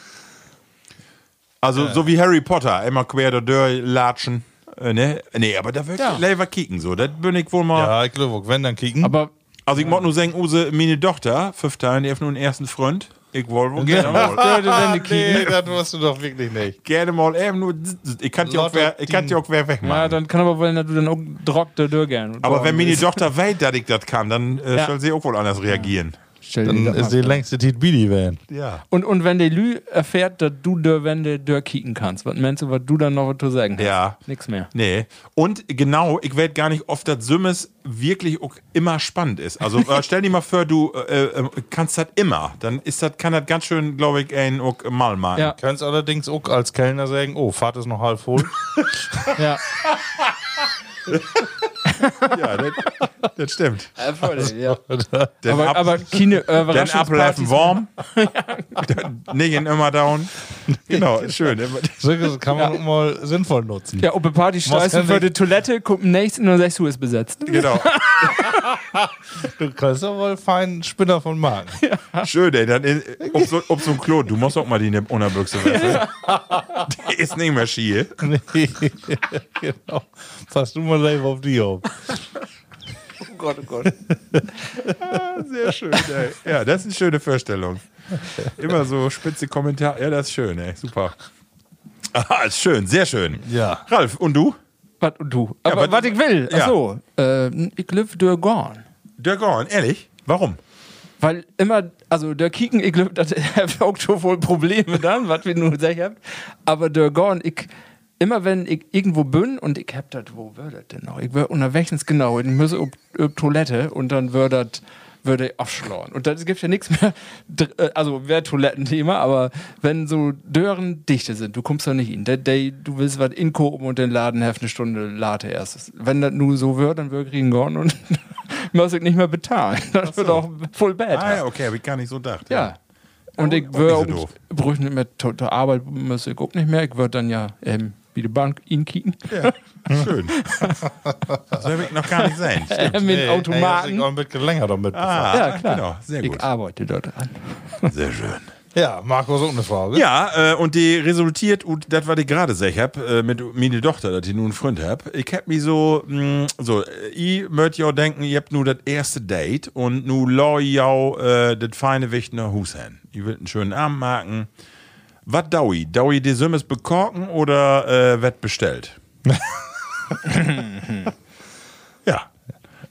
Speaker 2: Also so wie Harry Potter, immer quer da durch latschen. Äh, ne? Nee, aber da würde
Speaker 4: Ja.
Speaker 2: ich lieber kicken. So, das bin ich wohl mal.
Speaker 3: Ja, ich glaube, auch, wenn dann kicken.
Speaker 4: Aber
Speaker 2: Also ich ja. nur sagen, Use, meine Tochter, fünf Teilen, die hat nun einen ersten Freund. Ich wollte wohl gerne mal.
Speaker 4: Dörwende kicken.
Speaker 3: nee, das musst du doch wirklich nicht.
Speaker 2: gerne mal eben nur. Ich kann die auch quer, ich kann die auch quer wegmachen.
Speaker 4: Ja, dann kann aber wollen, dass du dann auch Drock der Dörr gern.
Speaker 2: Aber wenn meine Tochter weiß, dass ich das kann, dann äh,
Speaker 4: Ja.
Speaker 2: soll sie auch wohl anders reagieren.
Speaker 4: Stell dir
Speaker 3: Dann
Speaker 4: das
Speaker 3: ist
Speaker 4: mal
Speaker 3: die
Speaker 4: vor.
Speaker 3: längste Tit Bidi Van.
Speaker 2: Ja.
Speaker 4: und, und wenn der Lü erfährt, dass du der Wende Dörr kicken kannst, was meinst du, was du dann noch zu sagen hast?
Speaker 2: Ja.
Speaker 4: Nix mehr.
Speaker 2: Nee. Und genau, ich weiß gar nicht, ob das Sümmes wirklich auch immer spannend ist. Also äh, stell dir mal vor, du äh, äh, kannst das immer. Dann ist das, kann das ganz schön, glaube ich, ein auch mal machen.
Speaker 4: Ja.
Speaker 3: Kannst allerdings auch als Kellner sagen, oh, Fahrt ist noch halb voll.
Speaker 4: Ja.
Speaker 2: ja das, das stimmt.
Speaker 4: ja.
Speaker 2: Den
Speaker 4: Aber,
Speaker 2: Ab-
Speaker 4: aber Kine, äh,
Speaker 2: den Ableifen
Speaker 4: Überraschungspartys- genau.
Speaker 2: warm. Nicht in immer down. Genau, schön. Immer-
Speaker 3: so das kann man auch mal sinnvoll nutzen.
Speaker 4: Ja, ob eine Party steigst
Speaker 3: ja
Speaker 4: und für die
Speaker 3: nicht-
Speaker 4: Toilette, guck nächsten und dann sagst du, ist besetzt.
Speaker 2: Genau.
Speaker 3: Du kannst ja wohl feinen Spinner von Magen.
Speaker 2: Schön, ey. Dann in, ob, so, ob so ein Klo. Du musst auch mal die Unterbüchse wechseln. Die ist nicht mehr schiel.
Speaker 3: nee. genau. Pass du mal live auf die auf.
Speaker 2: Sehr schön, ey. Ja, das ist eine schöne Vorstellung. Immer so spitze Kommentare. Ja, das ist schön, ey. Super. Aha, ist schön, sehr schön.
Speaker 3: Ja.
Speaker 2: Ralf, und du?
Speaker 4: Was du? Aber
Speaker 2: wat-
Speaker 4: was ich will.
Speaker 2: Ja.
Speaker 4: Achso. Äh, ich live der Gorn.
Speaker 2: Dirk Orn, ehrlich? Warum?
Speaker 4: Weil immer, also der Kicken, ich glaube, das hat auch wohl Probleme dann, was wir nur gesagt haben. Aber der Gorn, ich, immer wenn ich irgendwo bin und ich hab das, wo wird das denn noch? Ich wär unterwegs, genau, ich muss auf, auf Toilette und dann wird das würde ich aufschlauen. Und das gibt ja nichts mehr, dr- äh, also wäre Toilettenthema, aber wenn so Dören dichte sind, du kommst da nicht hin. Der, der, du willst was inkopen und den Laden helft eine Stunde Late erst. Wenn das nur so wird, dann würde ich ihn gorn und muss ich nicht mehr bezahlen. Das wird auch voll bad.
Speaker 2: Ah, ja, okay, habe ich gar nicht so gedacht.
Speaker 4: Ja. Und ich
Speaker 2: auch nicht
Speaker 4: würde
Speaker 2: so
Speaker 4: auch
Speaker 2: doof.
Speaker 4: brüch nicht mehr zur zur Arbeit, müsste ich auch nicht mehr. Ich würde dann ja ähm, wie die Bank ihn kicken.
Speaker 2: Ja, schön. Das habe ich noch gar nicht sein. Stimmt.
Speaker 4: Äh, mit
Speaker 3: Nee,
Speaker 4: Automaten.
Speaker 3: Hey, ich auch ein bisschen länger damit befasst.
Speaker 2: Ah,
Speaker 4: ja, klar.
Speaker 2: Genau, sehr gut.
Speaker 4: Ich arbeite dort dran.
Speaker 2: Sehr schön.
Speaker 3: Ja, Markus, auch eine Frage.
Speaker 2: Ja, äh, und die resultiert, und das, was ich gerade gesagt hab, äh, mit meine Tochter, dass ich nun einen Freund hab. Ich hab mich so, mh, so, äh, ich möcht ja denken, ihr habt nur das erste Date und nu lau ja äh, das feine Wicht nach Hus hin. Ihr wollt einen schönen Abend machen. Was dau i? Dau i die Sümmes bekorken oder äh, wird bestellt? ja.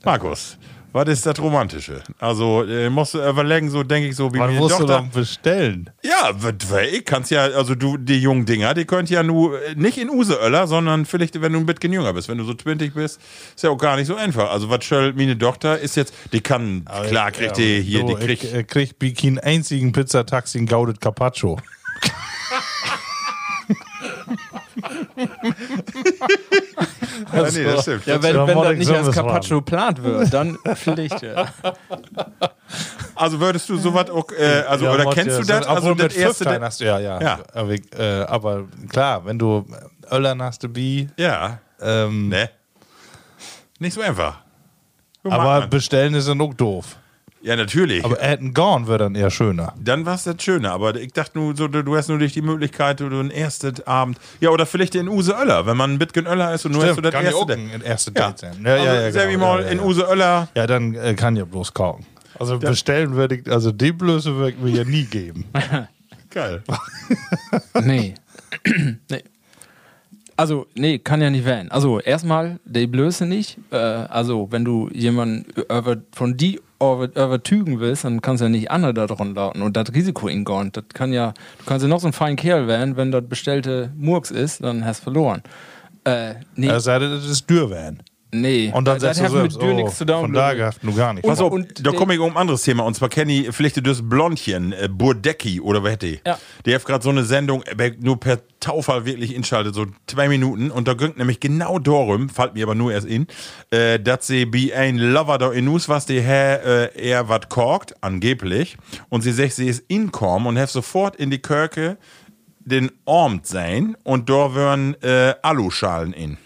Speaker 2: Markus, was ist das Romantische? Also, äh, musst du überlegen, so denke ich so, wie
Speaker 3: Man
Speaker 2: meine
Speaker 3: musst du
Speaker 2: Tochter.
Speaker 3: doch bestellen.
Speaker 2: Ja, wat wei, ich kannst ja, also du, die jungen Dinger, die könnt ja nur äh, nicht in Useöller, sondern vielleicht, wenn du ein bisschen jünger bist. Wenn du so 20 bist, ist ja auch gar nicht so einfach. Also, was schöll meine Tochter ist jetzt, die kann, klar kriegt die hier,
Speaker 3: Ah, du,
Speaker 2: die kriegt.
Speaker 3: Ich, äh, krieg Bikin einzigen Pizzataxi in Gaudet Carpaccio.
Speaker 6: Ja, nee, das stimmt.
Speaker 4: Ja, wenn,
Speaker 3: Da
Speaker 4: wenn
Speaker 3: muss
Speaker 4: das
Speaker 3: ich
Speaker 4: nicht als
Speaker 3: Service
Speaker 4: Carpaccio plant wird, dann vielleicht, ja.
Speaker 2: Also würdest du sowas auch, äh, also oder kennst du das? Also das erste, das-
Speaker 3: Hast, ja, ja.
Speaker 2: Ja.
Speaker 3: Aber, äh, aber klar, wenn du Öllern hast, du Bi.
Speaker 2: ja,
Speaker 3: Ähm,
Speaker 2: ne, nicht so einfach. So macht
Speaker 3: aber
Speaker 2: man.
Speaker 3: bestellen ist dann auch doof.
Speaker 2: ja natürlich.
Speaker 3: Aber hätten Gorn wäre dann eher schöner.
Speaker 2: dann war es das Schöne, aber ich dachte nur, so, du du hast nur nicht die Möglichkeit, du ein erstes Abend. Ja, oder vielleicht in Use Oeller, wenn man ein Bitgen Oeller ist und nur hast du das
Speaker 3: kann ja
Speaker 2: erste
Speaker 3: auch
Speaker 2: Date.
Speaker 3: ein erste
Speaker 2: Ja,
Speaker 3: Date sein.
Speaker 2: ja, also, ja, sag ich
Speaker 3: genau,
Speaker 2: mal,
Speaker 3: ja, ja,
Speaker 2: in
Speaker 3: ja.
Speaker 2: Use Oeller.
Speaker 3: Ja, dann äh, kann ja bloß kaum. Also bestellen würde ich, also die Blöße würde ich mir ja nie geben.
Speaker 2: Geil.
Speaker 4: Nee. nee. Also, nee, kann ja nicht werden. Also, erstmal, die Blöße nicht. Äh, also, wenn du jemanden über- von die über- übertügen willst, dann kannst du ja nicht andere da dran lauten und das Risiko ingorn. Das kann ja, du kannst ja noch so ein feiner Kerl werden, wenn das bestellte Murks ist, dann hast du verloren. Äh, nee,
Speaker 3: Es sei denn, das ist Dürrwan.
Speaker 4: nee.
Speaker 3: Also, Und dann
Speaker 4: das
Speaker 3: setzt du
Speaker 4: hat mit
Speaker 3: selbst.
Speaker 4: Dürr
Speaker 3: Oh,
Speaker 4: nichts zu tun.
Speaker 3: von da gehabt, nur gar nicht.
Speaker 4: Und-
Speaker 2: Pass auf, da
Speaker 4: der-
Speaker 2: komme ich um ein anderes Thema. Und zwar kenne ich vielleicht das Blondchen, äh, Burdecki oder wer hätte.
Speaker 4: Ja.
Speaker 2: Der hat gerade so eine Sendung äh, wer nur per Taufall wirklich inschaltet, so zwei Minuten. Und da gönnt nämlich genau darum, fällt mir aber nur erst in, äh, dass sie be ein Lover da in was die Herr äh, er wat korkt, angeblich. Und sie sagt, sie ist inkom und hat sofort in die Kirche den Ormt sein und da wären äh, Aluschalen in.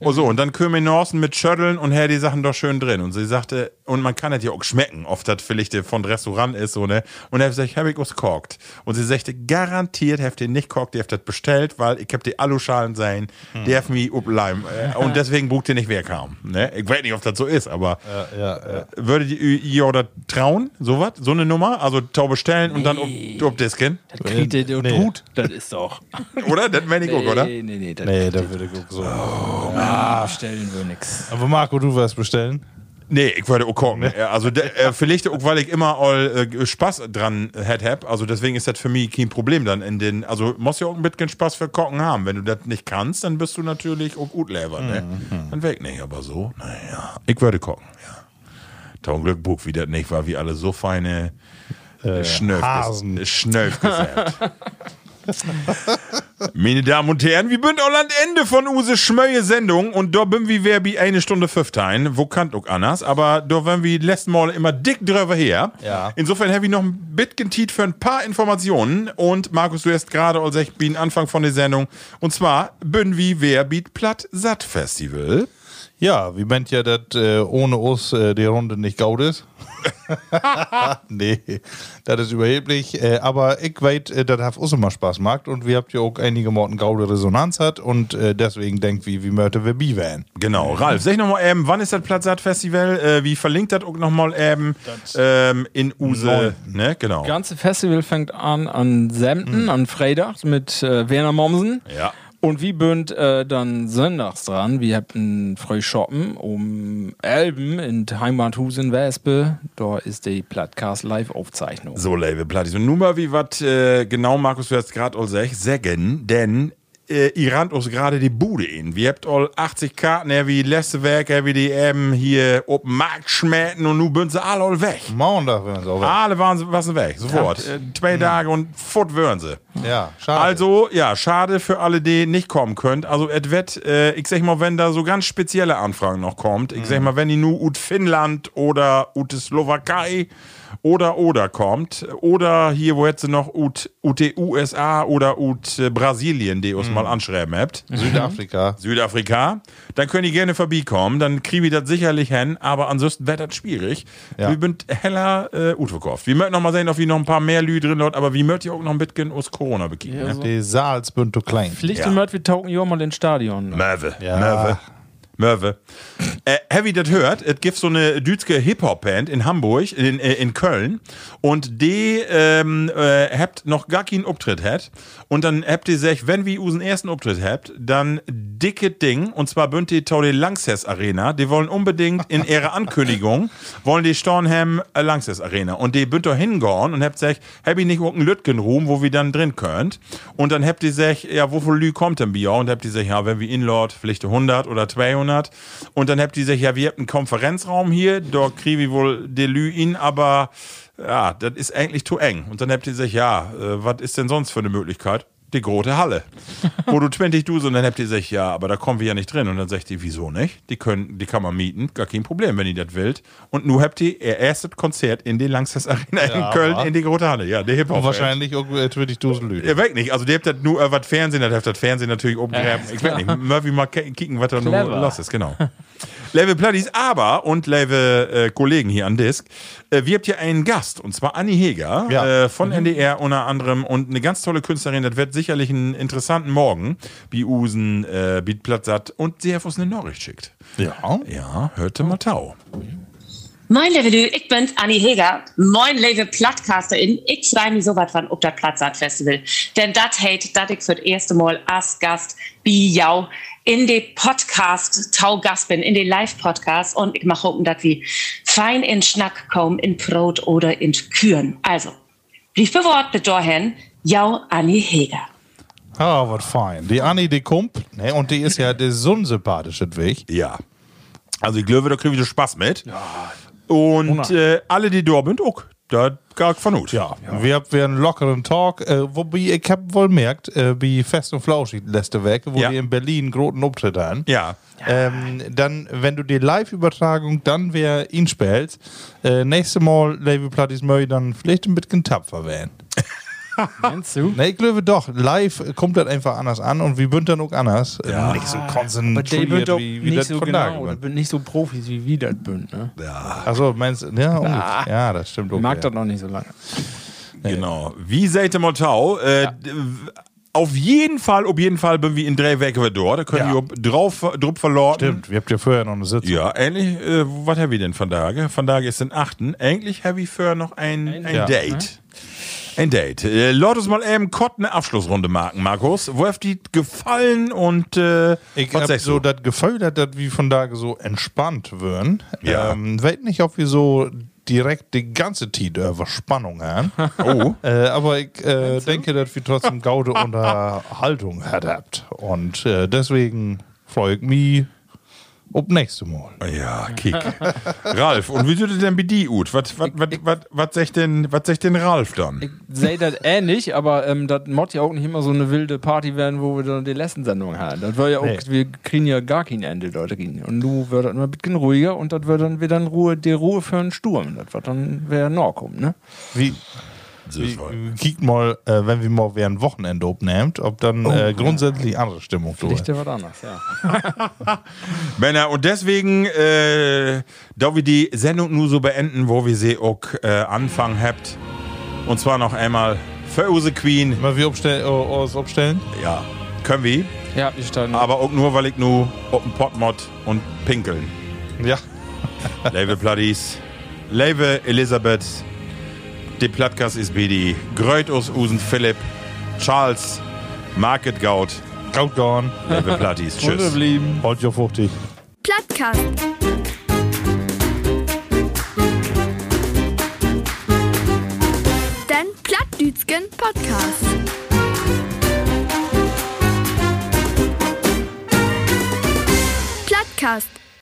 Speaker 2: Oh so, und dann Kömi Norsen mit Schötteln und her die Sachen doch schön drin. Und sie sagte, und man kann das ja auch schmecken, oft das vielleicht von Restaurant ist, so, ne? Und er sagt, hab ich was korkt. Und sie sagte, garantiert habt ihr nicht korkt, ihr habt das bestellt, weil ich hab die Aluschalen sein,
Speaker 4: Hm.
Speaker 2: die haben mich upleim. Äh, und deswegen bucht ihr nicht wer kam. Ne? Ich weiß nicht, ob das so ist, aber äh, würdet ihr ihr das trauen, sowas, so eine Nummer? Also tau bestellen und dann ob, ob Disken?
Speaker 4: Das kriegt der der
Speaker 3: Nee.
Speaker 4: Hut. Das ist doch.
Speaker 2: Oder? Das meine ich auch, oder?
Speaker 4: Nee, nee, nee. Das
Speaker 3: Nee, da würde ich auch so.
Speaker 4: bestellen wir nichts.
Speaker 3: Aber Marco, du wirst bestellen.
Speaker 2: Nee, ich würde auch gucken. Ja, Also der, äh, vielleicht auch, weil ich immer all, äh, Spaß dran hätte hab. Also deswegen ist das für mich kein Problem dann in den. Also musst ja auch ein bisschen Spaß für Kochen haben. Wenn du das nicht kannst, dann bist du natürlich auch gut Lever, ne? Dann weg nicht, aber so, naja. Ich würde gucken, ja. Taun Glück Buch, wie das nicht war, wie alle so feine äh, Schnölf,
Speaker 3: Hasen.
Speaker 2: Schnölf gesagt. Meine Damen und Herren, wir sind Holland Ende von Use Schmöje Sendung und da bin wir wer wie eine Stunde fünftein, wo kann auch anders, aber da waren wir letzten Mal immer dick drüber her.
Speaker 3: Ja.
Speaker 2: Insofern habe ich noch ein bisschen Tiet für ein paar Informationen und Markus, du hast gerade also ich bin Anfang von der Sendung und zwar bin wir wer biet platt satt Festival.
Speaker 3: Ja, wie meint ja, dass äh, ohne uns äh, die Runde nicht gaut ist? nee, das ist überheblich. Äh, aber ich weiß, äh, das hat uns immer Spaß gemacht und wir habt ja auch einige Morten gaude Resonanz hat und äh, deswegen denkt wie, wie Mörte wir bi wären.
Speaker 2: Genau, Ralf, sag nochmal eben, wann ist das platt satt Festival? Äh, wie verlinkt das auch nochmal eben ähm, in Use, ne? Genau.
Speaker 4: Das ganze Festival fängt an an Semten,
Speaker 3: Mhm.
Speaker 4: an Freitag mit äh, Werner Mommsen.
Speaker 2: Ja.
Speaker 4: Und wir bünd äh, dann sonntags dran. Wir haben frei shoppen um Elben in Heimathusen Wespe. Da ist die Plattcast Live-Aufzeichnung.
Speaker 2: So, Label Plattis. Und nun mal, wie was äh, genau, Markus, du hast gerade all sech, sagen, denn äh, ihr rannt uns gerade die Bude in. Wir habt all 80 Karten, er wie letzte Werk, er wie die eben hier auf den Markt schmähten und nun bünd sie alle all weg.
Speaker 3: Montag wären sie aber.
Speaker 2: Alle waren sie, waren sie weg, sofort. Äh, zwei Tage und fort wären sie.
Speaker 3: Ja, schade.
Speaker 2: Also, ja, schade für alle, die nicht kommen könnt. Also, et wett, äh, ich sag mal, wenn da so ganz spezielle Anfragen noch kommt, ich
Speaker 3: Mhm.
Speaker 2: sag mal, wenn die nur ut Finnland oder ut de Slowakei oder oder kommt, oder hier, wo hätte sie noch ut, ut de USA oder ut äh, Brasilien, die
Speaker 3: Mhm.
Speaker 2: uns mal anschreiben habt.
Speaker 3: Südafrika.
Speaker 2: Südafrika, dann können die gerne vorbeikommen, dann kriegen wir das sicherlich hin, aber ansonsten wäre das schwierig.
Speaker 3: Ja.
Speaker 2: Wir sind heller äh, ut verkauft. Wir möchten noch mal sehen, ob wir noch ein paar mehr Lü drin laut, aber wir möchten ja auch noch ein bisschen aus Corona bekriegen. ne?
Speaker 3: Die Salzbünd klein.
Speaker 4: Pflicht
Speaker 2: Ja.
Speaker 4: und Mörd, wir tauchen hier auch mal ins Stadion.
Speaker 2: Möwe.
Speaker 3: Ja.
Speaker 2: Möwe. Möwe. äh, Heavy das hört, es gibt so eine dütske Hip-Hop-Band in Hamburg, in, äh, in Köln. Und die ähm, äh, habt noch gar keinen Auftritt hat. Und dann habt ihr sech, wenn wir unseren ersten Auftritt habt, dann dicke Ding. Und zwar bünd die Tau die Langsess Arena. Die wollen unbedingt in ihrer Ankündigung, wollen die Stornham äh, Langsess Arena. Und die bünd da hingorn und habt sech, hab ich nicht irgendeinen Lütgen-Ruhm, wo wir dann drin könnt. Und dann habt ihr sech, ja, wovon Lü kommt denn Bier? Und habt ihr sech, ja, wenn wir Inlord, vielleicht 100 oder 200. Und dann habt ihr sech, ja, wir habt einen Konferenzraum hier, da kriegen wir wohl die Lü in, aber ja, das ist eigentlich zu eng. Und dann habt ihr sech, ja, äh, was ist denn sonst für eine Möglichkeit? die große Halle. wo du 20 Duse und dann habt ihr gesagt, ja, aber da kommen wir ja nicht drin. Und dann sagt ihr, wieso nicht? Die, können, die kann man mieten, gar kein Problem, wenn ihr das wollt. Und nun habt ihr ihr erstes Konzert in der Langsess Arena in
Speaker 3: Ja.
Speaker 2: Köln in die große Halle. Ja, der hip hop
Speaker 3: Wahrscheinlich irgendwie äh, 20.000 Leute.
Speaker 2: Ihr weg nicht. Also, der habt das nur, äh, was Fernsehen, das habt das Fernsehen natürlich umgegraben. ich weiß nicht. Murphy mal ke- kicken, was da nur
Speaker 4: Clever.
Speaker 2: los ist, genau. Level Platties, aber und Level äh, Kollegen hier an Disk, äh, wir habt hier einen Gast und zwar Anni Heger
Speaker 3: Ja. Mhm.
Speaker 2: äh, von NDR unter anderem und eine ganz tolle Künstlerin. Das wird sicherlich einen interessanten Morgen, wie Usen, äh, Beatplatzat und sie hat uns eine Nachricht schickt.
Speaker 3: Ja.
Speaker 2: Ja, hörte mal Tau.
Speaker 6: Moin, Levelü, ich bin's, Anni Heger. Moin, liebe Plattcasterin. Ich sei mir so wat von ob dat Platzart Festival. Denn dat hate, dat ich für das erste Mal als Gast wie jau in de Podcast Tau Gast bin, in de Live-Podcast. Und ich mach hoffen, dat wie fein in Schnack kommen, in Brot oder in Küren. Also, blieb bewort mit dorthin, jau Anni Heger.
Speaker 3: Ah, was fein. Die Anni, die kommt, ne, und die ist ja der so ein sympathisches Weg.
Speaker 2: Ja. Also, ich glaube, da kriegen wir so Spaß mit. Und äh, alle, die da sind, auch. Da gar von Not.
Speaker 3: Ja, wir haben einen lockeren Talk, äh, wobei ich hab wohl merkt, äh, wie Fest und Flauschig letzte Woche, wo
Speaker 2: Ja.
Speaker 3: wir in Berlin großen Auftritt hatten.
Speaker 2: Ja.
Speaker 3: Ähm, dann, wenn du die Live-Übertragung dann wer ihn spielst, äh, nächste Mal, Levi Plattis Möi, dann vielleicht ein bisschen tapfer werden.
Speaker 4: Meinst du?
Speaker 3: Ne, ich glaube doch, live kommt das einfach anders an und wir bünden dann auch anders. Äh,
Speaker 2: Ja.
Speaker 3: Nicht so
Speaker 4: Ah, Aber die sind
Speaker 3: konzentriert
Speaker 4: doch
Speaker 3: wie, wie
Speaker 4: nicht
Speaker 3: das
Speaker 4: so
Speaker 3: von da
Speaker 4: genau,
Speaker 3: geworden.
Speaker 4: oder nicht so Profis wie wir das sind. Ne?
Speaker 3: Achso, meinst du, ja, oh, ja, das stimmt.
Speaker 4: Ich
Speaker 3: Okay.
Speaker 4: Ah. mag das noch nicht so lange.
Speaker 3: Äh.
Speaker 2: Genau. Wie Seite Montau. Äh, d- w- Auf jeden Fall, auf jeden Fall bin wir in Drehwerke dort. Da können
Speaker 3: Ja.
Speaker 2: wir drauf, drup verloren.
Speaker 4: ne?
Speaker 3: Stimmt, wir habt ja vorher noch eine Sitzung.
Speaker 2: Ja, eigentlich, äh, was haben wir denn von Tage? Von Tage ist den 8. Eigentlich habe ich für noch ein, ein,
Speaker 3: Ja. Ne?
Speaker 2: Date. Ein Date. Äh, lass uns mal eben kurz eine Abschlussrunde machen, Markus. Wo hat die gefallen und äh,
Speaker 3: Ich hab
Speaker 2: sagst
Speaker 3: so
Speaker 2: du?
Speaker 3: das Gefühl, dass das wie von da so entspannt würden.
Speaker 2: Ja.
Speaker 3: Ähm, weiß nicht, ob wir so direkt die ganze Zeit über Spannung haben.
Speaker 2: Oh.
Speaker 3: äh, aber ich äh, denke, dass wir trotzdem gaude Unterhaltung habt. Und äh, deswegen freue ich mich ob nächste Mal.
Speaker 2: Ja, Kick. Ralf, und wie tut es denn bei dir gut? Was, was, was, was, was sagt denn, was sagt denn Ralf dann?
Speaker 4: Seht das ähnlich, aber ähm, das Mod ja auch nicht immer so eine wilde Party werden, wo wir dann die letzten Sendungen haben. Das war ja auch,
Speaker 3: Nee.
Speaker 4: wir kriegen ja gar kein Ende, Leute. kriegen. Und du wird das immer ein bisschen ruhiger und das wird dann wieder in Ruhe, die Ruhe für einen Sturm. Das wird dann, wer noch kommt, ne?
Speaker 3: Wie, wie, kick mal, äh, wenn wir mal während Wochenende obnehmt, ob dann äh, grundsätzlich andere Stimmung durch.
Speaker 4: Lichte wird anders, ja.
Speaker 2: Männer, und deswegen, äh, da wir die Sendung nur so beenden, wo wir sie auch äh, anfangen habt. Und zwar noch einmal für unsere Queen.
Speaker 3: Mal wir obstell, oh, oh, obstellen?
Speaker 2: Ja, können wir.
Speaker 4: Ja, hab ich dann.
Speaker 2: Aber auch nur, weil ich nur auf den Potmod und pinkeln.
Speaker 3: Ja.
Speaker 2: Label Platties, Label Elisabeth, die Plattkas ist Bidi, Grötus Usen Philipp, Charles, Market Gaut,
Speaker 3: Gaut gone.
Speaker 2: Label Platties. Tschüss.
Speaker 3: geblieben. Holt ja fruchtig.
Speaker 1: Plattkast. Den Plattdütschen Podcast. Plattkast.